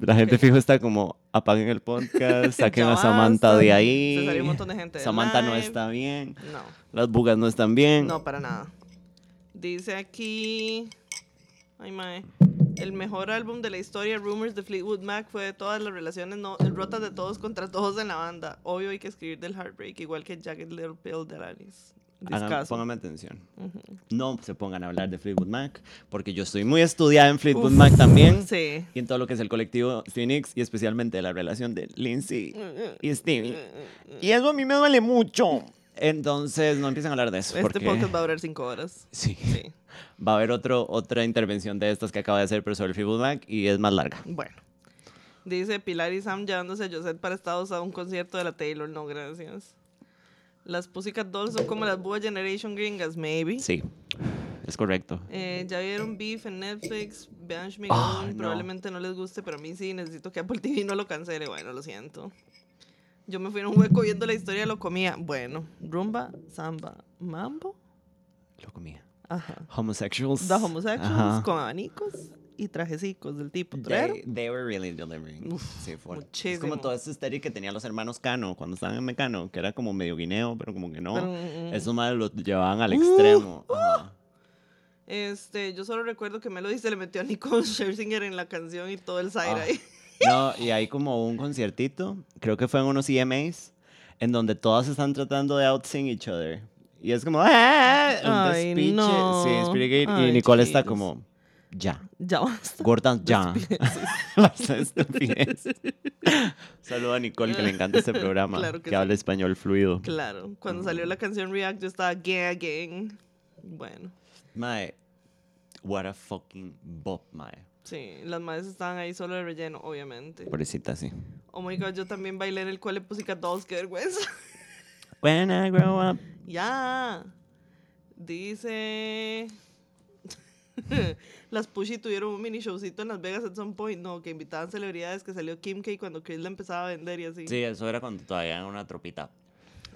Speaker 1: La gente
Speaker 2: Ok.
Speaker 1: fijo está como apaguen el
Speaker 2: [LAUGHS]
Speaker 1: podcast, saquen
Speaker 2: Ya
Speaker 1: a Samantha
Speaker 2: basta.
Speaker 1: de
Speaker 2: Se
Speaker 1: ahí.
Speaker 2: salió un montón de gente del
Speaker 1: Samantha no
Speaker 2: live.
Speaker 1: está bien.
Speaker 2: No,
Speaker 1: Las bugas no están bien.
Speaker 2: no, para nada. Dice aquí. Ay, mae. El mejor álbum de la historia, Rumors de Fleetwood Mac, fue de todas las relaciones no, rotas de todos contra todos en la banda. Obvio hay que escribir del heartbreak, igual que Jagged Little Pill de Alanis.
Speaker 1: Hagan-
Speaker 2: Discaso.
Speaker 1: pónganme atención.
Speaker 2: Ujú.
Speaker 1: No se pongan a hablar de Fleetwood Mac, porque yo estoy muy estudiada en Fleetwood Mac también.
Speaker 2: Sí.
Speaker 1: y en todo lo que es el colectivo Phoenix y especialmente la relación de Lindsay y Stevie. Y eso a mí me duele mucho. Entonces no empiecen a hablar de eso.
Speaker 2: Este
Speaker 1: Porque...
Speaker 2: podcast va a durar cinco horas.
Speaker 1: Sí.
Speaker 2: Sí.
Speaker 1: Va a haber otro, otra intervención de estas que acaba de hacer, pero sobre el Fleetwood Mac y es más larga.
Speaker 2: Bueno. Dice Pilar y Sam llevándose a Josette para Estados a un concierto de la Taylor. No, gracias. Las Pussycat Dolls son como las Boa Generation gringas, maybe.
Speaker 1: Sí, es correcto.
Speaker 2: Eh, ya vieron Beef en Netflix, vean
Speaker 1: Ah,
Speaker 2: Schmigadoon,
Speaker 1: no.
Speaker 2: probablemente no les guste, pero a mí sí, necesito que Apple TV no lo cancele, bueno, lo siento. Yo me fui en un hueco viendo la historia, lo comía. Bueno, rumba, samba, mambo,
Speaker 1: Lo comía.
Speaker 2: ajá.
Speaker 1: Homosexuals.
Speaker 2: The Homosexuals
Speaker 1: Ajá.
Speaker 2: con abanicos y trajecicos del tipo. torero.
Speaker 1: They, they were really delivering.
Speaker 2: Uf,
Speaker 1: sí, fuera. Es
Speaker 2: muchísimo.
Speaker 1: como toda esta estética que tenían los hermanos Cano cuando estaban en Mecano, que era como medio guineo, pero como que no.
Speaker 2: Pero, mm, mm.
Speaker 1: Eso más lo llevaban al
Speaker 2: Uh,
Speaker 1: extremo. Ajá.
Speaker 2: Este, yo solo recuerdo que Melody se le metió a Nicole [LAUGHS] Scherzinger en la canción y todo el side
Speaker 1: Ah,
Speaker 2: ahí. [LAUGHS]
Speaker 1: No, y hay como un conciertito, creo que fue en unos EMAs, en donde todas están tratando de outsing each other. Y es como, ¡ah! Un
Speaker 2: Ay,
Speaker 1: despiche.
Speaker 2: no.
Speaker 1: Sí, es pretty gay.
Speaker 2: Ay,
Speaker 1: y Nicole está
Speaker 2: chiquillos.
Speaker 1: como, ya.
Speaker 2: Ya basta.
Speaker 1: Gordas, ya. [LAUGHS] Las estupidez.
Speaker 2: [LAUGHS]
Speaker 1: Saludo a Nicole, que le encanta este programa.
Speaker 2: Claro que
Speaker 1: que habla
Speaker 2: sí.
Speaker 1: español fluido.
Speaker 2: Claro, cuando salió la canción React yo estaba gay again. Bueno,
Speaker 1: Mae, what a fucking bop, mae.
Speaker 2: sí, las madres estaban ahí solo de relleno, obviamente.
Speaker 1: Pobrecita, sí.
Speaker 2: Oh my god, yo también bailé en el cole Pussycat Dolls, qué vergüenza. [LAUGHS]
Speaker 1: When I grow up.
Speaker 2: Ya. Dice. [LAUGHS] las Pushy tuvieron un mini showcito en Las Vegas at some point. No, que invitaban celebridades que salió Kim K cuando Chris la empezaba a vender y así.
Speaker 1: Sí, eso era cuando todavía era una tropita.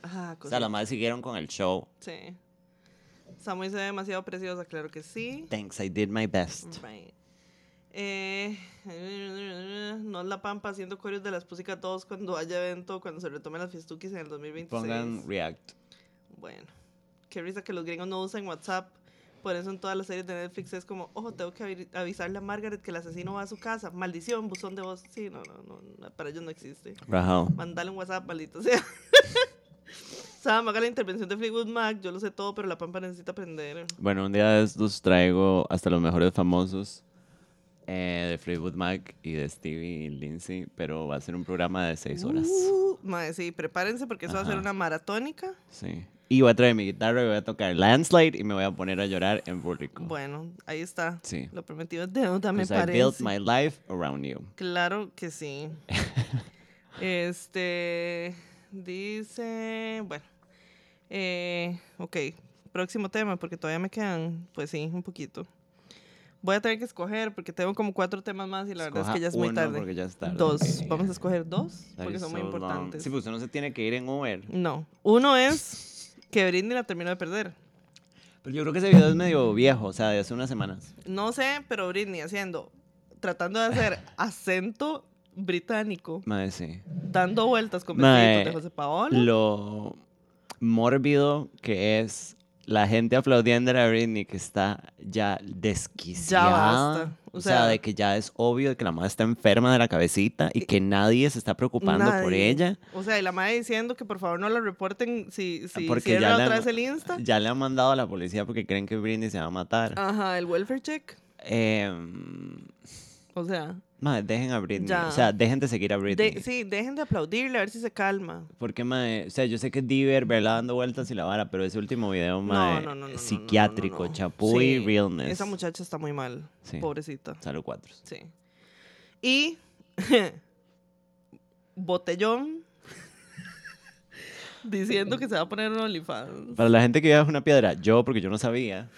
Speaker 2: Ah,
Speaker 1: O sea, las madres siguieron con el show.
Speaker 2: Sí. Samuel se ve demasiado preciosa, claro que sí.
Speaker 1: Thanks, I did my best.
Speaker 2: Right. Eh, no es la pampa haciendo corios de las Pussycat 2 cuando haya evento, cuando se retomen las fiestuquis en el 2026.
Speaker 1: Pongan React.
Speaker 2: Bueno, qué risa que los gringos no usan WhatsApp. Por eso en todas las series de Netflix es como, ojo, tengo que avi- avisarle a Margaret que el asesino va a su casa. Maldición, buzón de voz. Sí, no, no, no, para ellos no existe.
Speaker 1: Rajao.
Speaker 2: Mandale un WhatsApp, maldito sea. [LAUGHS] Sam, haga la intervención de Fleetwood Mac. Yo lo sé todo, pero la pampa necesita aprender.
Speaker 1: Bueno, un día de estos traigo hasta los mejores famosos eh, de Fleetwood Mac y de Stevie y Lindsay, pero va a ser un programa de seis horas.
Speaker 2: Uh, mae, sí, prepárense porque eso va a ser
Speaker 1: Ajá.
Speaker 2: una maratónica.
Speaker 1: Sí. Y voy a traer mi guitarra y voy a tocar Landslide y me voy a poner a llorar en público.
Speaker 2: Bueno, ahí está.
Speaker 1: Sí.
Speaker 2: Lo prometido es deuda, me
Speaker 1: 'Cause I built
Speaker 2: parece.
Speaker 1: my life around you.
Speaker 2: Claro
Speaker 1: [LAUGHS]
Speaker 2: que sí. este dice, bueno, eh, ok, próximo tema porque todavía me quedan, pues sí, un poquito. Voy a tener que escoger porque tengo como cuatro temas más y la verdad es
Speaker 1: Escoja
Speaker 2: que ya es muy
Speaker 1: uno
Speaker 2: tarde.
Speaker 1: porque ya es tarde.
Speaker 2: Dos,
Speaker 1: Ok.
Speaker 2: vamos a escoger dos
Speaker 1: That
Speaker 2: porque
Speaker 1: is
Speaker 2: son muy
Speaker 1: so long.
Speaker 2: importantes.
Speaker 1: Sí, pues usted no se tiene que ir en Uber.
Speaker 2: No, uno es que Britney la terminó de perder.
Speaker 1: Pero yo creo que ese video es medio viejo, o sea, de hace unas semanas.
Speaker 2: No sé, pero Britney haciendo, tratando
Speaker 1: [LAUGHS]
Speaker 2: de hacer acento británico,
Speaker 1: Madre, sí.
Speaker 2: dando vueltas con
Speaker 1: Mae,
Speaker 2: vestiditos de José Paola.
Speaker 1: Lo mórbido que es la gente aplaudiendo a Britney que está ya desquiciada.
Speaker 2: basta, o
Speaker 1: O, sea,
Speaker 2: sea-
Speaker 1: de que ya es obvio de que la madre está enferma de la cabecita y que nadie se está preocupando por
Speaker 2: Nadie.
Speaker 1: ella.
Speaker 2: O sea, y la madre diciendo que por favor no la reporten si, si
Speaker 1: Porque ya
Speaker 2: cierra
Speaker 1: la-
Speaker 2: otra vez el Insta. Ah.
Speaker 1: Ya le han mandado a la policía porque creen que Britney se va a matar.
Speaker 2: Ajá, el welfare check.
Speaker 1: Em,
Speaker 2: O sea,
Speaker 1: madre, dejen a Britney.
Speaker 2: Ya.
Speaker 1: O sea, dejen de seguir a Britney.
Speaker 2: de- sí, dejen de aplaudirle a ver si se calma.
Speaker 1: Porque, mae, o sea, yo sé que es Diver, verla dando vueltas y la vara, pero ese último video, mae,
Speaker 2: no, no, no, no, no,
Speaker 1: psiquiátrico,
Speaker 2: no, no, no.
Speaker 1: chapuy,
Speaker 2: Sí,
Speaker 1: realness.
Speaker 2: Esa muchacha está muy mal,
Speaker 1: Sí.
Speaker 2: pobrecita.
Speaker 1: Salud cuatro.
Speaker 2: Sí. Y [LAUGHS] Botellón [LAUGHS] diciendo que se va a poner un OnlyFans.
Speaker 1: Para la gente que viaja una piedra, yo, porque yo no
Speaker 2: [LAUGHS]
Speaker 1: sabía,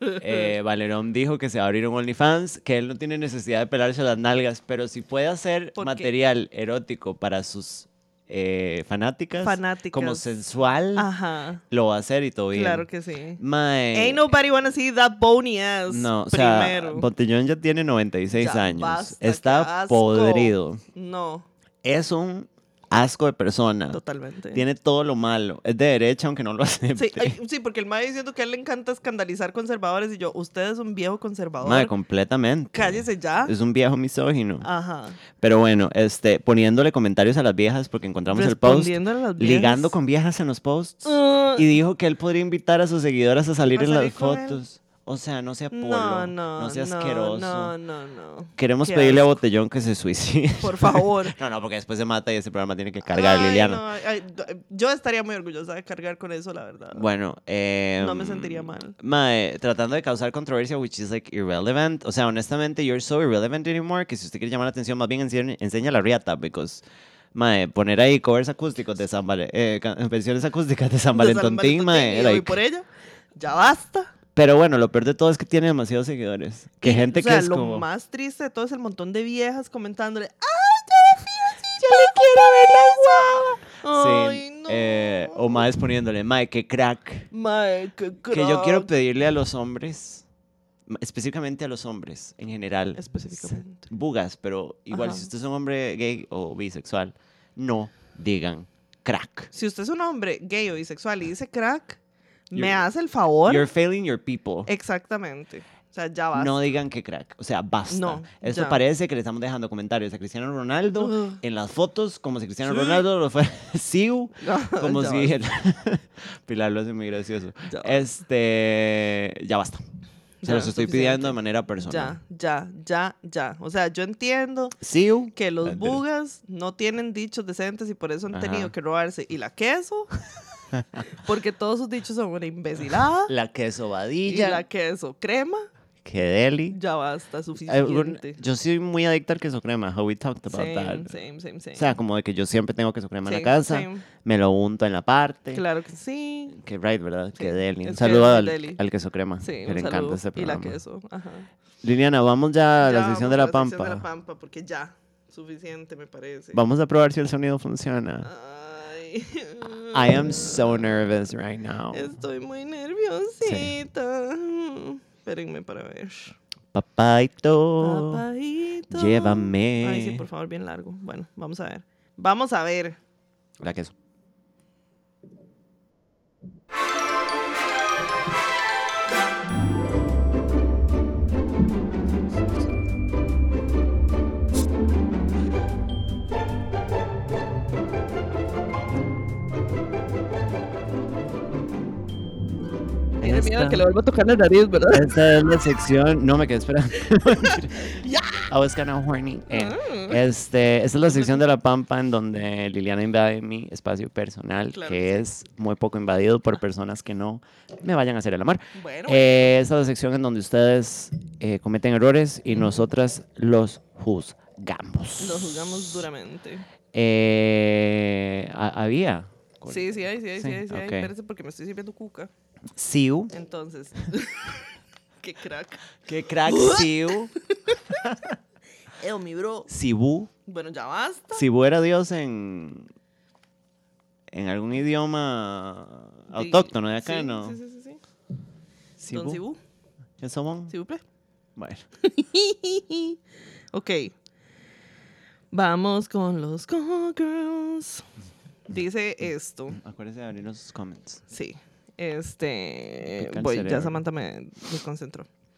Speaker 1: eh, Valerón dijo que se va a abrir un OnlyFans, que él no tiene necesidad de pelarse las nalgas, pero si puede hacer
Speaker 2: Porque-
Speaker 1: material erótico para sus eh, fanáticas, como
Speaker 2: Fanáticas.
Speaker 1: sensual,
Speaker 2: Ajá.
Speaker 1: lo va a hacer y todo bien.
Speaker 2: Ah. Claro que sí.
Speaker 1: Mae,
Speaker 2: Ain't nobody wanna see that bony ass.
Speaker 1: No, o sea,
Speaker 2: pues, primero.
Speaker 1: Botellón ya tiene 96
Speaker 2: Ya,
Speaker 1: años.
Speaker 2: basta, qué
Speaker 1: Está
Speaker 2: asco.
Speaker 1: podrido.
Speaker 2: no,
Speaker 1: Es un asco de persona.
Speaker 2: totalmente.
Speaker 1: Ah. Tiene todo lo malo. Es de derecha, aunque no lo [LAUGHS] acepte.
Speaker 2: Sí, ay, sí, porque el mae diciendo que a él le encanta escandalizar conservadores y yo, usted es un viejo conservador.
Speaker 1: Madre, completamente.
Speaker 2: Cállese ya. Ah.
Speaker 1: Es un viejo misógino.
Speaker 2: Ajá.
Speaker 1: Pero bueno, este, poniéndole comentarios a las viejas, porque encontramos el post.
Speaker 2: Respondiéndole a las viejas.
Speaker 1: Ligando con viejas en los posts.
Speaker 2: Ah,
Speaker 1: Y dijo que él podría invitar a sus seguidoras a salir
Speaker 2: ¿A
Speaker 1: en las
Speaker 2: salir con él?
Speaker 1: fotos. O sea, no sea polo.
Speaker 2: no,
Speaker 1: No,
Speaker 2: no,
Speaker 1: sea
Speaker 2: no,
Speaker 1: asqueroso.
Speaker 2: No, no, no.
Speaker 1: Queremos
Speaker 2: Qué
Speaker 1: pedirle a
Speaker 2: asco.
Speaker 1: Botellón que se suicide.
Speaker 2: Por favor.
Speaker 1: [LAUGHS] No, no, porque después se mata y ese programa tiene que cargar
Speaker 2: Ay,
Speaker 1: Liliana.
Speaker 2: no, ay, ay, yo estaría muy orgullosa de cargar con eso, la verdad.
Speaker 1: Bueno, eh,
Speaker 2: No me sentiría mal.
Speaker 1: Mae, tratando de causar controversia, which is like irrelevant. O sea, honestamente, you're so irrelevant anymore que si usted quiere llamar la atención, más bien ense- enseña la riata, because mae, poner ahí covers acústicos de San Valen, eh, [LAUGHS] can- canciones acústicas de San
Speaker 2: De San
Speaker 1: Valentín, mae,
Speaker 2: y voy
Speaker 1: like-
Speaker 2: por ella, ya basta.
Speaker 1: Pero bueno, lo peor de todo es que tiene demasiados seguidores. Que gente
Speaker 2: o sea,
Speaker 1: que es
Speaker 2: lo
Speaker 1: como
Speaker 2: más triste de todo es el montón de viejas comentándole, ¡ah!
Speaker 1: yo le quiero ver la guava.
Speaker 2: ¡Ay,
Speaker 1: Sí,
Speaker 2: no!
Speaker 1: eh, o más poniéndole, mae, qué crack.
Speaker 2: Mae, qué
Speaker 1: que yo quiero
Speaker 2: crack.
Speaker 1: pedirle a los hombres, m- específicamente a los hombres en general,
Speaker 2: Específicamente.
Speaker 1: bugas, pero igual
Speaker 2: Ajá.
Speaker 1: si usted es un hombre gay o bisexual, no digan crack.
Speaker 2: Si usted es un hombre gay o bisexual y dice crack, me
Speaker 1: You're-
Speaker 2: hace el favor.
Speaker 1: You're failing your people.
Speaker 2: Exactamente. O sea, ya basta.
Speaker 1: No digan que crack, o sea, basta.
Speaker 2: No,
Speaker 1: Esto
Speaker 2: ya.
Speaker 1: parece que le estamos dejando comentarios a Cristiano Ronaldo
Speaker 2: Ugh.
Speaker 1: en las fotos, como si Cristiano
Speaker 2: Sí.
Speaker 1: Ronaldo lo fuera [LAUGHS] Siu,
Speaker 2: Ya,
Speaker 1: [LAUGHS] como
Speaker 2: [LAUGHS] ya
Speaker 1: si
Speaker 2: basta.
Speaker 1: el- [LAUGHS] Pilar lo hace muy gracioso.
Speaker 2: Ya basta.
Speaker 1: Este, ya basta. Se
Speaker 2: Ya,
Speaker 1: los estoy pidiendo de
Speaker 2: suficiente.
Speaker 1: manera personal.
Speaker 2: Ya, ya, ya, ya. O sea, yo entiendo
Speaker 1: Siu.
Speaker 2: que los
Speaker 1: Mentira.
Speaker 2: bugas no tienen dichos decentes y por eso han tenido
Speaker 1: Ajá.
Speaker 2: que robarse. Y la
Speaker 1: [LAUGHS]
Speaker 2: queso, porque todos sus dichos son
Speaker 1: [LAUGHS]
Speaker 2: una imbecilada.
Speaker 1: La queso
Speaker 2: Y
Speaker 1: vadilla.
Speaker 2: la queso crema,
Speaker 1: Que deli.
Speaker 2: ya basta,
Speaker 1: Algún-
Speaker 2: suficiente.
Speaker 1: Yo soy muy adicta al queso crema. How we talked about
Speaker 2: Same,
Speaker 1: that.
Speaker 2: same, same, same.
Speaker 1: O sea, como de que yo siempre tengo queso crema en la
Speaker 2: Same,
Speaker 1: casa.
Speaker 2: same.
Speaker 1: Me lo unto en la parte.
Speaker 2: Claro que sí.
Speaker 1: Que right, ¿verdad?
Speaker 2: Sí,
Speaker 1: que deli. Un
Speaker 2: es
Speaker 1: saludo
Speaker 2: que
Speaker 1: al,
Speaker 2: deli.
Speaker 1: al queso crema.
Speaker 2: Sí,
Speaker 1: que
Speaker 2: un
Speaker 1: le
Speaker 2: saludo.
Speaker 1: encanta este
Speaker 2: Y la
Speaker 1: programa.
Speaker 2: queso. Ajá.
Speaker 1: Liliana, vamos ya a
Speaker 2: Ya
Speaker 1: la sección
Speaker 2: vamos
Speaker 1: de
Speaker 2: a
Speaker 1: la,
Speaker 2: sección
Speaker 1: pampa.
Speaker 2: de la pampa, porque ya, suficiente me parece.
Speaker 1: Vamos a probar si el sonido
Speaker 2: Ah,
Speaker 1: funciona.
Speaker 2: Ay. [LAUGHS]
Speaker 1: I am so nervous right now.
Speaker 2: Estoy muy nerviosita. Espérenme para ver.
Speaker 1: Papaito,
Speaker 2: Papadito.
Speaker 1: Oh, llévame.
Speaker 2: Ay, sí, por favor, bien largo. Bueno, vamos a ver. Vamos a ver.
Speaker 1: La queso.
Speaker 2: Tiene miedo
Speaker 1: Esta-
Speaker 2: que le vuelva a tocar la nariz, ¿verdad?
Speaker 1: Esta es la sección. No me quedé esperando. [LAUGHS]
Speaker 2: Ya.
Speaker 1: I was kinda horny. Eh,
Speaker 2: Mm.
Speaker 1: este, esta es la sección de La Pampa en donde Liliana invade mi espacio personal,
Speaker 2: Claro
Speaker 1: que es muy poco invadido por personas que no me vayan a hacer el amor.
Speaker 2: Bueno,
Speaker 1: Eh, esta es la sección en donde ustedes eh, cometen errores y nosotras los juzgamos.
Speaker 2: lo juzgamos duramente.
Speaker 1: Eh, ha- había.
Speaker 2: Sí, sí, hay, sí, hay, sí,
Speaker 1: Sí,
Speaker 2: hay, sí, hay.
Speaker 1: ok.
Speaker 2: Espérese porque me estoy sirviendo cuca.
Speaker 1: Siu.
Speaker 2: Entonces, [LAUGHS] qué crack.
Speaker 1: Qué crack, Siu.
Speaker 2: Eo, mi bro.
Speaker 1: Sibu.
Speaker 2: Bueno, ya basta.
Speaker 1: Si fuera Dios en, en algún idioma autóctono de acá,
Speaker 2: Sí,
Speaker 1: ¿no?
Speaker 2: Sí, sí, sí. sí.
Speaker 1: Sibú.
Speaker 2: Don Cibú,
Speaker 1: ¿Qué somos?
Speaker 2: si vous plaît.
Speaker 1: Bueno.
Speaker 2: [LAUGHS] ok. Vamos con los call girls. Dice esto.
Speaker 1: Acuérdense de abrir los comments.
Speaker 2: Sí. Este.
Speaker 1: Pica el
Speaker 2: Voy, ya
Speaker 1: cerebro.
Speaker 2: Samantha me desconcentró. [LAUGHS]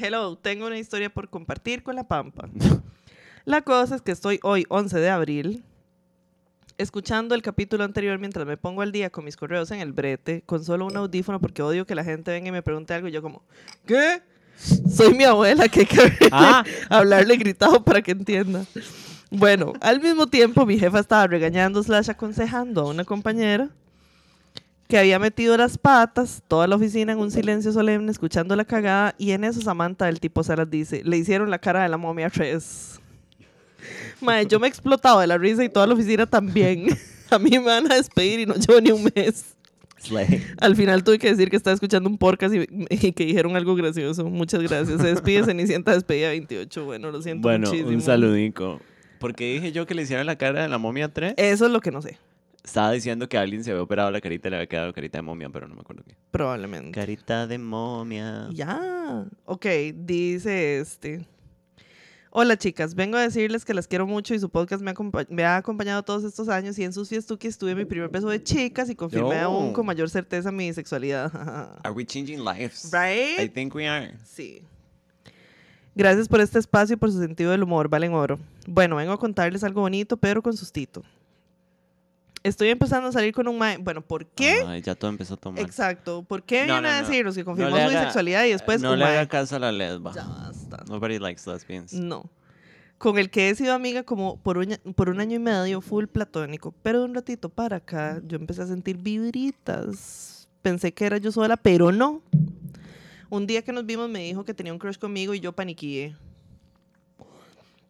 Speaker 2: Hello, tengo una historia por compartir con la Pampa. La cosa es que estoy hoy, 11 de abril, escuchando el capítulo anterior mientras me pongo al día con mis correos en el brete, con solo un audífono, porque odio que la gente venga y me pregunte algo y yo, como, ¿qué? Soy mi abuela, [LAUGHS] que hay que hablarle-
Speaker 1: Ah.
Speaker 2: hablarle gritado para que entienda. Bueno, al mismo tiempo mi jefa estaba regañando slash aconsejando a una compañera que había metido las patas, toda la oficina en un silencio solemne, escuchando la cagada, y en eso Samantha, el tipo Salas, dice, le hicieron la cara de la momia 3. Mae, yo me he explotado de la risa y toda la oficina también. [LAUGHS] A mí me van a despedir y no llevo ni un mes.
Speaker 1: Slay.
Speaker 2: Al final tuve que decir que estaba escuchando un podcast y, y que dijeron algo gracioso. Muchas gracias. Se despide Cenicienta Despedida 28. Bueno, lo siento
Speaker 1: Bueno,
Speaker 2: muchísimo.
Speaker 1: un saludico. Porque dije yo que le hicieron la cara de la momia 3.
Speaker 2: Eso es lo que no sé,
Speaker 1: Estaba diciendo que a alguien se había operado la carita y le había quedado carita de momia, pero no me acuerdo qué.
Speaker 2: probablemente.
Speaker 1: Carita de momia.
Speaker 2: Ya. Ok, dice este. Hola chicas, vengo a decirles que las quiero mucho y su podcast me ha, acompa- me ha acompañado todos estos años y en sus fiestuques tuve mi primer beso de chicas y confirmé
Speaker 1: Yo.
Speaker 2: aún con mayor certeza mi sexualidad. [LAUGHS]
Speaker 1: Are we changing lives? I
Speaker 2: right?
Speaker 1: think we are.
Speaker 2: Sí. Gracias por este espacio y por su sentido del humor, valen oro. Bueno, vengo a contarles algo bonito, pero con sustito. Estoy empezando a salir con un mae. Bueno, ¿por qué?
Speaker 1: Ay, ya todo empezó a tomar.
Speaker 2: Exacto. ¿Por qué
Speaker 1: No,
Speaker 2: viene
Speaker 1: no,
Speaker 2: a
Speaker 1: no.
Speaker 2: decirnos que confirmó
Speaker 1: le
Speaker 2: su
Speaker 1: haga-
Speaker 2: bisexualidad y después
Speaker 1: No
Speaker 2: un
Speaker 1: le haga
Speaker 2: mae?
Speaker 1: caso a la lesba.
Speaker 2: Ya basta.
Speaker 1: Nobody likes lesbians.
Speaker 2: No. Con el que he sido amiga como por un, por un año y medio, full platónico. Pero de un ratito para acá, yo empecé a sentir vibritas. Pensé que era yo sola, pero no. Un día que nos vimos me dijo que tenía un crush conmigo y yo paniqué.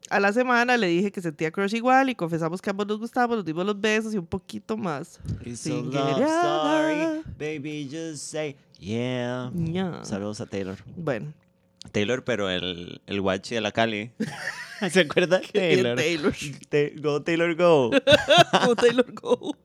Speaker 2: A la semana le dije que sentía crush igual y confesamos que ambos nos gustábamos, nos dimos los besos y un poquito más.
Speaker 1: It's a
Speaker 2: Sin
Speaker 1: love
Speaker 2: querer. Ah.
Speaker 1: story, baby, just say yeah.
Speaker 2: Ya.
Speaker 1: Saludos a Taylor.
Speaker 2: Bueno.
Speaker 1: Taylor, pero el, el guachi de la Cali. [LAUGHS] ¿Se
Speaker 2: [LAUGHS]
Speaker 1: acuerda?
Speaker 2: Taylor.
Speaker 1: Taylor. Ta- go, Taylor, go.
Speaker 2: Go, Taylor, go.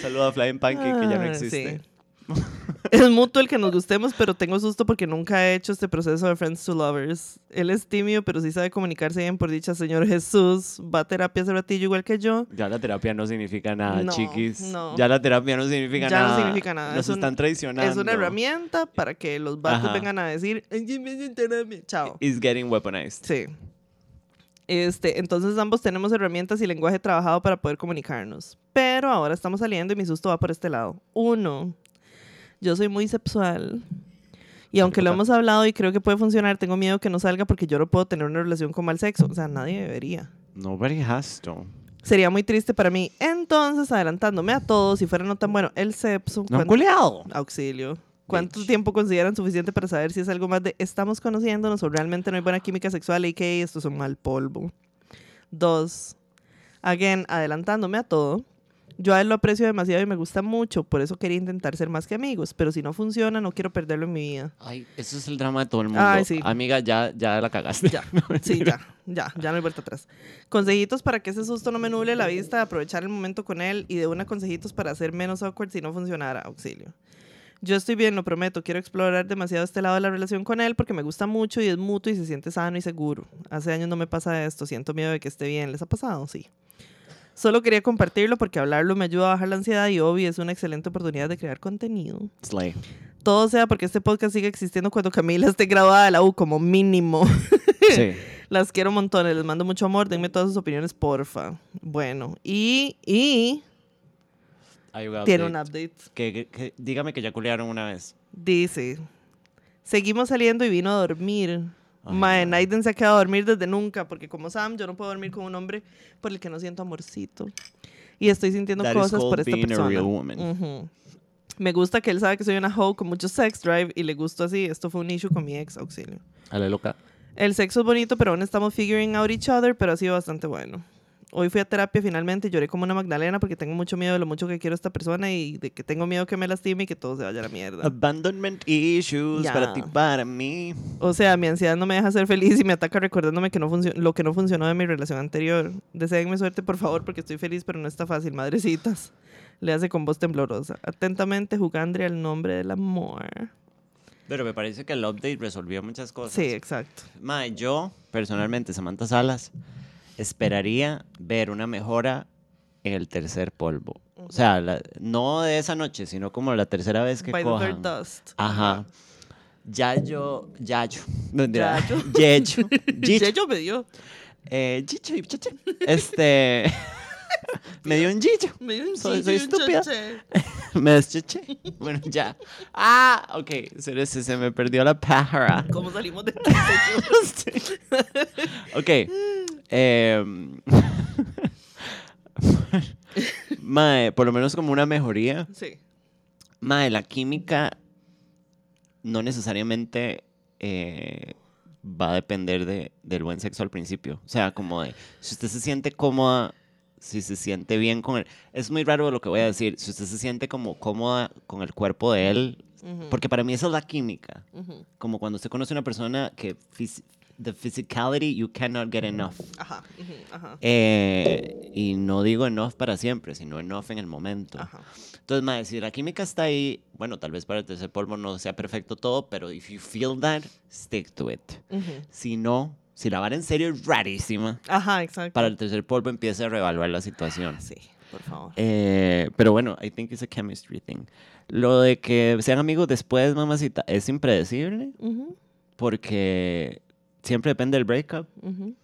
Speaker 1: Saludos a Flying Pancake, que ya no
Speaker 2: Ah, sí.
Speaker 1: existe.
Speaker 2: [LAUGHS] Es mutuo el que nos gustemos, pero tengo susto porque nunca he hecho este proceso de Friends to Lovers. Él es tímido, pero sí sabe comunicarse bien por dicha Señor Jesús. Va a terapia hace ratillo igual que yo.
Speaker 1: Ya la terapia no significa nada,
Speaker 2: No,
Speaker 1: chiquis.
Speaker 2: no.
Speaker 1: Ya la terapia no significa
Speaker 2: Ya no
Speaker 1: nada.
Speaker 2: significa nada.
Speaker 1: Nos
Speaker 2: Es un-
Speaker 1: están traicionando.
Speaker 2: Es una herramienta para que los vatos
Speaker 1: Ajá.
Speaker 2: vengan a decir, "Ay, sí, me siento terapia". Chao.
Speaker 1: It's getting weaponized.
Speaker 2: Sí. Este, entonces ambos tenemos herramientas y lenguaje trabajado para poder comunicarnos. Pero ahora estamos saliendo y mi susto va por este lado. Uno, yo soy muy sexual. Y aunque lo
Speaker 1: Psicópata.
Speaker 2: hemos hablado y creo que puede funcionar, tengo miedo que no salga porque yo no puedo tener una relación con mal sexo. O sea, nadie debería.
Speaker 1: Nobody has to.
Speaker 2: Sería muy triste para mí. Entonces, adelantándome a todos, si fuera no tan bueno el E sexo,
Speaker 1: No han
Speaker 2: cuan-
Speaker 1: culeado.
Speaker 2: auxilio. ¿Cuánto
Speaker 1: Bitch.
Speaker 2: tiempo consideran suficiente para saber si es algo más de estamos conociéndonos o realmente no hay buena química sexual y que esto es un mal polvo? Dos, again, adelantándome a todo, yo a él lo aprecio demasiado y me gusta mucho, por eso quería intentar ser más que amigos, pero si no funciona, no quiero perderlo en mi vida.
Speaker 1: Ay, eso es el drama de todo el mundo.
Speaker 2: Ay, sí.
Speaker 1: Amiga, ya, ya la cagaste. [LAUGHS]
Speaker 2: Ya, sí, ya, ya, ya no hay vuelta atrás. Consejitos para que ese susto no me nuble la vista, aprovechar el momento con él y de una consejitos para hacer menos awkward si no funcionara, auxilio. Yo estoy bien, lo prometo. Quiero explorar demasiado este lado de la relación con él porque me gusta mucho y es mutuo y se siente sano y seguro. Hace años no me pasa esto. Siento miedo de que esté bien. ¿Les ha pasado? Sí. Solo quería compartirlo porque hablarlo me ayuda a bajar la ansiedad y obvio es una excelente oportunidad de crear contenido. [LAUGHS]
Speaker 1: Slay.
Speaker 2: Todo sea porque este podcast sigue existiendo cuando Camila esté graduada de la U como mínimo.
Speaker 1: Sí.
Speaker 2: Las quiero montones, les mando mucho amor, denme todas sus opiniones, porfa. Bueno, y, y
Speaker 1: Hay un
Speaker 2: tiene un
Speaker 1: update.
Speaker 2: update.
Speaker 1: Que, que- que- dígame que ya culearon una vez.
Speaker 2: Dice, seguimos saliendo y vino a dormir.
Speaker 1: Ay,
Speaker 2: Mae, Naiden se ha quedado a dormir desde nunca, porque como Sam, yo no puedo dormir con un hombre por el que no siento amorcito. Y estoy sintiendo
Speaker 1: That is
Speaker 2: cosas
Speaker 1: called
Speaker 2: por esta
Speaker 1: being a
Speaker 2: persona.
Speaker 1: real woman.
Speaker 2: Ujú. Me gusta que él sabe que soy una hoe con mucho sex drive y le gusto así. Esto fue un issue con mi ex, auxilio.
Speaker 1: A la loca.
Speaker 2: El sexo es bonito, pero aún estamos figuring out each other, pero ha sido bastante bueno. Hoy fui a terapia finalmente y lloré como una Magdalena porque tengo mucho miedo de lo mucho que quiero a esta persona y de que tengo miedo que me lastime y que todo se vaya a la
Speaker 1: Ah.
Speaker 2: mierda.
Speaker 1: Abandonment issues
Speaker 2: Ya.
Speaker 1: para ti, para mí.
Speaker 2: O sea, mi ansiedad no me deja ser feliz y me ataca recordándome que no funcio- lo que no funcionó de mi relación anterior. Deseenme suerte, por favor, porque estoy feliz, pero no está fácil, madrecitas. Le hace con voz temblorosa. Atentamente, Jugandria, el nombre del amor.
Speaker 1: Pero me parece que el update resolvió muchas cosas.
Speaker 2: Sí, exacto.
Speaker 1: Mae, yo, personalmente, Samantha Salas, esperaría ver una mejora en el tercer polvo. O sea, la- no de esa noche, sino como la tercera vez que
Speaker 2: By the
Speaker 1: cojan.
Speaker 2: third dust.
Speaker 1: Ajá. Yayo, Yayo, no, [LAUGHS] mentira.
Speaker 2: Yayo.
Speaker 1: Yeyo,
Speaker 2: [LAUGHS]
Speaker 1: Yicho,
Speaker 2: Yeyo me dio,
Speaker 1: eh, Yicho y Choche. Este, [LAUGHS] me dio un Yicho,
Speaker 2: me dio un
Speaker 1: Soy-
Speaker 2: sí,
Speaker 1: soy
Speaker 2: y un
Speaker 1: estúpida.
Speaker 2: choche.
Speaker 1: [LAUGHS] me deschiché, bueno, ya. Ah, ok, se, se, se me perdió la pájara.
Speaker 2: ¿Cómo salimos de este
Speaker 1: Ok. em, [LAUGHS] mae, eh, por lo menos como una mejoría.
Speaker 2: Sí.
Speaker 1: Mae, la química no necesariamente eh, va a depender de, del buen sexo al principio. O sea, como de si usted se siente cómoda, si se siente bien con él. Es muy raro lo que voy a decir. Si usted se siente como cómoda con el cuerpo de él, porque para mí esa es la química. Como cuando usted conoce a una persona que phys- the physicality you cannot get enough.
Speaker 2: Ajá, ujú, ajá,
Speaker 1: Eh, y no digo enough para siempre, sino enough en el momento.
Speaker 2: ajá.
Speaker 1: Entonces, mae, si la química está ahí, bueno, tal vez para el tercer polvo no sea perfecto todo, pero if you feel that, stick to it.
Speaker 2: ujú.
Speaker 1: Si no, si la vara en serio es rarísima,
Speaker 2: Ajá, exacto.
Speaker 1: para el tercer polvo empieza a reevaluar la situación.
Speaker 2: Sí, por favor.
Speaker 1: Eh, pero bueno, I think it's a chemistry thing. Lo de que sean amigos después, mamacita, es impredecible
Speaker 2: Ujú,
Speaker 1: porque siempre depende del breakup.
Speaker 2: ujú.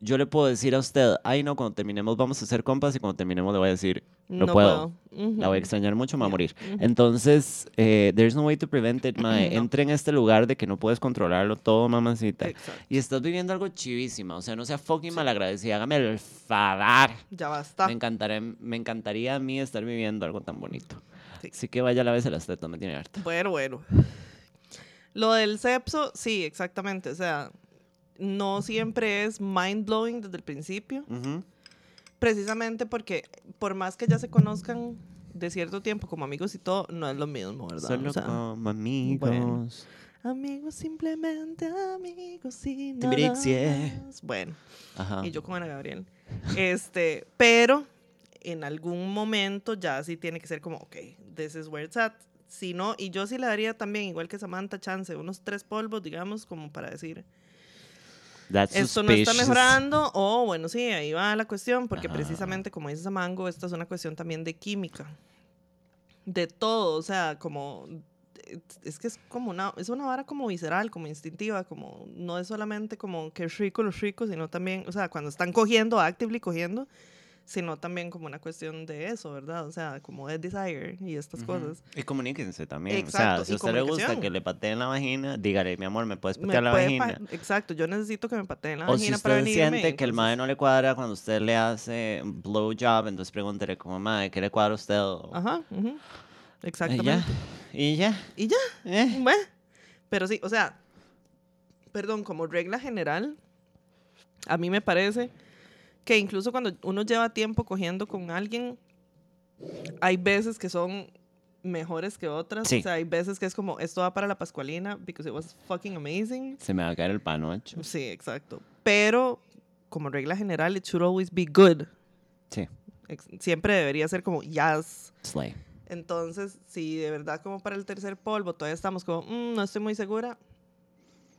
Speaker 1: Yo le puedo decir a usted, ay no, cuando terminemos vamos a ser compas y cuando terminemos le voy a decir, no, puedo.
Speaker 2: puedo.
Speaker 1: La voy a
Speaker 2: Ujú.
Speaker 1: extrañar mucho, me va a morir.
Speaker 2: Ujú.
Speaker 1: Entonces, eh, there's no way to prevent it, mae.
Speaker 2: [CLEARS THROAT] No. Eh.
Speaker 1: Entra en este lugar de que no puedes controlarlo todo, mamacita.
Speaker 2: Exacto.
Speaker 1: Y estás viviendo algo chivísima. O sea, no sea fucking malagradecida. Hágame el favor.
Speaker 2: Ya basta.
Speaker 1: Me, encantaré, me encantaría a mí estar viviendo algo tan bonito.
Speaker 2: Sí.
Speaker 1: Así que vaya a la vez a las tetas, me tiene harta.
Speaker 2: Bueno, bueno. Lo del sepso, sí, exactamente. O sea, no siempre es mind blowing desde el principio.
Speaker 1: Ujú.
Speaker 2: Precisamente porque, por más que ya se conozcan de cierto tiempo como amigos y todo, no es lo mismo, ¿verdad?
Speaker 1: Solo
Speaker 2: O sea,
Speaker 1: como amigos.
Speaker 2: bueno. Amigos, simplemente amigos y nada
Speaker 1: Timbiriche.
Speaker 2: más. Bueno,
Speaker 1: Ajá.
Speaker 2: y yo con Ana Gabriel. Este, pero en algún momento ya sí tiene que ser como, ok, this is where it's at. Si no, y yo sí le daría también, igual que Samantha, chance, unos tres polvos, digamos, como para decir,
Speaker 1: That's
Speaker 2: esto no está
Speaker 1: suspicious. Ah.
Speaker 2: mejorando, o bueno, sí, ahí va la cuestión, porque
Speaker 1: Ajá.
Speaker 2: precisamente como dice Samango, esta es una cuestión también de química, de todo, o sea, como, eh, es que es como una, es una vara como visceral, como instintiva, como, no es solamente como que rico los ricos, sino también, o sea, cuando están cogiendo, actively cogiendo, sino también como una cuestión de eso, ¿verdad? O sea, como de desire y estas
Speaker 1: Ujú.
Speaker 2: cosas.
Speaker 1: Y comuníquense también. o sea,
Speaker 2: Exacto,
Speaker 1: si
Speaker 2: y
Speaker 1: a usted le gusta
Speaker 2: comunicación.
Speaker 1: que le pateen la vagina, dígale, mi amor, ¿me puedes
Speaker 2: Me
Speaker 1: patear la
Speaker 2: puede pa-
Speaker 1: vagina?
Speaker 2: Exacto, yo necesito que me pateen la
Speaker 1: O si
Speaker 2: vagina para
Speaker 1: usted
Speaker 2: venirme.
Speaker 1: siente que el
Speaker 2: entonces-
Speaker 1: madre no le cuadra cuando usted le hace un blowjob, entonces pregúntele como, madre, ¿qué le cuadra a usted? O-
Speaker 2: Ajá, ujú.
Speaker 1: Y
Speaker 2: exactamente. Mm.
Speaker 1: ya, y ya.
Speaker 2: Y ya.
Speaker 1: Eh,
Speaker 2: Bueno, pero sí, o sea, perdón, como regla general, a mí me parece que incluso cuando uno lleva tiempo cogiendo con alguien, hay veces que son mejores que otras.
Speaker 1: Sí.
Speaker 2: O sea, hay veces que es como, esto va para la Pascualina, because it was fucking amazing.
Speaker 1: Se me va a caer el panocho.
Speaker 2: Sí, exacto. Pero como regla general, it should always be good.
Speaker 1: Sí,
Speaker 2: Ex- Siempre debería ser como, yes,
Speaker 1: slay.
Speaker 2: Entonces, si de verdad como para el tercer polvo todavía estamos como, "Mm, no estoy muy segura,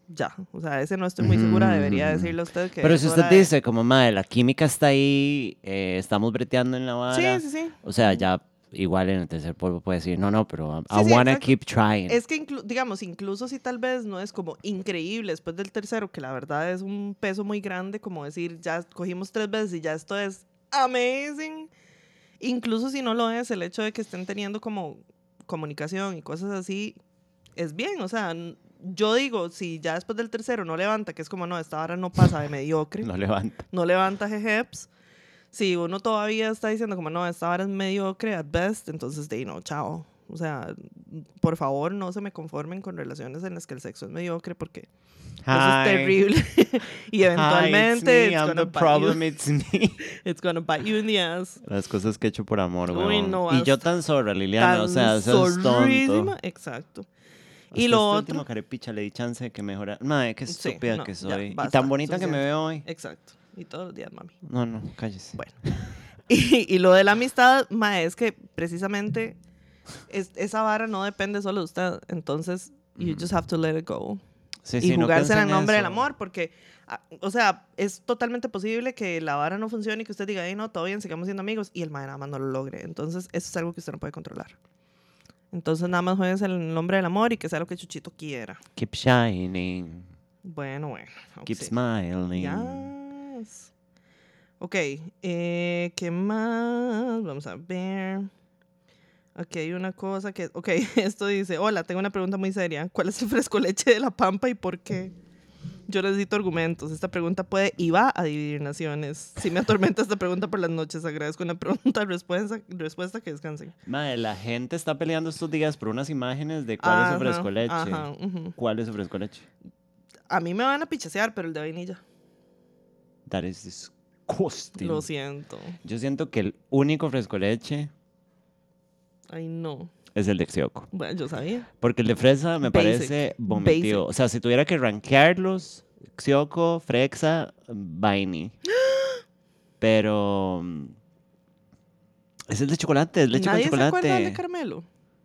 Speaker 2: ya. O sea, ese no estoy muy segura, debería
Speaker 1: Mm.
Speaker 2: decirle a usted que...
Speaker 1: Pero
Speaker 2: es
Speaker 1: si usted
Speaker 2: hora de-
Speaker 1: dice, como, madre, la química está ahí, eh, estamos breteando en la vara.
Speaker 2: Sí, sí, sí.
Speaker 1: O sea, ya igual en el tercer polvo puede decir, no, no, pero I, I
Speaker 2: Sí, sí,
Speaker 1: wanna
Speaker 2: exacto.
Speaker 1: keep trying.
Speaker 2: Es que, inclu- digamos, incluso si tal vez no es como increíble después del tercero, que la verdad es un peso muy grande, como decir, ya cogimos tres veces y ya esto es amazing. Incluso si no lo es, el hecho de que estén teniendo como comunicación y cosas así, es bien. O sea, n- yo digo, si ya después del tercero no levanta, que es como, no, esta hora no pasa de mediocre,
Speaker 1: No levanta.
Speaker 2: no levanta jejeps. Si uno todavía está diciendo como no, esta vara es mediocre at best, entonces de ahí, no, chao. O sea, por favor, no se me conformen con relaciones en las que el sexo es mediocre porque eso es terrible. [LAUGHS] y eventualmente it's, gonna bite
Speaker 1: it's me.
Speaker 2: you, [LAUGHS] it's gonna bite you in the ass.
Speaker 1: [LAUGHS] Las cosas que he hecho por amor,
Speaker 2: Uy,
Speaker 1: güey.
Speaker 2: no,
Speaker 1: y yo
Speaker 2: hasta-
Speaker 1: tan zorra, Liliana, o
Speaker 2: Tan
Speaker 1: sea, sos tonto.
Speaker 2: zorrísima. Exacto.
Speaker 1: Hasta
Speaker 2: Y
Speaker 1: este
Speaker 2: lo otro,
Speaker 1: último carepicha le di chance de que mejorara. Madre, qué
Speaker 2: Sí,
Speaker 1: estúpida
Speaker 2: no,
Speaker 1: que
Speaker 2: ya,
Speaker 1: soy. y
Speaker 2: basta,
Speaker 1: tan bonita que me
Speaker 2: suficiente.
Speaker 1: veo hoy.
Speaker 2: exacto. Y todos los días, mami.
Speaker 1: No, no, cállese.
Speaker 2: Bueno. [LAUGHS] Y, y lo de la amistad, ma, es que precisamente es- esa vara no depende solo de usted. Entonces, you
Speaker 1: Ujú.
Speaker 2: just have to let it go.
Speaker 1: Sí,
Speaker 2: y
Speaker 1: sí, no
Speaker 2: jugársela
Speaker 1: piensa
Speaker 2: en nombre del
Speaker 1: eso.
Speaker 2: amor, porque, ah, o sea, es totalmente posible que la vara no funcione y que usted diga, ay, no, todo bien, sigamos siendo amigos, y el mae nada más no lo logre. Entonces, eso es algo que usted no puede controlar. Entonces, nada más juegues en el nombre del amor y que sea lo que Chuchito quiera.
Speaker 1: Keep shining,
Speaker 2: Bueno, bueno. ok.
Speaker 1: keep smiling.
Speaker 2: Yes. Ok, eh, ¿qué más? Vamos a ver. Aquí hay una cosa que... Ok, [LAUGHS] esto dice, hola, tengo una pregunta muy seria. ¿Cuál es el fresco leche de la pampa y por qué? Yo necesito argumentos. Esta pregunta puede y va a dividir naciones. Si me atormenta esta pregunta por las noches, agradezco una pregunta [LAUGHS] respuesta, respuesta que descansen.
Speaker 1: Madre, la gente está peleando estos días por unas imágenes de cuál es su
Speaker 2: Ajá,
Speaker 1: fresco leche.
Speaker 2: ajá, ujú.
Speaker 1: ¿Cuál es su fresco leche?
Speaker 2: A mí me van a pichasear, pero el de vainilla.
Speaker 1: That is disgusting.
Speaker 2: Lo siento.
Speaker 1: Yo siento que el único fresco leche
Speaker 2: Ay, no.
Speaker 1: es el de Xioco.
Speaker 2: Bueno, yo sabía.
Speaker 1: Porque el de fresa me
Speaker 2: Basic,
Speaker 1: parece vomitivo. O sea, si tuviera que rankearlos, Xioco, Frexa,
Speaker 2: [GASPS]
Speaker 1: Vaini. Pero. mm, Es el de chocolate, es leche
Speaker 2: ¿Nadie
Speaker 1: con chocolate.
Speaker 2: se acuerda del de Carmelo?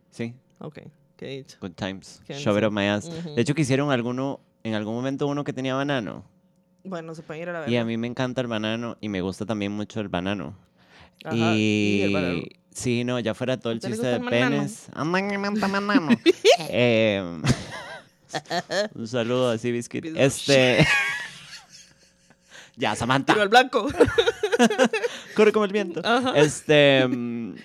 Speaker 1: sí,
Speaker 2: Ok, qué dicho.
Speaker 1: good times.
Speaker 2: Qué
Speaker 1: Shove it
Speaker 2: ansia.
Speaker 1: up my ass.
Speaker 2: Ujú.
Speaker 1: De hecho, que hicieron alguno, en algún momento uno que tenía banano.
Speaker 2: Bueno, se pueden ir a la verga.
Speaker 1: Y a mí me encanta el banano y me gusta también mucho el banano.
Speaker 2: Ajá,
Speaker 1: y...
Speaker 2: el banano.
Speaker 1: sí, no, ya fuera todo el
Speaker 2: ¿Te le
Speaker 1: chiste
Speaker 2: gusta
Speaker 1: de
Speaker 2: el banano?
Speaker 1: penes. Ah, man, me encanta banano.
Speaker 2: [LAUGHS]
Speaker 1: Em, un saludo así, Biscuit.
Speaker 2: Biscuit. [LAUGHS]
Speaker 1: Este. ya, Samantha.
Speaker 2: Tiro al blanco.
Speaker 1: Corre como el viento.
Speaker 2: Ajá.
Speaker 1: Este. mm,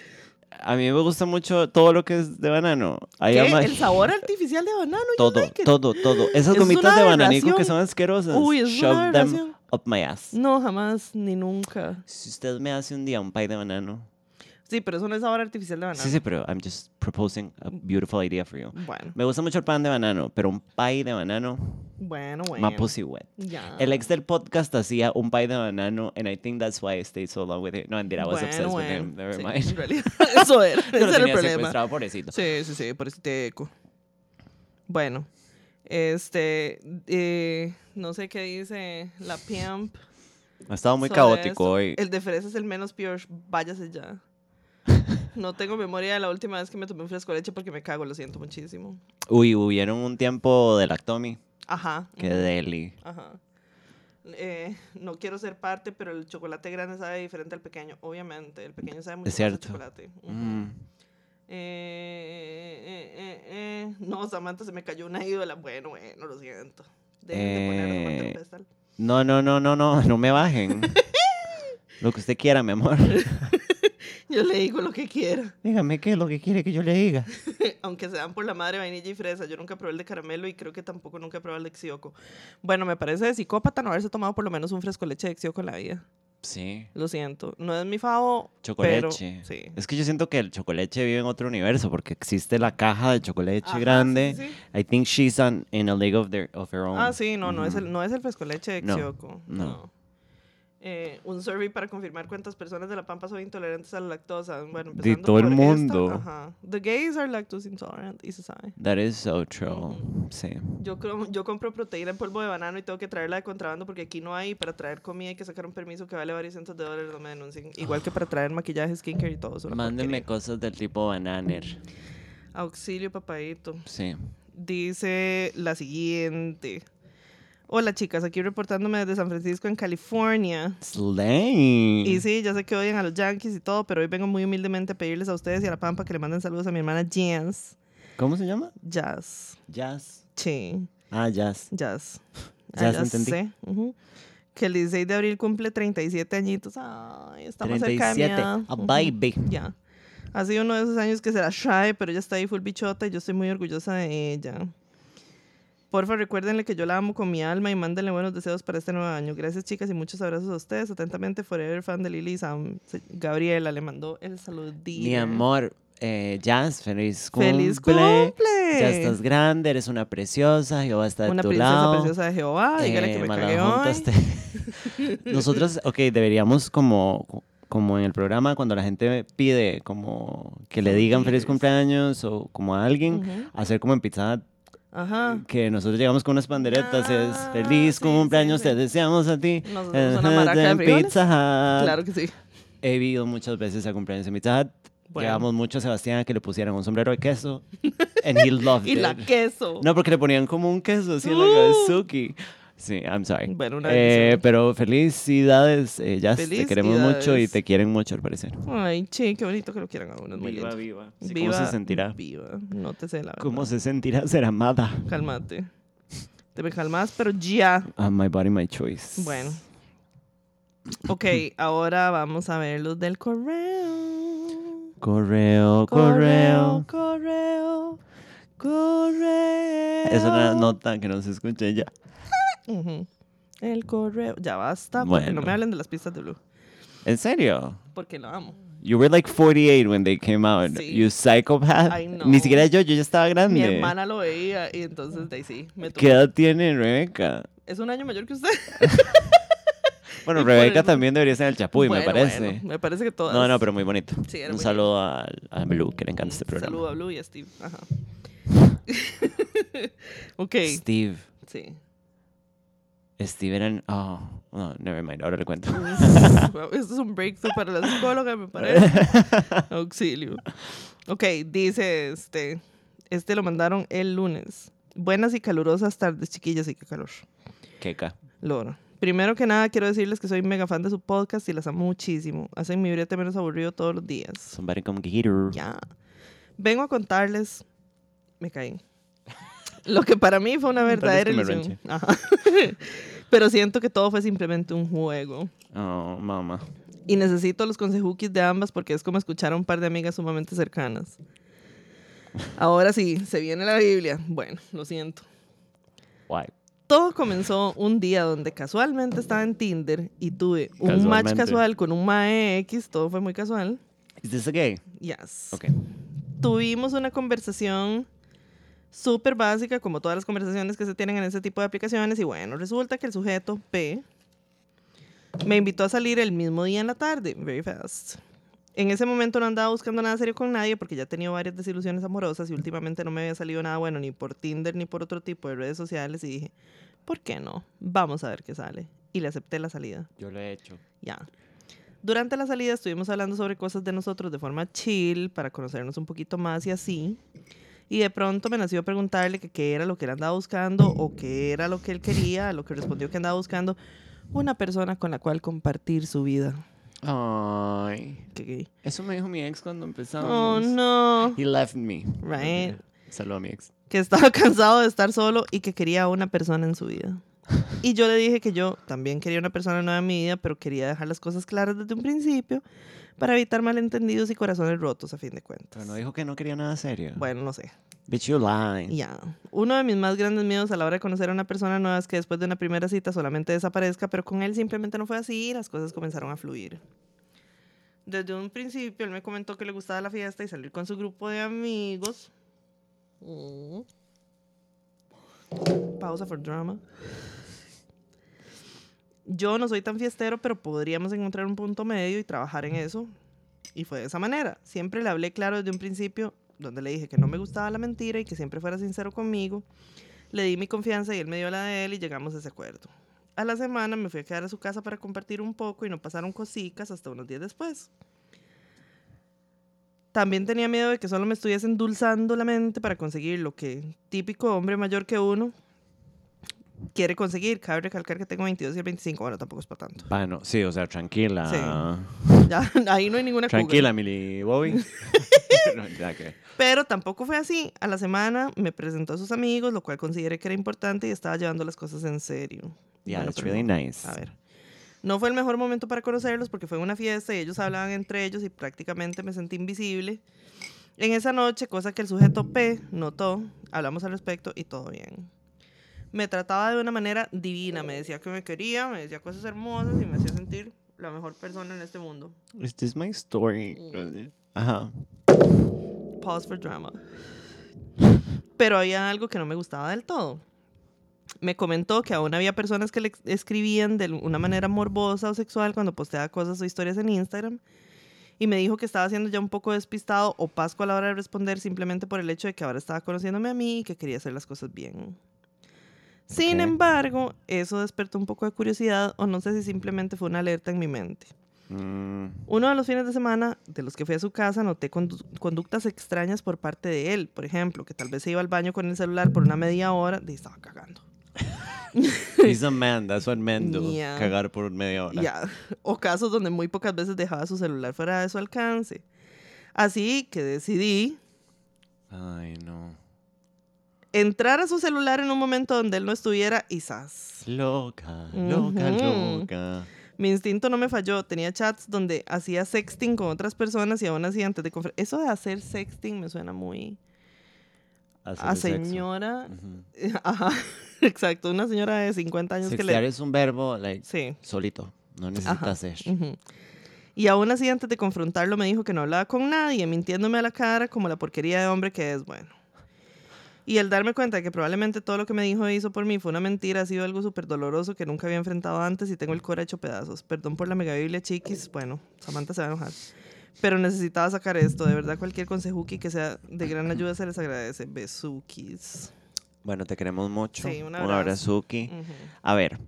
Speaker 1: A mí me gusta mucho todo lo que es de banano. Hay
Speaker 2: [LAUGHS] ¿Qué?
Speaker 1: ama-
Speaker 2: El sabor artificial de banano. you
Speaker 1: todo,
Speaker 2: like it?
Speaker 1: todo, todo. Esas
Speaker 2: Es
Speaker 1: gomitas
Speaker 2: una
Speaker 1: de bananico que
Speaker 2: aberración.
Speaker 1: son asquerosas.
Speaker 2: Uy, es una
Speaker 1: Shove them
Speaker 2: aberración. Mm.
Speaker 1: up my ass.
Speaker 2: No, jamás, ni nunca.
Speaker 1: Si usted me hace un día un pie de banano.
Speaker 2: Sí, pero eso no es sabor artificial de banano.
Speaker 1: Sí, sí, pero I'm just proposing a beautiful idea for you.
Speaker 2: Bueno,
Speaker 1: Me gusta mucho el pan de banano, pero un pie de banano,
Speaker 2: bueno, bueno.
Speaker 1: my pussy wet.
Speaker 2: Ya.
Speaker 1: El ex del podcast hacía un pie de banano, and I think that's why I stayed so long with him. No, mentira, I was
Speaker 2: Bueno,
Speaker 1: obsessed with
Speaker 2: bueno.
Speaker 1: him. Never
Speaker 2: Sí, [LAUGHS]
Speaker 1: mind.
Speaker 2: en realidad, eso era.
Speaker 1: [LAUGHS] Yo lo
Speaker 2: ese era
Speaker 1: tenía
Speaker 2: el
Speaker 1: pues,
Speaker 2: problema.
Speaker 1: secuestrado, pobrecito.
Speaker 2: Sí, sí, sí, por este eco. Bueno, este, eh, no sé qué dice la PIAMP.
Speaker 1: Ha estado muy
Speaker 2: sobre
Speaker 1: caótico
Speaker 2: eso.
Speaker 1: hoy.
Speaker 2: El de fresa es el menos peor.
Speaker 1: [LAUGHS]
Speaker 2: Váyase ya. No tengo memoria de la última vez que me tomé un fresco de leche porque me cago, lo siento muchísimo.
Speaker 1: Uy, hubieron un tiempo de lactomi.
Speaker 2: Ajá.
Speaker 1: Qué
Speaker 2: ujú,
Speaker 1: deli.
Speaker 2: Ajá. Eh, no quiero ser parte, pero el chocolate grande sabe diferente al pequeño. Obviamente, el pequeño sabe mucho más a
Speaker 1: cierto.
Speaker 2: chocolate. ujú.
Speaker 1: Mm.
Speaker 2: Eh, eh, eh, eh, eh. No, Samantha, se me cayó una ídola. Bueno, bueno, lo siento. Dejen de poner a Samantha en
Speaker 1: Eh,
Speaker 2: pedestal.
Speaker 1: No, no, no, no, no, no me
Speaker 2: [LAUGHS]
Speaker 1: bajen. lo que usted quiera, mi amor.
Speaker 2: Yo le digo lo que quiera.
Speaker 1: Dígame qué es lo que quiere que yo le diga.
Speaker 2: Aunque se dan por la madre vainilla y fresa. Yo nunca probé el de caramelo y creo que tampoco nunca probé el de Xioco. Bueno, me parece de psicópata no haberse tomado por lo menos un fresco leche de Xioco en la vida.
Speaker 1: Sí.
Speaker 2: Lo siento. No es mi favo. pero-
Speaker 1: Chocolate.
Speaker 2: sí.
Speaker 1: Es que yo siento que el chocolate vive en otro universo porque existe la caja de chocolate
Speaker 2: Ajá,
Speaker 1: grande.
Speaker 2: Ah, sí, sí, sí.
Speaker 1: I think she's on, in a league of, their, of her own.
Speaker 2: Ah, sí, no, no, es
Speaker 1: Ujú.
Speaker 2: el, no es el fresco leche de
Speaker 1: No,
Speaker 2: Xioco.
Speaker 1: no.
Speaker 2: No. eh, un survey para confirmar cuántas personas de La Pampa son intolerantes a la lactosa. Bueno,
Speaker 3: De
Speaker 2: empezando
Speaker 3: todo el
Speaker 2: por esta,
Speaker 3: mundo.
Speaker 2: ajá. The gays are lactose intolerant y se sabe.
Speaker 1: That is so true. Sí.
Speaker 2: Yo, cro- yo compro proteína en polvo de banano y tengo que traerla de contrabando porque aquí no hay. y Para traer comida hay que sacar un permiso que vale varios cientos de dólares, no me denuncien. Igual que para traer maquillaje, skincare y todo. es una
Speaker 1: Mándenme
Speaker 2: porquería.
Speaker 1: cosas del tipo bananer.
Speaker 2: Auxilio, papadito.
Speaker 1: Sí.
Speaker 2: Dice la siguiente. Hola chicas, aquí reportándome desde San Francisco en California.
Speaker 1: Slay.
Speaker 2: Y sí, ya sé que odian a los Yankees y todo, pero hoy vengo muy humildemente a pedirles a ustedes y a la Pampa que le manden saludos a mi hermana Jens.
Speaker 1: ¿Cómo se llama?
Speaker 2: Jazz.
Speaker 1: Jazz.
Speaker 2: Sí,
Speaker 1: Ah, jazz.
Speaker 2: Jazz. Ah,
Speaker 1: Jazz, entendí.
Speaker 2: sé, ujú. Que el 16 de abril cumple 37 añitos. Ay, estamos cerca de mi
Speaker 1: 37.
Speaker 2: edad.
Speaker 1: A
Speaker 2: Ujú.
Speaker 1: baby.
Speaker 2: Ya. Ha sido uno de esos años que se la shy, pero ella está ahí full bichota y yo estoy muy orgullosa de ella. Porfa, recuérdenle que yo la amo con mi alma y mándenle buenos deseos para este nuevo año. Gracias, chicas, y muchos abrazos a ustedes. Atentamente, Forever Fan de Lily y Sam. Se- Gabriela le mandó el saludito.
Speaker 1: Mi amor, eh, Jazz, feliz cumple.
Speaker 2: ¡Feliz cumple!
Speaker 1: Ya estás grande, eres una preciosa, Jehová está de
Speaker 2: Una
Speaker 1: tu
Speaker 2: princesa
Speaker 1: lado.
Speaker 2: preciosa de Jehová. Dígale que
Speaker 1: Eh,
Speaker 2: me cagué hoy.
Speaker 1: Malajuntas te- [LAUGHS] Nosotros, ok, deberíamos como, como en el programa, cuando la gente pide como que le digan feliz
Speaker 2: Saludillos.
Speaker 1: cumpleaños o como a alguien,
Speaker 2: Ujú.
Speaker 1: hacer como en pizza Hut,
Speaker 2: Ajá.
Speaker 1: que nosotros llegamos con unas panderetas,
Speaker 2: Ah,
Speaker 1: es feliz
Speaker 2: sí,
Speaker 1: cumpleaños,
Speaker 2: sí,
Speaker 1: te
Speaker 2: sí.
Speaker 1: deseamos a ti.
Speaker 2: Nos hacemos una
Speaker 1: Ajá,
Speaker 2: maraca de
Speaker 1: en
Speaker 2: frijoles.
Speaker 1: Pizza Hut.
Speaker 2: Claro que sí.
Speaker 1: He ido muchas veces a cumpleaños en Pizza Hut.
Speaker 2: Bueno.
Speaker 1: Llevamos mucho a Sebastián a que le pusieran un sombrero de queso. [LAUGHS] And he loved
Speaker 2: [LAUGHS] Y la
Speaker 1: it.
Speaker 2: queso.
Speaker 1: No, porque le ponían como un queso así en la cabeza
Speaker 2: Uh.
Speaker 1: de Suki. Sí, I'm sorry.
Speaker 2: Bueno, una
Speaker 1: Eh,
Speaker 2: bendición.
Speaker 1: pero felicidades, eh, Jazz. Te queremos mucho y
Speaker 2: Felicidades.
Speaker 1: te quieren mucho, al parecer.
Speaker 2: Ay, che, qué bonito que lo quieran a uno. es muy lindo.
Speaker 1: viva.
Speaker 2: Viva,
Speaker 1: ¿Cómo se sentirá?
Speaker 2: Viva. No te sé la verdad.
Speaker 1: ¿Cómo se sentirá ser amada?
Speaker 2: Cálmate. Te me calmas, pero ya.
Speaker 1: Ah, my body, my choice.
Speaker 2: Bueno. Ok, ahora vamos a ver los del correo.
Speaker 1: Correo, correo,
Speaker 2: Correo. Correo.
Speaker 1: Es una nota que no se escucha ya.
Speaker 2: Ujú. El correo. Ya basta. porque
Speaker 1: Bueno.
Speaker 2: No me hablen de las pistas de Blue.
Speaker 1: ¿En serio?
Speaker 2: Porque lo amo.
Speaker 1: You were like 48 when they came out.
Speaker 2: Sí.
Speaker 1: You psychopath.
Speaker 2: I know.
Speaker 1: Ni siquiera yo, yo ya estaba grande.
Speaker 2: Mi hermana lo veía y entonces de ahí sí. Me tocó.
Speaker 1: ¿Qué edad tiene Rebeca?
Speaker 2: Es un año mayor
Speaker 1: [LAUGHS]
Speaker 2: que usted.
Speaker 1: Bueno,
Speaker 2: Y por
Speaker 1: Rebeca
Speaker 2: el-
Speaker 1: también debería ser en el Chapuy,
Speaker 2: Bueno,
Speaker 1: me parece.
Speaker 2: bueno, me parece que todas.
Speaker 1: No, no, pero muy bonito.
Speaker 2: Sí, era
Speaker 1: Un
Speaker 2: muy
Speaker 1: saludo a, a Blue, que le encanta este programa.
Speaker 2: Saludo a Blue y a Steve.
Speaker 1: [LAUGHS]
Speaker 2: Ajá. ok,
Speaker 1: Steve.
Speaker 2: sí.
Speaker 1: Steve eran. Oh, no, never mind, ahora le cuento. [LAUGHS]
Speaker 2: Wow, [LAUGHS] Esto es un breakthrough para la psicóloga, me
Speaker 1: [LAUGHS]
Speaker 2: parece. Auxilio. Ok, dice este. Este lo mandaron el lunes. Buenas y calurosas tardes, chiquillas, y qué calor.
Speaker 1: Keka.
Speaker 2: Loro. Primero que nada, quiero decirles que soy mega fan de su podcast y las amo muchísimo. Hacen mi brete menos aburrido todos los días.
Speaker 1: Somebody come get her.
Speaker 2: Ya. Vengo a contarles. Me caí. [LAUGHS] Lo que para mí fue una verdadera
Speaker 1: que me
Speaker 2: ilusión. Ajá. [LAUGHS] Pero siento que todo fue simplemente un juego.
Speaker 1: Oh, mamá.
Speaker 2: Y necesito los consejukis de ambas porque es como escuchar a un par de amigas sumamente cercanas. Ahora sí, se viene la Biblia. Bueno, lo siento.
Speaker 1: Why?
Speaker 2: Todo comenzó un día donde casualmente estaba en Tinder y tuve un match
Speaker 1: Casualmente.
Speaker 2: casual con un mae X, todo fue muy casual.
Speaker 1: Is this a gay?
Speaker 2: Yes.
Speaker 1: Ok.
Speaker 2: tuvimos una conversación súper básica, como todas las conversaciones que se tienen en ese tipo de aplicaciones, y bueno, resulta que el sujeto P me invitó a salir el mismo día en la tarde, very fast. En ese momento no andaba buscando nada serio con nadie porque ya he tenido varias desilusiones amorosas y últimamente no me había salido nada bueno ni por Tinder ni por otro tipo de redes sociales y dije, ¿por qué no? Vamos a ver qué sale. Y le acepté la salida.
Speaker 1: Yo lo he hecho.
Speaker 2: Ya. Durante la salida estuvimos hablando sobre cosas de nosotros de forma chill, para conocernos un poquito más y así. Y de pronto me nació preguntarle que qué era lo que él andaba buscando o qué era lo que él quería, a lo que respondió que andaba buscando una persona con la cual compartir su vida.
Speaker 1: Ay.
Speaker 2: Qué gay.
Speaker 1: Eso me dijo mi ex cuando empezamos.
Speaker 2: Oh, no.
Speaker 1: He left me.
Speaker 2: Right.
Speaker 1: Saludo a mi ex.
Speaker 2: Que estaba [LAUGHS] cansado de estar solo y que quería a una persona en su vida. Y yo le dije que yo también quería una persona nueva en mi vida, pero quería dejar las cosas claras desde un principio para evitar malentendidos y corazones rotos, a fin de cuentas.
Speaker 1: Pero no dijo que no quería nada serio.
Speaker 2: Bueno, no sé.
Speaker 1: Bitch, you lying.
Speaker 2: Ya. Uno de mis más grandes miedos a la hora de conocer a una persona nueva es que después de una primera cita solamente desaparezca, pero con él simplemente no fue así y las cosas comenzaron a fluir. Desde un principio él me comentó que le gustaba la fiesta y salir con su grupo de amigos. Mm. Pausa for drama. Yo no soy tan fiestero, pero podríamos encontrar un punto medio y trabajar en eso. Y fue de esa manera. Siempre le hablé claro desde un principio, donde le dije que no me gustaba la mentira y que siempre fuera sincero conmigo. Le di mi confianza y él me dio la de él y llegamos a ese acuerdo. A la semana me fui a quedar a su casa para compartir un poco y no pasaron cositas hasta unos días después. También tenía miedo de que solo me estuviese endulzando la mente para conseguir lo que típico hombre mayor que uno quiere conseguir. Cabe recalcar que tengo 22 y el 25. Bueno, tampoco es para tanto. [LAUGHS]
Speaker 1: Bueno, sí, o sea, tranquila.
Speaker 2: Ya, ahí no hay [LAUGHS] ninguna cougar.
Speaker 1: Tranquila, Mili
Speaker 2: [LAUGHS]
Speaker 1: Bobby. [LAUGHS] No, ya que-
Speaker 2: Pero tampoco fue así. A la semana me presentó a sus amigos, lo cual consideré que era importante y estaba llevando las cosas en serio.
Speaker 1: Yeah,
Speaker 2: Bueno,
Speaker 1: it's
Speaker 2: pero
Speaker 1: really
Speaker 2: no.
Speaker 1: nice.
Speaker 2: A ver. No fue el mejor momento para conocerlos porque fue una fiesta y ellos hablaban entre ellos y prácticamente me sentí invisible. En esa noche, cosa que el sujeto P notó, hablamos al respecto y todo bien. Me trataba de una manera divina, me decía que me quería, me decía cosas hermosas y me hacía sentir la mejor persona en este mundo.
Speaker 1: Is this my story? Ajá.
Speaker 2: Pause for drama. Pero había algo que no me gustaba del todo. Me comentó que aún había personas que le ex- escribían de una manera morbosa o sexual cuando posteaba cosas o historias en Instagram. Y me dijo que estaba siendo ya un poco despistado o pasco a la hora de responder simplemente por el hecho de que ahora estaba conociéndome a mí y que quería hacer las cosas bien. Sin
Speaker 1: Ok.
Speaker 2: embargo, eso despertó un poco de curiosidad o no sé si simplemente fue una alerta en mi mente.
Speaker 1: Mm,
Speaker 2: Uno de los fines de semana de los que fui a su casa noté condu- conductas extrañas por parte de él. Por ejemplo, que tal vez se iba al baño con el celular por una media hora y estaba cagando.
Speaker 1: he's a man, that's what men do.
Speaker 2: Yeah.
Speaker 1: Cagar por media hora.
Speaker 2: Ya. [LAUGHS] O casos donde muy pocas veces dejaba su celular fuera de su alcance. Así que decidí
Speaker 1: Ay, no.
Speaker 2: entrar a su celular en un momento donde él no estuviera y ¡zas!
Speaker 1: Loca,
Speaker 2: Mm-hmm.
Speaker 1: loca,
Speaker 2: Ujú.
Speaker 1: loca.
Speaker 2: Mi instinto no me falló. Tenía chats donde hacía sexting con otras personas y aún así antes de... confer- Eso de hacer sexting me suena muy...
Speaker 1: Hacer
Speaker 2: A
Speaker 1: el sexo.
Speaker 2: Ah, señora...
Speaker 1: Ujú.
Speaker 2: [LAUGHS] Ajá, exacto. Una señora de 50 años que
Speaker 1: Sexear
Speaker 2: le...
Speaker 1: es un verbo, like,
Speaker 2: Sí.
Speaker 1: solito. No necesitas hacer.
Speaker 2: ujú. Y aún así, antes de confrontarlo, me dijo que no hablaba con nadie, mintiéndome a la cara como la porquería de hombre que es bueno. Y el darme cuenta de que probablemente todo lo que me dijo e hizo por mí fue una mentira, ha sido algo súper doloroso que nunca había enfrentado antes y tengo el cora hecho pedazos. Perdón por la mega biblia, chiquis. Bueno, Samantha se va a enojar. Pero necesitaba sacar esto. De verdad, cualquier consejuki que sea de gran ayuda se les agradece. Besukis.
Speaker 1: Bueno, te queremos mucho.
Speaker 2: Sí, un
Speaker 1: un
Speaker 2: abrazo.
Speaker 1: abrazuki.
Speaker 2: Ujú.
Speaker 1: A ver,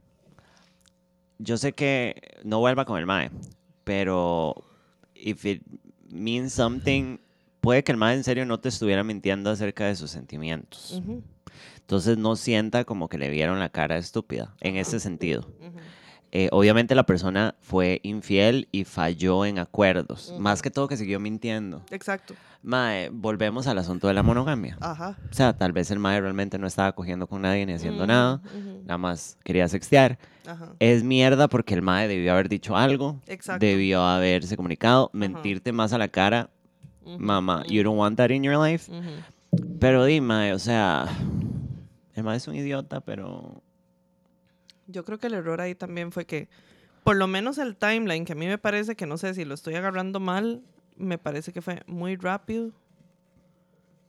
Speaker 1: yo sé que no vuelva con el mae, pero if it means something, puede que el mae en serio no te estuviera mintiendo acerca de sus sentimientos.
Speaker 2: Ujú,
Speaker 1: Entonces no sienta como que le vieron la cara estúpida, en ese sentido.
Speaker 2: ujú.
Speaker 1: Eh, obviamente la persona fue infiel y falló en acuerdos. Más que todo que siguió mintiendo.
Speaker 2: Exacto.
Speaker 1: Mae, volvemos al asunto de la monogamia.
Speaker 2: Ajá.
Speaker 1: O sea, tal vez el mae realmente no estaba cogiendo con nadie ni haciendo
Speaker 2: Ujú,
Speaker 1: nada.
Speaker 2: Mm, ujú,
Speaker 1: Nada más quería sextear.
Speaker 2: Ajá.
Speaker 1: Es mierda porque el mae debió haber dicho algo.
Speaker 2: Exacto.
Speaker 1: Debió haberse comunicado. Mentirte más a la cara.
Speaker 2: ujú,
Speaker 1: Mamá, you don't want that in your life.
Speaker 2: ujú.
Speaker 1: Pero dime, o sea, el mae es un idiota, pero...
Speaker 2: Yo creo que el error ahí también fue que, por lo menos el timeline, que a mí me parece que no sé si lo estoy agarrando mal, me parece que fue muy rápido.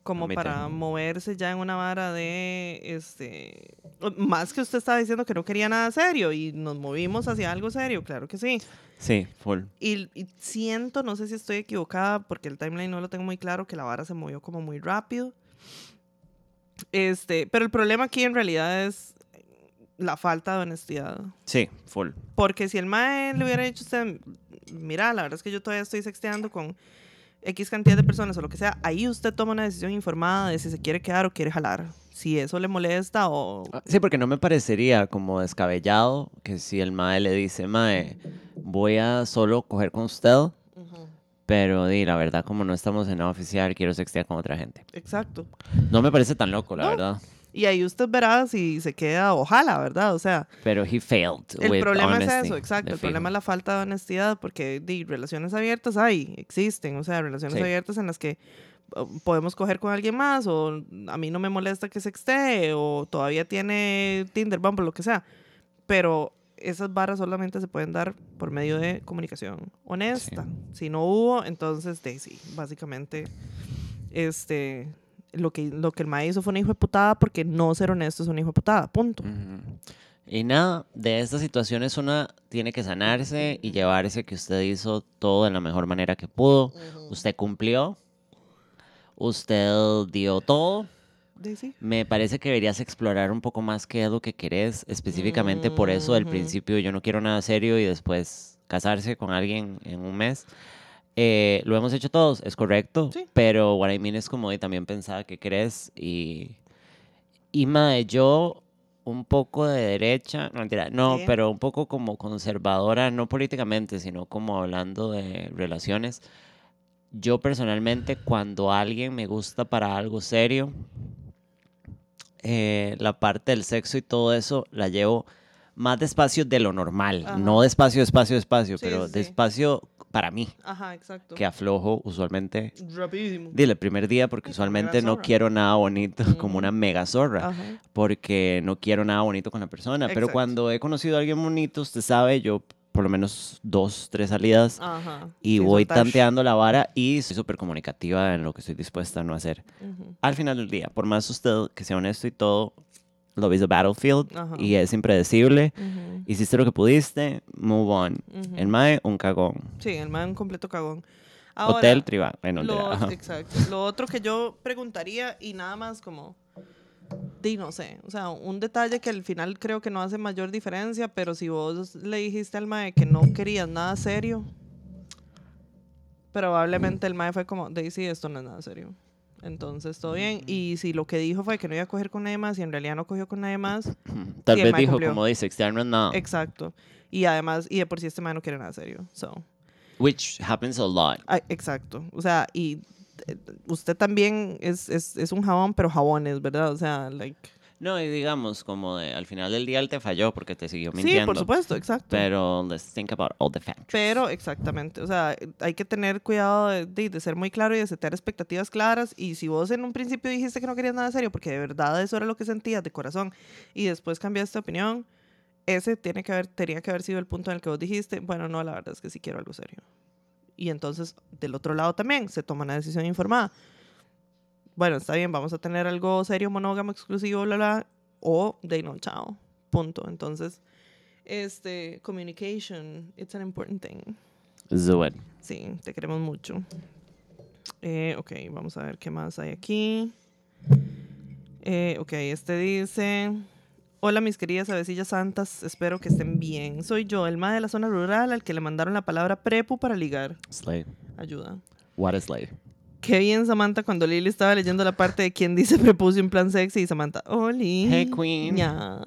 Speaker 2: Como
Speaker 1: A mí
Speaker 2: para
Speaker 1: también.
Speaker 2: moverse ya en una vara de, este, más que usted estaba diciendo que no quería nada serio y nos movimos hacia algo serio, claro que sí.
Speaker 1: Sí, full.
Speaker 2: Y, y siento, no sé si estoy equivocada, porque el timeline no lo tengo muy claro, que la vara se movió como muy rápido. Este, pero el problema aquí en realidad es la falta de honestidad.
Speaker 1: Sí, full.
Speaker 2: Porque si el mae le hubiera dicho a usted, mira, la verdad es que yo todavía estoy sexteando con X cantidad de personas o lo que sea, ahí usted toma una decisión informada de si se quiere quedar o quiere jalar. Si eso le molesta o...
Speaker 1: Ah, Sí, porque no me parecería como descabellado que si el mae le dice, mae, voy a solo coger con usted, pero di, la verdad, como no estamos en nada oficial, quiero sextear con otra gente.
Speaker 2: Exacto.
Speaker 1: No me parece tan loco, la
Speaker 2: No.
Speaker 1: verdad.
Speaker 2: Y ahí usted verá si se queda o jala, ¿verdad? O sea,
Speaker 1: Pero he failed
Speaker 2: El
Speaker 1: with
Speaker 2: problema es
Speaker 1: honesty,
Speaker 2: eso, exacto.
Speaker 1: de
Speaker 2: El problema
Speaker 1: fijo.
Speaker 2: es la falta de honestidad, porque di, relaciones abiertas hay, existen. O sea, relaciones
Speaker 1: Sí.
Speaker 2: abiertas en las que um, podemos coger con alguien más, o a mí no me molesta que sextee, o todavía tiene Tinder, Bumble, lo que sea. Pero esas barras solamente se pueden dar por medio de comunicación honesta. Si no hubo, entonces, de, sí, básicamente, este,
Speaker 1: Mm.
Speaker 2: lo que, lo que el maíz hizo fue una hijo de putada, porque no ser honesto es una hijo de putada, punto.
Speaker 1: Ujú. Y nada, de estas situaciones una tiene que sanarse y llevarse que usted hizo todo de la mejor manera que pudo. Usted cumplió. Usted dio todo.
Speaker 2: Daisy.
Speaker 1: Me parece que deberías explorar un poco más qué es lo que querés, específicamente por eso del
Speaker 2: Mm, Ujú.
Speaker 1: principio yo no quiero nada serio y después casarse con alguien en un mes. Eh, lo hemos hecho todos, es correcto,
Speaker 2: Sí.
Speaker 1: pero what I mean es como y también pensaba qué querés y... Y mae, yo un poco de derecha, no mentira, no,
Speaker 2: ¿Qué?
Speaker 1: pero un poco como conservadora, no políticamente, sino como hablando de relaciones. Yo personalmente, cuando alguien me gusta para algo serio, eh, la parte del sexo y todo eso la llevo más despacio de lo normal.
Speaker 2: Ajá.
Speaker 1: No despacio, despacio, despacio,
Speaker 2: Sí,
Speaker 1: pero
Speaker 2: sí, sí.
Speaker 1: despacio para mí,
Speaker 2: Ajá, exacto.
Speaker 1: que aflojo usualmente.
Speaker 2: Rapidísimo.
Speaker 1: Dile, el primer día, porque
Speaker 2: Sí, como
Speaker 1: usualmente
Speaker 2: una
Speaker 1: no
Speaker 2: zorra. Mm.
Speaker 1: quiero nada bonito, [LAUGHS] como
Speaker 2: Ujú.
Speaker 1: una mega zorra
Speaker 2: Ajá.
Speaker 1: porque no quiero nada bonito con la persona. Pero
Speaker 2: Exacto.
Speaker 1: cuando he conocido a alguien bonito, usted sabe, yo por lo menos dos, tres
Speaker 2: Ah,
Speaker 1: salidas
Speaker 2: Ajá.
Speaker 1: y
Speaker 2: Sin
Speaker 1: voy
Speaker 2: soltar.
Speaker 1: tanteando la vara y soy súper comunicativa en lo que estoy dispuesta a no hacer.
Speaker 2: Ujú.
Speaker 1: Al final del día, por más usted que sea honesto y todo, lo is a battlefield
Speaker 2: Ajá.
Speaker 1: y es impredecible.
Speaker 2: Ujú.
Speaker 1: Hiciste lo que pudiste, move on.
Speaker 2: Ujú.
Speaker 1: El mae, un cagón.
Speaker 2: Sí, el man completo cagón.
Speaker 1: Hotel, tribal. Bueno,
Speaker 2: Lo,
Speaker 1: mentira, ajá.
Speaker 2: exacto. Lo otro que yo preguntaría y nada más como, di no sé, o sea, un detalle que al final creo que no hace mayor diferencia, pero si vos le dijiste al mae que no querías nada serio, probablemente el mae fue como, Daisy, esto no es nada serio. Entonces, todo bien. Y si lo que dijo fue que no iba a coger con nadie más y en realidad no cogió con nadie más,
Speaker 1: Tal
Speaker 2: sí, el
Speaker 1: vez
Speaker 2: mae
Speaker 1: dijo,
Speaker 2: cumplió.
Speaker 1: como dice, externo es nada.
Speaker 2: exacto. Y además, y de por sí este mae no quiere nada serio. So.
Speaker 1: Which happens a lot.
Speaker 2: Ah, exacto. O sea, y eh, usted también es, es, es un jabón, pero jabones, ¿verdad? O sea, like.
Speaker 1: No, y digamos, como de, al final del día él te falló porque te siguió
Speaker 2: Sí,
Speaker 1: mintiendo.
Speaker 2: por supuesto, exacto. Pero,
Speaker 1: Pero let's think about all the factors.
Speaker 2: exactamente. O sea, hay que tener cuidado de, de- de ser muy claro y de setear expectativas claras. Y si vos en un principio dijiste que no querías nada serio, porque de verdad eso era lo que sentías de corazón, y después cambiaste de opinión, ese tiene que haber, tenía que haber sido el punto en el que vos dijiste, bueno, no, la verdad es que sí quiero algo serio. Y entonces, del otro lado también, se toma una decisión informada. Bueno, está bien, vamos a tener algo serio, monógamo, exclusivo, bla, bla, o de no, chao, punto. Entonces, este, communication, it's an important thing.
Speaker 1: Do it.
Speaker 2: Sí, te queremos mucho. Eh, ok, vamos a ver qué más hay aquí. Eh, ok, este dice... Hola mis queridas avecillas santas, espero que estén bien. Soy yo, el más de la zona rural al que le mandaron la palabra prepu para ligar.
Speaker 1: Slay.
Speaker 2: Ayuda.
Speaker 1: What a slay.
Speaker 2: Qué bien Samantha cuando Lily estaba leyendo la parte de quien dice prepucio en plan sexy y Samantha, Oli.
Speaker 1: Hey, queen.
Speaker 2: Ya.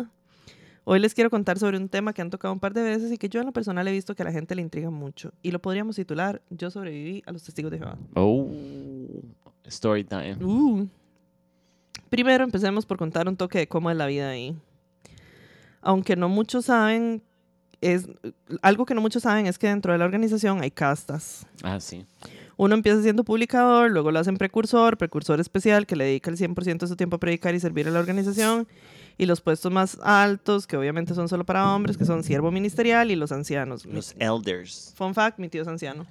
Speaker 2: Hoy les quiero contar sobre un tema que han tocado un par de veces y que yo en lo personal he visto que a la gente le intriga mucho. Y lo podríamos titular Yo sobreviví a los testigos de Jehová.
Speaker 1: Oh. Story time.
Speaker 2: Uh. Primero empecemos por contar un toque de cómo es la vida ahí. Aunque no muchos saben, es algo que no muchos saben es que dentro de la organización hay castas.
Speaker 1: Ah, sí.
Speaker 2: Uno empieza siendo publicador, luego lo hacen precursor, precursor especial que le dedica el 100% de su tiempo a predicar y servir a la organización, y los puestos más altos, que obviamente son solo para hombres, que son siervo ministerial y los ancianos. Mi-
Speaker 1: Los elders.
Speaker 2: Fun fact, mi tío es anciano.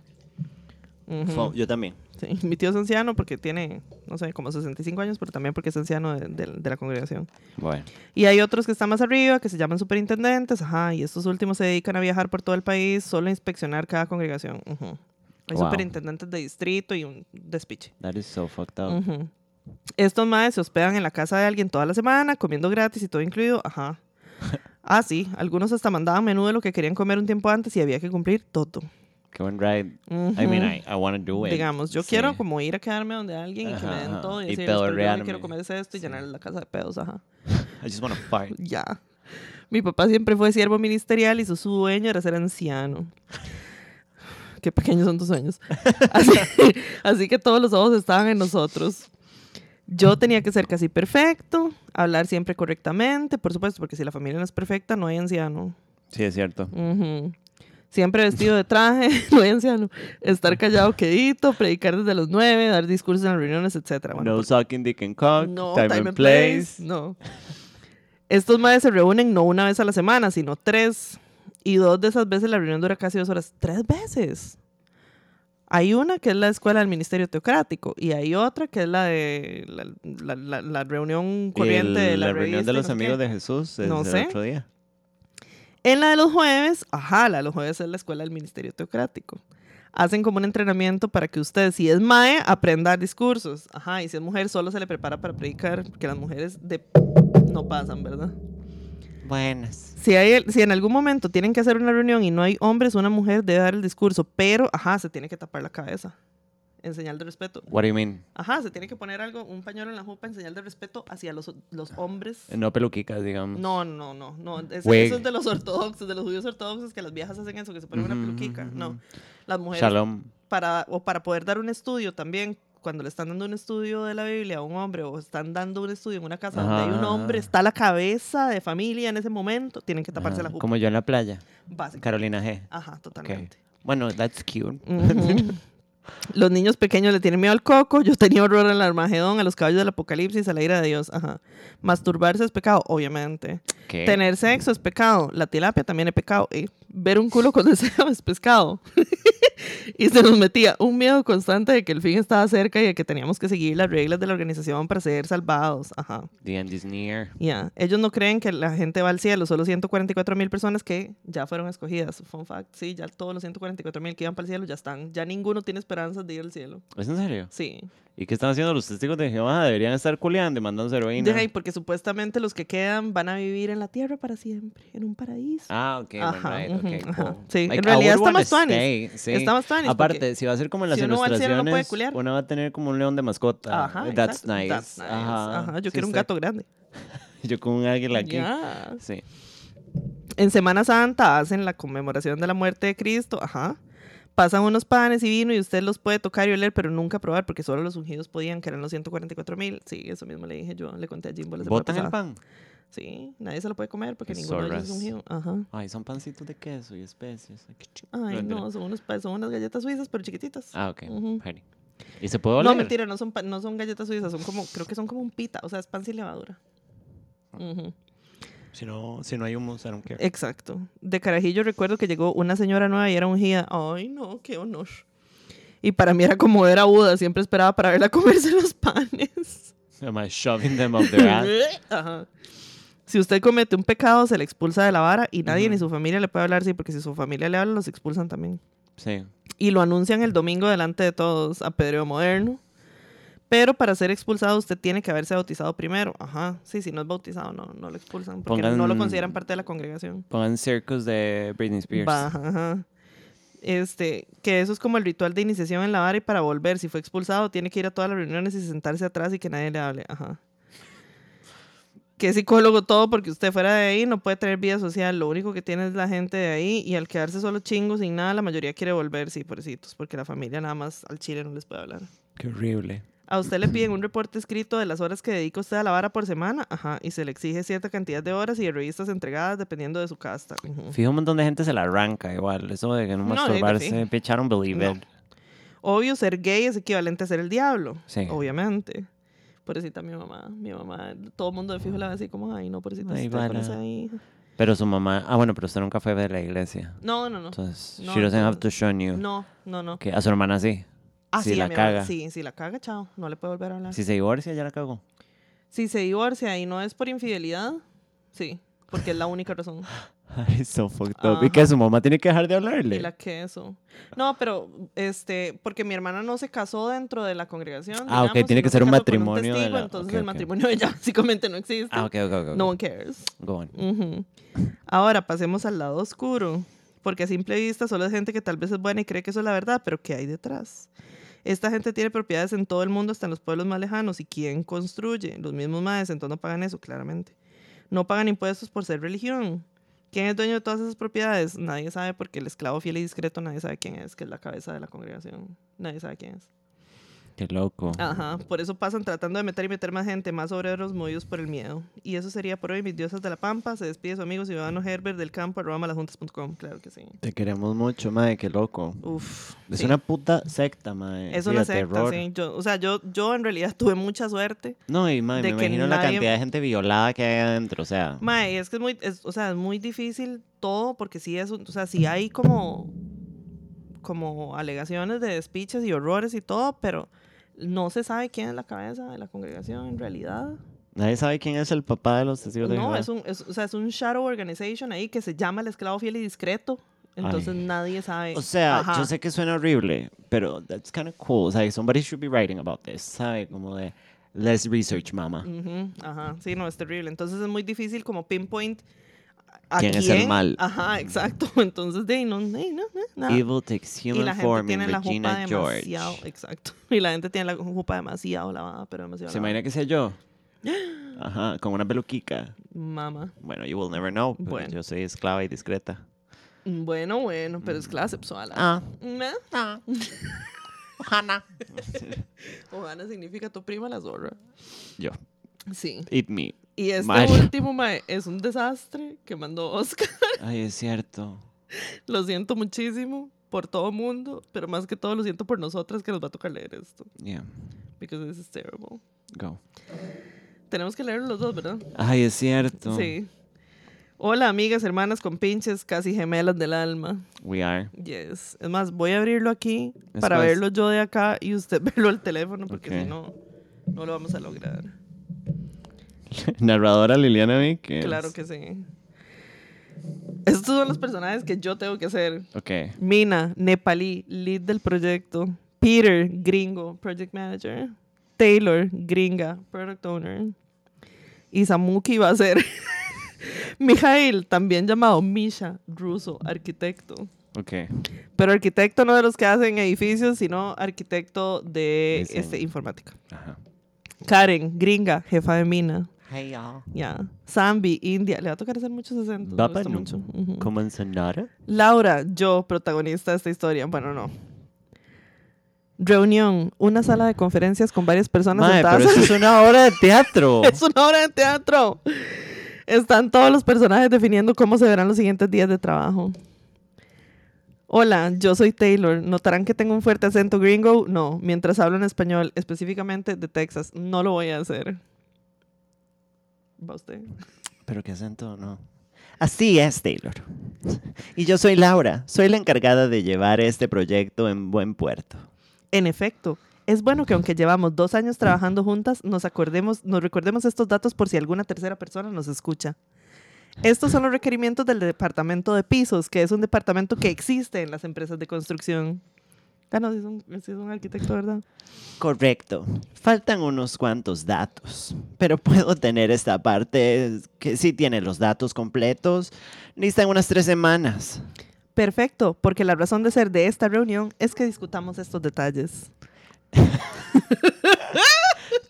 Speaker 2: Ujú.
Speaker 1: Fo- Yo también.
Speaker 2: Sí, mi tío es anciano porque tiene, no sé, como 65 años, pero también porque es anciano de- de- de la congregación.
Speaker 1: Bueno.
Speaker 2: Y hay otros que están más arriba, que se llaman superintendentes, ajá, y estos últimos se dedican a viajar por todo el país, solo a inspeccionar cada congregación. ujú. Hay
Speaker 1: Wow.
Speaker 2: superintendentes de distrito y un despiche.
Speaker 1: That is so fucked up.
Speaker 2: Ujú. Estos madres se hospedan en la casa de alguien toda la semana, comiendo gratis y todo incluido,
Speaker 1: [LAUGHS]
Speaker 2: ajá. Ah, sí, algunos hasta mandaban menú de lo que querían comer un tiempo antes y había que cumplir todo.
Speaker 1: Qué buen ride. I
Speaker 2: Ujú.
Speaker 1: mean, I, I want to do it.
Speaker 2: Digamos, yo
Speaker 1: Sí.
Speaker 2: quiero como ir a quedarme donde alguien y que me
Speaker 1: Ajá,
Speaker 2: den
Speaker 1: ajá.
Speaker 2: todo y,
Speaker 1: Y
Speaker 2: decirles, "Perdón, yo
Speaker 1: pedorrearme".
Speaker 2: quiero comer es esto y llenar la casa de pedos, ajá.
Speaker 1: I just want to fart.
Speaker 2: Ya. Mi papá siempre fue siervo ministerial y su sueño era ser anciano. Qué pequeños son tus sueños. Así, así que todos los ojos estaban en nosotros. Yo tenía que ser casi perfecto, hablar siempre correctamente, por supuesto, porque si la familia no es perfecta, no hay anciano.
Speaker 1: Sí, es cierto.
Speaker 2: Ujú. Siempre vestido de traje, [LAUGHS] no hay anciano. Estar callado quedito, predicar desde los nueve, dar discursos en las reuniones, etcétera. Bueno,
Speaker 1: No sucking dick and cock.
Speaker 2: no,
Speaker 1: time, and place.
Speaker 2: No. Estos madres se reúnen no una vez a la semana, sino tres. Y dos de esas veces la reunión dura casi dos horas. ¡Tres veces! Hay una que es la escuela del Ministerio Teocrático y hay otra que es la de la, la- la- la reunión
Speaker 1: Y
Speaker 2: corriente
Speaker 1: el-
Speaker 2: de la,
Speaker 1: reunión de los amigos de Jesús es
Speaker 2: No
Speaker 1: el
Speaker 2: sé.
Speaker 1: otro día.
Speaker 2: En la de los jueves, ajá, la de los jueves es la escuela del Ministerio Teocrático. Hacen como un entrenamiento para que usted, si es mae, aprenda a dar discursos. Ajá, y si es mujer, solo se le prepara para predicar, porque las mujeres de... no pasan, ¿verdad?
Speaker 3: Buenas.
Speaker 2: Si, hay, el- si en algún momento tienen que hacer una reunión y no hay hombres, una mujer debe dar el discurso, pero, ajá, se tiene que tapar la cabeza en señal de respeto.
Speaker 1: What do you mean?
Speaker 2: Ajá, se tiene que poner algo, un pañuelo en la jupa en señal de respeto hacia los, los hombres.
Speaker 1: No peluquicas, digamos.
Speaker 2: No, no, no, no. es-
Speaker 1: Wig.
Speaker 2: eso es de los ortodoxos, de los judíos ortodoxos, que las viejas hacen eso, que se ponen una
Speaker 1: Ujú,
Speaker 2: peluquica.
Speaker 1: ujú,
Speaker 2: No,
Speaker 1: ujú.
Speaker 2: las mujeres
Speaker 1: Shalom.
Speaker 2: para, o para poder dar un estudio también, cuando le están dando un estudio de la Biblia a un hombre o están dando un estudio en una casa donde hay un
Speaker 1: Ajá.
Speaker 2: hombre, está la cabeza de familia en ese momento, tienen que taparse
Speaker 1: Ajá,
Speaker 2: la jupa.
Speaker 1: Como yo en la playa.
Speaker 2: Básico.
Speaker 1: Carolina G.
Speaker 2: Ajá, totalmente.
Speaker 1: [LAUGHS] Bueno, that's cute.
Speaker 2: Mm, Ujú. Los niños pequeños le tienen miedo al coco. Yo tenía horror al Armagedón, a los caballos del apocalipsis, a la ira de Dios. Ajá. Masturbarse es pecado, obviamente.
Speaker 1: ¿Qué?
Speaker 2: Tener sexo es pecado. La tilapia también es pecado. ¿eh? Ver un culo con [LAUGHS] deseo es pescado. [LAUGHS] y se nos metía un miedo constante de que el fin estaba cerca y de que teníamos que seguir las reglas de la organización para ser salvados. Ajá.
Speaker 1: The end is near.
Speaker 2: Ya. Ellos no creen que la gente va al cielo. Solo 144 mil personas que ya fueron escogidas. Fun fact. Sí, ya todos los 144 mil que iban para el cielo ya están. Ya ninguno tiene esperanzas de ir al cielo.
Speaker 1: ¿Es en serio?
Speaker 2: Sí.
Speaker 1: ¿Y qué están haciendo los testigos de Jehová? Deberían estar culeando y mandando heroína.
Speaker 2: Deja ahí, porque supuestamente los que quedan van a vivir en la tierra para siempre. En un paraíso.
Speaker 1: Ah, ok, bueno,
Speaker 2: Ajá,
Speaker 1: right,
Speaker 2: ujú,
Speaker 1: ok,
Speaker 2: ajá.
Speaker 1: cool.
Speaker 2: Sí, en
Speaker 1: I
Speaker 2: realidad
Speaker 1: would
Speaker 2: está más
Speaker 1: wanna
Speaker 2: tuanis.
Speaker 1: stay, sí.
Speaker 2: Está más tuanis,
Speaker 1: Aparte,
Speaker 2: porque
Speaker 1: si va a ser como en las
Speaker 2: si uno va al cielo, no puede
Speaker 1: ilustraciones,
Speaker 2: culear.
Speaker 1: uno va a tener como un león de mascota.
Speaker 2: Ajá,
Speaker 1: eh, That's
Speaker 2: exacto,
Speaker 1: nice.
Speaker 2: that's nice. Ajá, Yo
Speaker 1: Sí,
Speaker 2: quiero un
Speaker 1: está-
Speaker 2: gato grande.
Speaker 1: [LAUGHS] Yo con un águila aquí.
Speaker 2: Ya.
Speaker 1: Sí.
Speaker 2: En Semana Santa hacen la conmemoración de la muerte de Cristo. Ajá. Pasan unos panes y vino y usted los puede tocar y oler, pero nunca probar porque solo los ungidos podían, que eran los 144 mil. Sí, eso mismo le dije yo, le conté a Jimbo la semana
Speaker 1: ¿Botan el
Speaker 2: pasada.
Speaker 1: pan?
Speaker 2: Sí, nadie se lo puede comer porque
Speaker 1: Qué
Speaker 2: ninguno de ellos es
Speaker 1: zorras.
Speaker 2: ungido. Ajá.
Speaker 1: Ay, son pancitos de queso y especies. Ay, qué chi-
Speaker 2: Ay,
Speaker 1: mentira.
Speaker 2: no, son, unos, pa- son unas galletas suizas, pero chiquititas.
Speaker 1: Ah, ok.
Speaker 2: Ujú.
Speaker 1: Harry. ¿Y se puede oler?
Speaker 2: No, mentira, no son, pa- no son galletas suizas, son como, creo que son como un pita, o sea, es pan sin levadura.
Speaker 1: Ah.
Speaker 2: Ujú.
Speaker 1: Si no, si no hay humo, I don't care.
Speaker 2: Exacto. De Carajillo recuerdo que llegó una señora nueva y era ungida. Ay, no, qué honor. Y para mí era como era Buda, siempre esperaba para verla [LAUGHS] comerse los panes.
Speaker 1: Am I shoving them up their ass?
Speaker 2: [LAUGHS] Ajá. Si usted comete un pecado, se le expulsa de la vara y nadie ni su familia le puede hablar, sí, porque si su familia le habla, los expulsan también.
Speaker 1: Sí.
Speaker 2: Y lo anuncian el domingo delante de todos, a Pedro Moderno. Pero para ser expulsado, usted tiene que haberse bautizado primero. Ajá. Sí, si no es bautizado, no, no lo expulsan, porque no lo
Speaker 1: Pongan-
Speaker 2: consideran parte de la congregación.
Speaker 1: Pongan circos de Britney Spears.
Speaker 2: Baja, ajá. Este, que eso es como el ritual de iniciación en la vara y para volver, si fue expulsado, tiene que ir a todas las reuniones y sentarse atrás y que nadie le hable. Ajá. Que psicólogo todo, porque usted fuera de ahí no puede tener vida social, lo único que tiene es la gente de ahí y al quedarse solo chingo sin nada, la mayoría quiere volver, sí, pobrecitos, porque la familia nada más al chile no les puede hablar.
Speaker 1: Qué horrible.
Speaker 2: A usted le piden un reporte escrito de las horas que dedica usted a la vara por semana, ajá, y se le exige cierta cantidad de horas y de revistas entregadas dependiendo de su casta. Ujú.
Speaker 1: Fijo, un montón de gente se la arranca igual. Eso de que no
Speaker 2: No, digo,
Speaker 1: masturbarse.
Speaker 2: sí.
Speaker 1: Pichar un believe
Speaker 2: No.
Speaker 1: it.
Speaker 2: Obvio, ser gay es equivalente a ser el diablo.
Speaker 1: Sí.
Speaker 2: Obviamente. Pobrecita mi mamá. Mi mamá, todo el mundo de fijo la ve así como, ay, no, pobrecita,
Speaker 1: Ay,
Speaker 2: si usted con
Speaker 1: Vara.
Speaker 2: esa hija".
Speaker 1: Pero su mamá. Ah, bueno, pero usted nunca fue de la iglesia.
Speaker 2: No, no, no.
Speaker 1: Entonces,
Speaker 2: No,
Speaker 1: she doesn't
Speaker 2: no.
Speaker 1: have to show you.
Speaker 2: No, no, no.
Speaker 1: Que a su hermana sí.
Speaker 2: Ah,
Speaker 1: si
Speaker 2: sí, a
Speaker 1: la
Speaker 2: mi mamá.
Speaker 1: caga.
Speaker 2: Sí, si la caga, chao. No le puedo volver a hablar.
Speaker 1: Si se divorcia, ya la cagó. [LAUGHS]
Speaker 2: Si se divorcia y no es por infidelidad, sí. Porque es la
Speaker 1: [LAUGHS]
Speaker 2: única razón.
Speaker 1: Ay, so fucked up. ¿Y que su mamá tiene que dejar de
Speaker 2: Y
Speaker 1: hablarle?
Speaker 2: la que eso. No, pero, este, porque mi hermana no se casó dentro de la congregación.
Speaker 1: Ah, ok,
Speaker 2: digamos,
Speaker 1: tiene
Speaker 2: y
Speaker 1: que
Speaker 2: no se
Speaker 1: ser un
Speaker 2: casó con
Speaker 1: matrimonio de
Speaker 2: testigo,
Speaker 1: la-
Speaker 2: Entonces
Speaker 1: ok,
Speaker 2: el
Speaker 1: ok.
Speaker 2: matrimonio [LAUGHS] ya básicamente no existe.
Speaker 1: Ah, ok, ok, ok. ok.
Speaker 2: No one cares.
Speaker 1: Go on.
Speaker 2: Ujú. Ahora pasemos al lado oscuro, porque a simple vista solo es gente que tal vez es buena y cree que eso es la verdad, pero ¿qué hay detrás? Esta gente tiene propiedades en todo el mundo, hasta en los pueblos más lejanos. ¿Y quién construye? Los mismos madres, entonces no pagan eso, claramente. No pagan impuestos por ser religión. ¿Quién es dueño de todas esas propiedades? Nadie sabe, porque el esclavo fiel y discreto, nadie sabe quién es, que es la cabeza de la congregación. Nadie sabe quién es.
Speaker 1: Qué loco.
Speaker 2: Ajá, por eso pasan tratando de meter y meter más gente, más obreros movidos por el miedo. Y eso sería por hoy, mis diosas de la pampa. Se despide su amigo ciudadano Herbert del campo, arroba malajuntas.com. Claro que sí.
Speaker 1: Te queremos mucho, madre, qué loco.
Speaker 2: Uf.
Speaker 1: Es
Speaker 2: sí.
Speaker 1: una puta secta, madre.
Speaker 2: Es
Speaker 1: sí,
Speaker 2: una
Speaker 1: de
Speaker 2: secta,
Speaker 1: terror.
Speaker 2: sí. Yo, o sea, yo, yo en realidad [LAUGHS] tuve mucha suerte.
Speaker 1: No, y madre,
Speaker 2: De
Speaker 1: me
Speaker 2: que
Speaker 1: imagino la
Speaker 2: nadie-
Speaker 1: cantidad de gente violada que hay adentro, o sea.
Speaker 2: Mae, es que es muy, es- o sea, es muy difícil todo porque sí es, un- o sea, sí hay como, como alegaciones de despiches y horrores y todo, pero no se sabe quién es la cabeza de la congregación en realidad.
Speaker 1: Nadie sabe quién es el papá de los testigos de
Speaker 2: No,
Speaker 1: Jehová.
Speaker 2: es un, es- o sea, es un shadow organization ahí que se llama el esclavo fiel y discreto. Entonces
Speaker 1: Ay.
Speaker 2: nadie sabe.
Speaker 1: O sea,
Speaker 2: Ajá.
Speaker 1: yo sé que suena horrible, pero that's kind of cool. O sea, somebody should be writing about this, ¿sabe? Como de, let's research, mama.
Speaker 2: Ujú, Ajá, sí, no, es terrible. Entonces es muy difícil como pinpoint a
Speaker 1: ¿Quién es el mal?
Speaker 2: Ajá, exacto. [LAUGHS] Entonces, de ahí no, de ahí no, no,
Speaker 3: Ah.
Speaker 2: nada.
Speaker 1: Evil takes
Speaker 2: Y la
Speaker 1: human
Speaker 2: gente
Speaker 1: form in
Speaker 2: tiene la jupa
Speaker 1: Regina George.
Speaker 2: demasiado, exacto. [LAUGHS] Y la gente tiene la jupa demasiado lavada, pero demasiado
Speaker 1: ¿Se
Speaker 2: lavada.
Speaker 1: imagina que sea
Speaker 2: [GASPS]
Speaker 1: yo? Ajá, con una peluquica.
Speaker 2: Mamá.
Speaker 1: Bueno, you will never know. pero
Speaker 2: Bueno.
Speaker 1: Yo soy esclava y
Speaker 2: [LAUGHS]
Speaker 1: discreta.
Speaker 2: Bueno, bueno,
Speaker 1: Mm.
Speaker 2: pero es clase sexual.
Speaker 3: Ah,
Speaker 2: ¿Nah?
Speaker 3: ah. Ojalá.
Speaker 2: Ohana significa tu prima la zorra.
Speaker 1: Yo.
Speaker 2: Sí.
Speaker 1: Eat
Speaker 2: [LAUGHS]
Speaker 1: me.
Speaker 2: Y este
Speaker 1: Mae.
Speaker 2: último, mae, es un desastre que mandó Oscar. [LAUGHS]
Speaker 1: Ay, es cierto.
Speaker 2: Lo siento muchísimo por todo mundo, pero más que todo lo siento por nosotras que nos va a tocar leer esto.
Speaker 1: Yeah,
Speaker 2: Because this is terrible.
Speaker 1: go.
Speaker 2: Tenemos que leerlo los dos, ¿verdad?
Speaker 1: Ay, es cierto.
Speaker 2: Sí. Hola, amigas, hermanas, compinches, casi gemelas del alma.
Speaker 1: We are. [LAUGHS]
Speaker 2: Yes. Es más, voy a abrirlo aquí
Speaker 1: Es
Speaker 2: para
Speaker 1: más-
Speaker 2: verlo yo de acá y usted [LAUGHS] verlo al teléfono, porque
Speaker 1: Ok.
Speaker 2: si no, no lo vamos a lograr.
Speaker 1: Narradora Liliana Víquez.
Speaker 2: Claro que sí. Estos son los personajes que yo tengo que hacer.
Speaker 1: Ok.
Speaker 2: Mina, nepalí, lead del proyecto. Peter, gringo, project manager. Taylor, gringa, product owner. Y Samuki va a ser [LAUGHS] Mijail, también llamado Misha, ruso, arquitecto.
Speaker 1: Ok.
Speaker 2: Pero arquitecto no de los que hacen edificios, sino arquitecto de
Speaker 1: Diseño.
Speaker 2: este, informática.
Speaker 1: Ajá.
Speaker 2: Karen, gringa, jefa de mina.
Speaker 3: Hey, y'all.
Speaker 2: Ya. Zambi, India. Le va a tocar hacer muchos acentos. me gusta
Speaker 1: Bapa
Speaker 2: mucho. Ujú.
Speaker 1: ¿Cómo en Sonora?
Speaker 2: Laura, yo, protagonista de esta historia. Bueno, no. Reunión, una sala de conferencias con varias personas
Speaker 1: Mae,
Speaker 2: sentadas.
Speaker 1: pero eso es una obra de [LAUGHS] teatro.
Speaker 2: [LAUGHS] Es una obra de teatro. Están todos los personajes definiendo cómo se verán los siguientes días de trabajo. Hola, yo soy Taylor. ¿Notarán que tengo un fuerte acento gringo? No, mientras hablo en español, específicamente de Texas. No lo voy a hacer. ¿Va usted?
Speaker 1: Pero qué acento, no.
Speaker 3: Así es, Taylor.
Speaker 1: Y yo soy Laura. Soy la encargada de llevar este proyecto en buen puerto.
Speaker 2: En efecto, es bueno que aunque llevamos dos años trabajando juntas, nos acordemos, nos recordemos estos datos por si alguna tercera persona nos escucha. Estos son los requerimientos del departamento de pisos, que es un departamento que existe en las empresas de construcción. Ah, no, sí es un, sí es un arquitecto, ¿verdad?
Speaker 1: Correcto. Faltan unos cuantos datos, pero puedo tener esta parte que sí tiene los datos completos. Lista en unas tres semanas.
Speaker 2: Perfecto, porque la razón de ser de esta reunión es que discutamos estos detalles.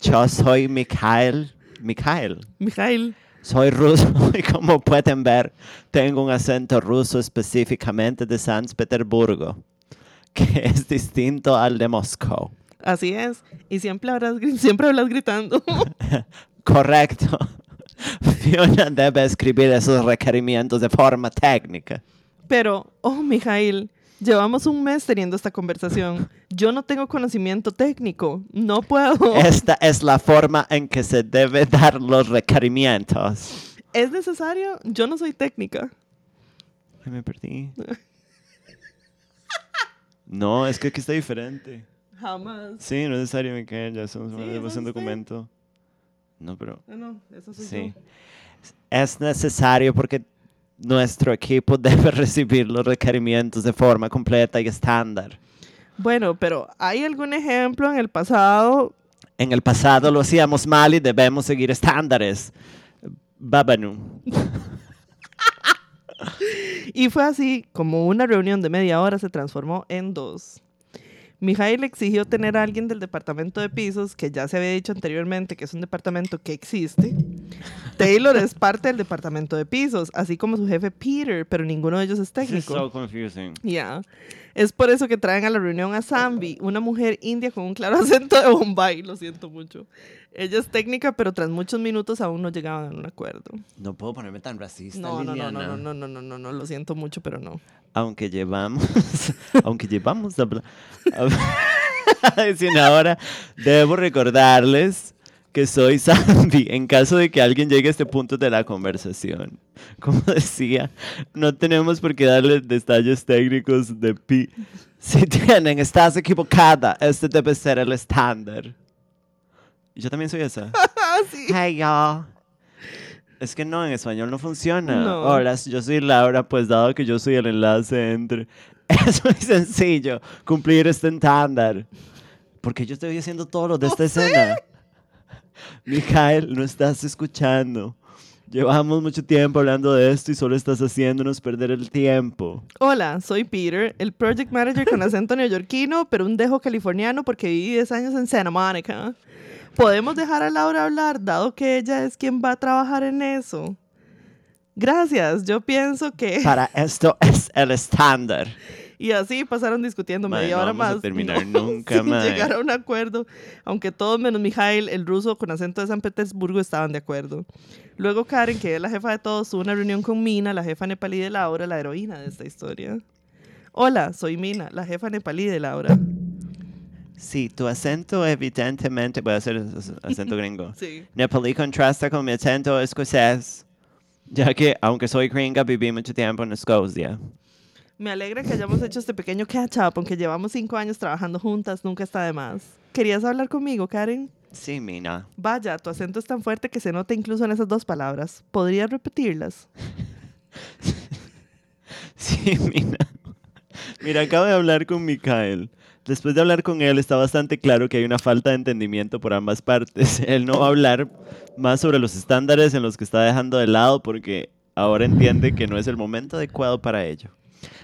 Speaker 1: Yo soy Mikhail. Mikhail.
Speaker 2: Mijail.
Speaker 1: Soy ruso [LAUGHS] y como pueden ver, tengo un acento ruso específicamente de San Petersburgo, que [LAUGHS] es distinto al de Moscú.
Speaker 2: Así es. Y siempre hablas, gri- siempre hablas gritando. [LAUGHS]
Speaker 1: Correcto. [LAUGHS] Fiona debe escribir esos requerimientos de forma técnica.
Speaker 2: Pero, oh, Mijail, llevamos un mes teniendo esta conversación. Yo no tengo conocimiento técnico. No puedo. Es,
Speaker 1: Esta es la forma en que se debe dar los requerimientos.
Speaker 2: necesario. Yo no soy técnica.
Speaker 1: Ay, me perdí. No, es que aquí está diferente.
Speaker 2: Jamás.
Speaker 1: Sí, no es necesario, Micael, ya somos
Speaker 2: Sí,
Speaker 1: somos
Speaker 2: eso
Speaker 1: un
Speaker 2: es
Speaker 1: documento. No, pero
Speaker 2: No, no, eso soy
Speaker 1: sí.
Speaker 2: yo.
Speaker 1: Es necesario porque nuestro equipo [LAUGHS] debe recibir los requerimientos de forma completa y estándar.
Speaker 2: Bueno, pero ¿hay algún ejemplo en el pasado?
Speaker 1: En el pasado lo hacíamos mal y debemos seguir estándares. Babanu.
Speaker 2: Y fue así como una reunión de media hora se transformó en dos. Mijail exigió tener a alguien del departamento de pisos, que ya se había dicho anteriormente que es un departamento que existe. Taylor es parte del departamento de pisos, así como su jefe Peter, pero ninguno de ellos es técnico.
Speaker 1: confusing.
Speaker 2: Ya. Es por eso que traen a la reunión a Zambi, una mujer india con un claro [LAUGHS] acento de Bombay, lo siento mucho. Ella es técnica, pero tras muchos minutos aún no llegaban a un acuerdo.
Speaker 1: No puedo ponerme tan racista,
Speaker 2: No, no, no,
Speaker 1: Liliana.
Speaker 2: no, no, no, no, no, no, no, lo siento mucho, pero no.
Speaker 1: Aunque llevamos, [LAUGHS] aunque llevamos [LAUGHS] habla- hab- diciendo ahora, debo recordarles que soy Sandy en caso de que alguien llegue a este punto de la conversación. Como [LAUGHS] decía, no tenemos por qué darles detalles técnicos de pi. Si tienen, estás equivocada. Este debe ser el estándar. Yo también soy esa.
Speaker 2: Ah, así. [LAUGHS]
Speaker 3: Hey, y'all.
Speaker 1: Es que no, en español no funciona.
Speaker 2: No.
Speaker 1: Hola, yo soy Laura, pues dado que yo soy el enlace entre... [LAUGHS] Es muy sencillo cumplir este estándar. Porque yo estoy haciendo todo lo de esta escena. Mijael, no estás escuchando. Llevamos mucho tiempo hablando de esto y solo estás haciéndonos perder el tiempo.
Speaker 2: Hola, soy Peter, el project manager con acento [LAUGHS] neoyorquino, pero un dejo californiano porque viví 10 años en Santa Monica. ¿Podemos dejar a Laura hablar, dado que ella es quien va a trabajar en eso? Gracias, yo pienso que...
Speaker 1: Para esto es el estándar.
Speaker 2: Y así pasaron discutiendo
Speaker 1: Mae,
Speaker 2: media
Speaker 1: no
Speaker 2: hora
Speaker 1: vamos a
Speaker 2: más. [LAUGHS]
Speaker 1: terminar nunca,
Speaker 2: sin
Speaker 1: mae.
Speaker 2: llegar a un acuerdo, aunque todos menos Mijail, el ruso con acento de San Petersburgo, estaban de acuerdo. Luego Karen, que es la jefa de todos, tuvo una reunión con Mina, la jefa nepalí de Laura, la heroína de esta historia. Hola, soy Mina, la jefa nepalí de Laura.
Speaker 1: Sí, tu acento evidentemente... Voy a hacer ac- acento gringo.
Speaker 2: Sí.
Speaker 1: Nepalí contrasta con mi acento escocés, ya que aunque soy gringa, viví mucho tiempo en Escocia.
Speaker 2: Me alegra que hayamos hecho este pequeño catch-up, aunque llevamos cinco años trabajando juntas, nunca está de más. ¿Querías hablar conmigo, Karen?
Speaker 1: Sí, Mina.
Speaker 2: Vaya, tu acento es tan fuerte que se nota incluso en esas dos palabras. ¿Podrías repetirlas?
Speaker 1: [LAUGHS] Sí, Mina. Mira, acabo de hablar con Mikael. Después de hablar con él, está bastante claro que hay una falta de entendimiento por ambas partes. [LAUGHS] Él no va a hablar más sobre los estándares en los que está dejando de lado porque ahora entiende que no es el momento adecuado para ello.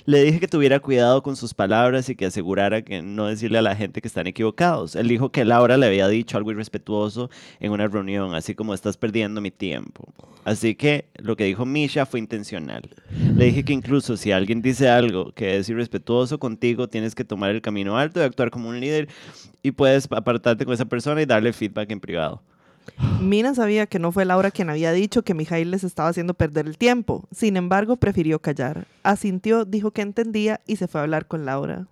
Speaker 1: Le dije que tuviera cuidado con sus palabras y que asegurara que no decirle a la gente que están equivocados. Él dijo que Laura le había dicho algo irrespetuoso en una reunión, así como estás perdiendo mi tiempo. Así que lo que dijo Misha fue intencional. Le dije que incluso si alguien dice algo que es irrespetuoso contigo, tienes que tomar el camino alto y actuar como un líder y puedes apartarte con esa persona y darle feedback en privado.
Speaker 2: Mina sabía que no fue Laura quien había dicho que Mijail les estaba haciendo perder el tiempo. Sin embargo, prefirió callar. Asintió, dijo que entendía y se fue a hablar con Laura.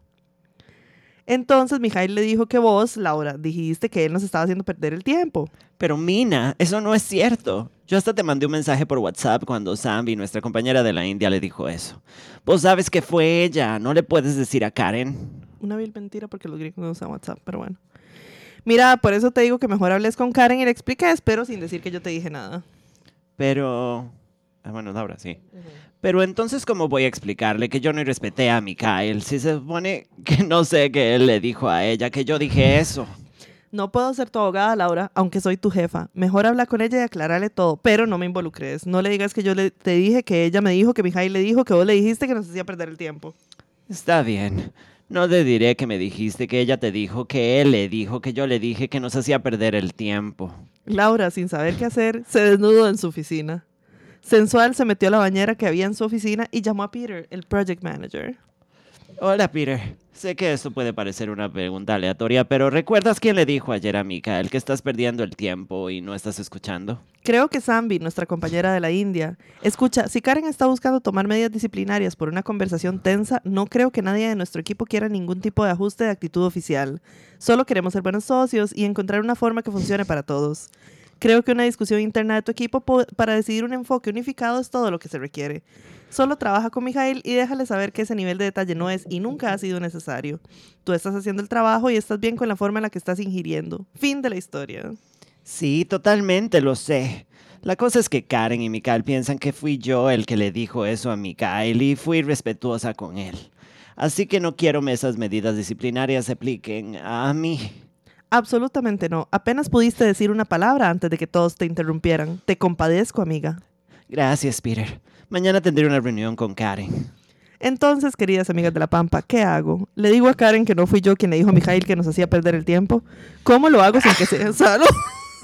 Speaker 2: Entonces Mijail le dijo que vos, Laura, dijiste que él nos estaba haciendo perder el tiempo.
Speaker 1: Pero Mina, eso no es cierto. Yo hasta te mandé un mensaje por WhatsApp cuando Zambi, nuestra compañera de la India, le dijo eso. Vos sabes que fue ella, no le puedes decir a Karen.
Speaker 2: Una vil mentira porque los gringos no usan WhatsApp, pero bueno. Mira, por eso te digo que mejor hables con Karen y le expliques, pero sin decir que yo te dije nada.
Speaker 1: Pero... Ah, bueno, Laura, sí. Pero entonces, ¿cómo voy a explicarle que yo no respeté a Mikael? Si se supone que no sé que él le dijo a ella que yo dije eso.
Speaker 2: No puedo ser tu abogada, Laura, aunque soy tu jefa. Mejor habla con ella y aclararle todo, pero no me involucres. No le digas que yo le, te dije, que ella me dijo, que Mijay le dijo, que vos le dijiste que nos hacía perder el tiempo.
Speaker 1: Está bien. No te diré que me dijiste que ella te dijo que él le dijo que yo le dije que nos hacía perder el tiempo.
Speaker 2: Laura, sin saber qué hacer, se desnudó en su oficina. Sensual se metió a la bañera que había en su oficina y llamó a Peter, el project manager.
Speaker 1: Hola, Peter. Sé que esto puede parecer una pregunta aleatoria, pero ¿recuerdas quién le dijo ayer a Mikael que estás perdiendo el tiempo y no estás escuchando?
Speaker 2: Creo que Zambi, nuestra compañera de la India. Escucha, si Karen está buscando tomar medidas disciplinarias por una conversación tensa, no creo que nadie de nuestro equipo quiera ningún tipo de ajuste de actitud oficial. Solo queremos ser buenos socios y encontrar una forma que funcione para todos. Creo que una discusión interna de tu equipo po- para decidir un enfoque unificado es todo lo que se requiere. Solo trabaja con Mijail y déjale saber que ese nivel de detalle no es y nunca ha sido necesario. Tú estás haciendo el trabajo y estás bien con la forma en la que estás ingiriendo. Fin de la historia.
Speaker 1: Sí, totalmente lo sé. La cosa es que Karen y Mikael piensan que fui yo el que le dijo eso a Mikael y fui respetuosa con él. Así que no quiero que esas medidas disciplinarias se apliquen a mí.
Speaker 2: Absolutamente no. Apenas pudiste decir una palabra antes de que todos te interrumpieran. Te compadezco, amiga.
Speaker 1: Gracias, Peter. Mañana tendré una reunión con Karen.
Speaker 2: Entonces, queridas amigas de la Pampa, ¿qué hago? ¿Le digo a Karen que no fui yo quien le dijo a Mijail que nos hacía perder el tiempo? ¿Cómo lo hago sin que sea [LAUGHS] sano?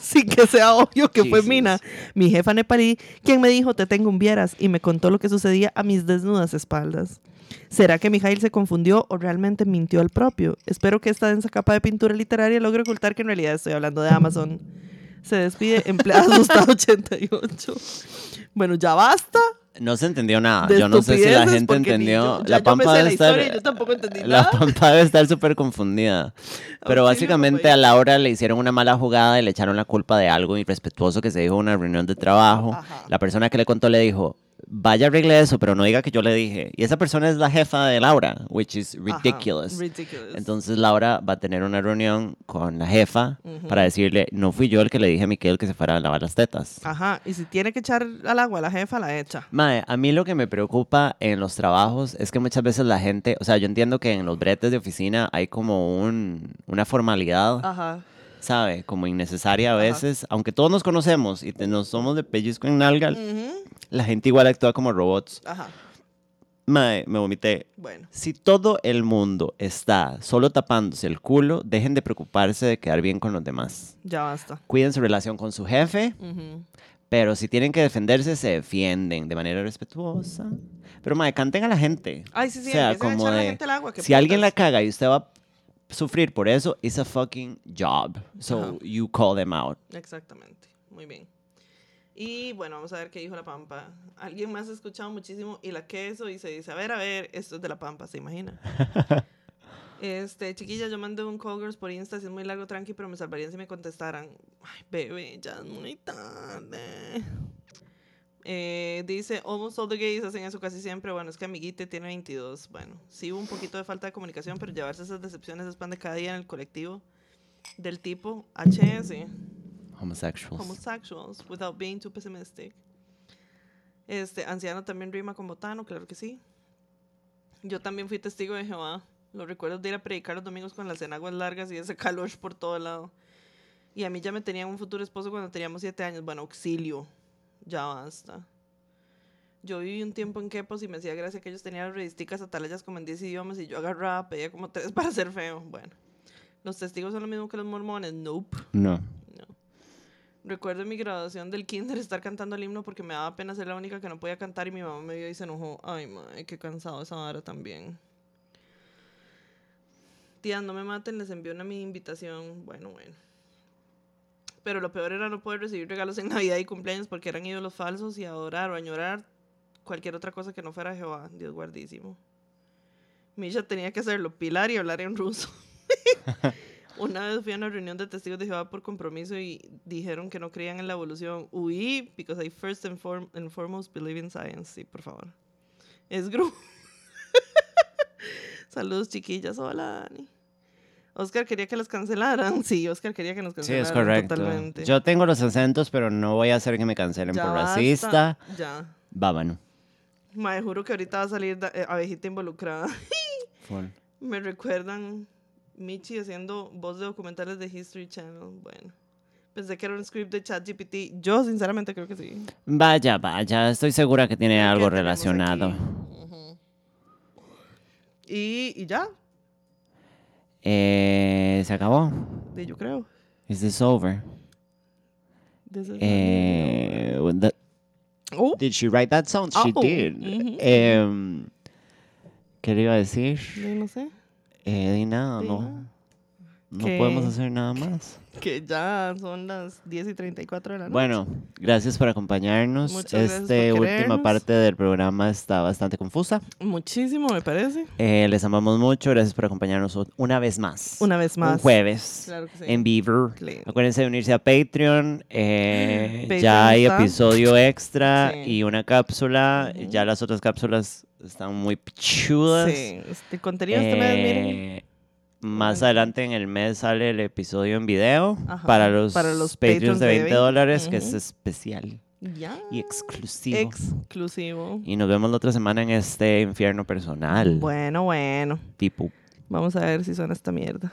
Speaker 2: sin que sea obvio que fue
Speaker 1: Jesus.
Speaker 2: Mina, mi jefa nepalí, quien me dijo te tengo un vieras y me contó lo que sucedía a mis desnudas espaldas. ¿Será que Mijail se confundió o realmente mintió al propio? Espero que esta densa capa de pintura literaria logre ocultar que en realidad estoy hablando de Amazon. Se despide empleada [LAUGHS] asustada 88. Bueno, ya basta.
Speaker 1: No se entendió nada.
Speaker 2: de
Speaker 1: Yo no sé si la
Speaker 2: estupideces,
Speaker 1: gente
Speaker 2: porque ni
Speaker 1: entendió.
Speaker 2: yo- ya
Speaker 1: la
Speaker 2: yo
Speaker 1: pampa
Speaker 2: me sé
Speaker 1: debe
Speaker 2: la
Speaker 1: estar.
Speaker 2: historia y yo tampoco entendí
Speaker 1: la
Speaker 2: nada.
Speaker 1: pampa debe estar súper
Speaker 2: Ah,
Speaker 1: confundida. Pero
Speaker 2: Auxilio,
Speaker 1: básicamente
Speaker 2: papá.
Speaker 1: a Laura le hicieron una mala jugada y le echaron la culpa de algo irrespetuoso que se dijo en una reunión de trabajo.
Speaker 2: Ajá.
Speaker 1: La persona que le contó le dijo, vaya arregle eso, pero no diga que yo le dije. Y esa persona es la jefa de Laura, which is
Speaker 2: Ajá,
Speaker 1: ridiculous.
Speaker 2: ridiculous.
Speaker 1: Entonces Laura va a tener una reunión con la jefa
Speaker 2: Ujú.
Speaker 1: para decirle, no fui yo el que le dije a Miquel que se fuera a lavar las tetas.
Speaker 2: Ajá, y si tiene que echar al agua a la jefa, la echa.
Speaker 1: Mae, a mí lo que me preocupa en los trabajos es que muchas veces la gente, o sea, yo entiendo que en los bretes de oficina hay como un, una formalidad,
Speaker 2: Ajá.
Speaker 1: ¿sabe? Como innecesaria a
Speaker 2: Ah. Ajá.
Speaker 1: veces, aunque todos nos conocemos y te- nos somos de pellizco en nalga,
Speaker 2: Ujú,
Speaker 1: la gente igual actúa como robots.
Speaker 2: Ajá,
Speaker 1: Mae, me vomité.
Speaker 2: bueno.
Speaker 1: Si todo el mundo está solo tapándose el culo, dejen de preocuparse de quedar bien con los demás.
Speaker 2: Ya basta.
Speaker 1: Cuiden su relación con su jefe,
Speaker 2: Ujú.
Speaker 1: pero si tienen que defenderse, se defienden de manera respetuosa. Pero mae, canten a la gente.
Speaker 2: Ay, sí, sí,
Speaker 1: O sea,
Speaker 2: empiecen a
Speaker 1: como
Speaker 2: echar a la
Speaker 1: de,
Speaker 2: gente al agua. que
Speaker 1: Si alguien la
Speaker 2: putas.
Speaker 1: caga y usted va a sufrir por eso, it's a fucking job. So
Speaker 2: Ajá.
Speaker 1: you call them out.
Speaker 2: Exactamente, muy bien. Y bueno, vamos a ver qué dijo la Pampa. Alguien más ha escuchado muchísimo y la queso y se dice, a ver, a ver, esto es de la Pampa, se imagina. Este, chiquilla, yo mandé un call girls por Insta, si es muy largo, tranqui, pero me salvarían si me contestaran. Ay, bebé, ya es muy tarde. Eh, dice, almost all the gays hacen eso casi siempre. Bueno, es que amiguite tiene 22. Bueno, sí hubo un poquito de falta de comunicación, pero llevarse esas decepciones es pan de cada día en el colectivo del tipo HS
Speaker 1: Homosexuals.
Speaker 2: homosexuals without being too pessimistic. Este, anciano también rima con botano, claro que sí. Yo también fui testigo de Jehová. Los recuerdos de ir a predicar los domingos con las enaguas largas y ese calor por todo lado. Y a mí ya me tenían un futuro esposo cuando teníamos siete años. Bueno, auxilio. Ya basta. Yo viví un tiempo en Quepos y me hacía gracia que ellos tenían revisticas atalayas como en 10 idiomas y yo agarraba, pedía como tres [LAUGHS] para ser feo. Bueno, los testigos son lo mismo que los mormones. Nope.
Speaker 1: No.
Speaker 2: No. Recuerdo en mi graduación del kinder estar cantando el himno porque me daba pena ser la única que no podía cantar y mi mamá me vio y se enojó. Ay, madre, qué cansado esa vara también. Tías, no me maten, les envió una mi invitación. Bueno, bueno. Pero lo peor era no poder recibir regalos en Navidad y cumpleaños porque eran ídolos falsos y adorar o añorar cualquier otra cosa que no fuera Jehová. Dios guardísimo. Misha tenía que hacerlo, pilar y hablar en ruso. [LAUGHS] Una vez fui a una reunión de testigos de Jehová por compromiso y dijeron que no creían en la evolución. Huí, because I first and, form- and foremost believe in science. Sí, por favor. Es gru. [LAUGHS] Saludos, chiquillas. Hola, Dani. Oscar quería que los cancelaran. Sí, Oscar quería que nos
Speaker 1: Sí,
Speaker 2: cancelaran.
Speaker 1: es correcto.
Speaker 2: Totalmente.
Speaker 1: Yo tengo los acentos, pero no voy a hacer que me cancelen
Speaker 2: Ya
Speaker 1: por
Speaker 2: basta,
Speaker 1: racista.
Speaker 2: Ya.
Speaker 1: Vámonos.
Speaker 2: Mae, juro que ahorita va a salir da- eh, abejita involucrada. [LAUGHS] Me recuerdan Michi haciendo voz de documentales de History Channel. Bueno, pensé que era un script de ChatGPT. Yo, sinceramente, creo que sí.
Speaker 1: Vaya, vaya, estoy segura que tiene
Speaker 2: Creo que
Speaker 1: algo
Speaker 2: tenemos
Speaker 1: relacionado.
Speaker 2: aquí. Ujú. y, y ya,
Speaker 1: Eh, ¿Se acabó?
Speaker 2: de yo creo.
Speaker 1: ¿Is this over?
Speaker 2: This is-
Speaker 1: Eh, that-
Speaker 2: Oh,
Speaker 1: Did she write that song? She
Speaker 2: Oh, mm-hmm.
Speaker 1: did.
Speaker 2: ujú.
Speaker 1: Em, ¿Qué le iba a decir?
Speaker 2: de no sé.
Speaker 1: Eh, di nada,
Speaker 2: Di
Speaker 1: no.
Speaker 2: nada.
Speaker 1: No
Speaker 2: ¿Qué?
Speaker 1: podemos hacer nada más.
Speaker 2: Que ya son las 10 y 34 de la noche.
Speaker 1: Bueno, gracias por acompañarnos.
Speaker 2: Muchas
Speaker 1: Esta
Speaker 2: gracias por
Speaker 1: última
Speaker 2: querernos.
Speaker 1: parte del programa está bastante confusa.
Speaker 2: Muchísimo, me parece.
Speaker 1: Eh, les amamos mucho. Gracias por acompañarnos o- una vez más.
Speaker 2: Una vez
Speaker 1: Un
Speaker 2: más.
Speaker 1: jueves.
Speaker 2: Claro que sí.
Speaker 1: En Beaver.
Speaker 2: Claro.
Speaker 1: Acuérdense de unirse a Patreon. eh,
Speaker 2: Patreon
Speaker 1: ya hay
Speaker 2: está.
Speaker 1: episodio extra
Speaker 2: Sí.
Speaker 1: y una cápsula. Ya las otras cápsulas están muy pichudas.
Speaker 2: Sí, este contenido este mes, miren.
Speaker 1: Eh, Más adelante en el mes sale el episodio en video
Speaker 2: Ajá,
Speaker 1: para los,
Speaker 2: para los
Speaker 1: Patreons de 20 dólares, que es
Speaker 2: Ujú.
Speaker 1: especial
Speaker 2: Ya.
Speaker 1: y exclusivo.
Speaker 2: Exclusivo.
Speaker 1: y nos vemos la otra semana en este infierno personal.
Speaker 2: Bueno, bueno.
Speaker 1: Tipo.
Speaker 2: Vamos a ver si suena esta mierda.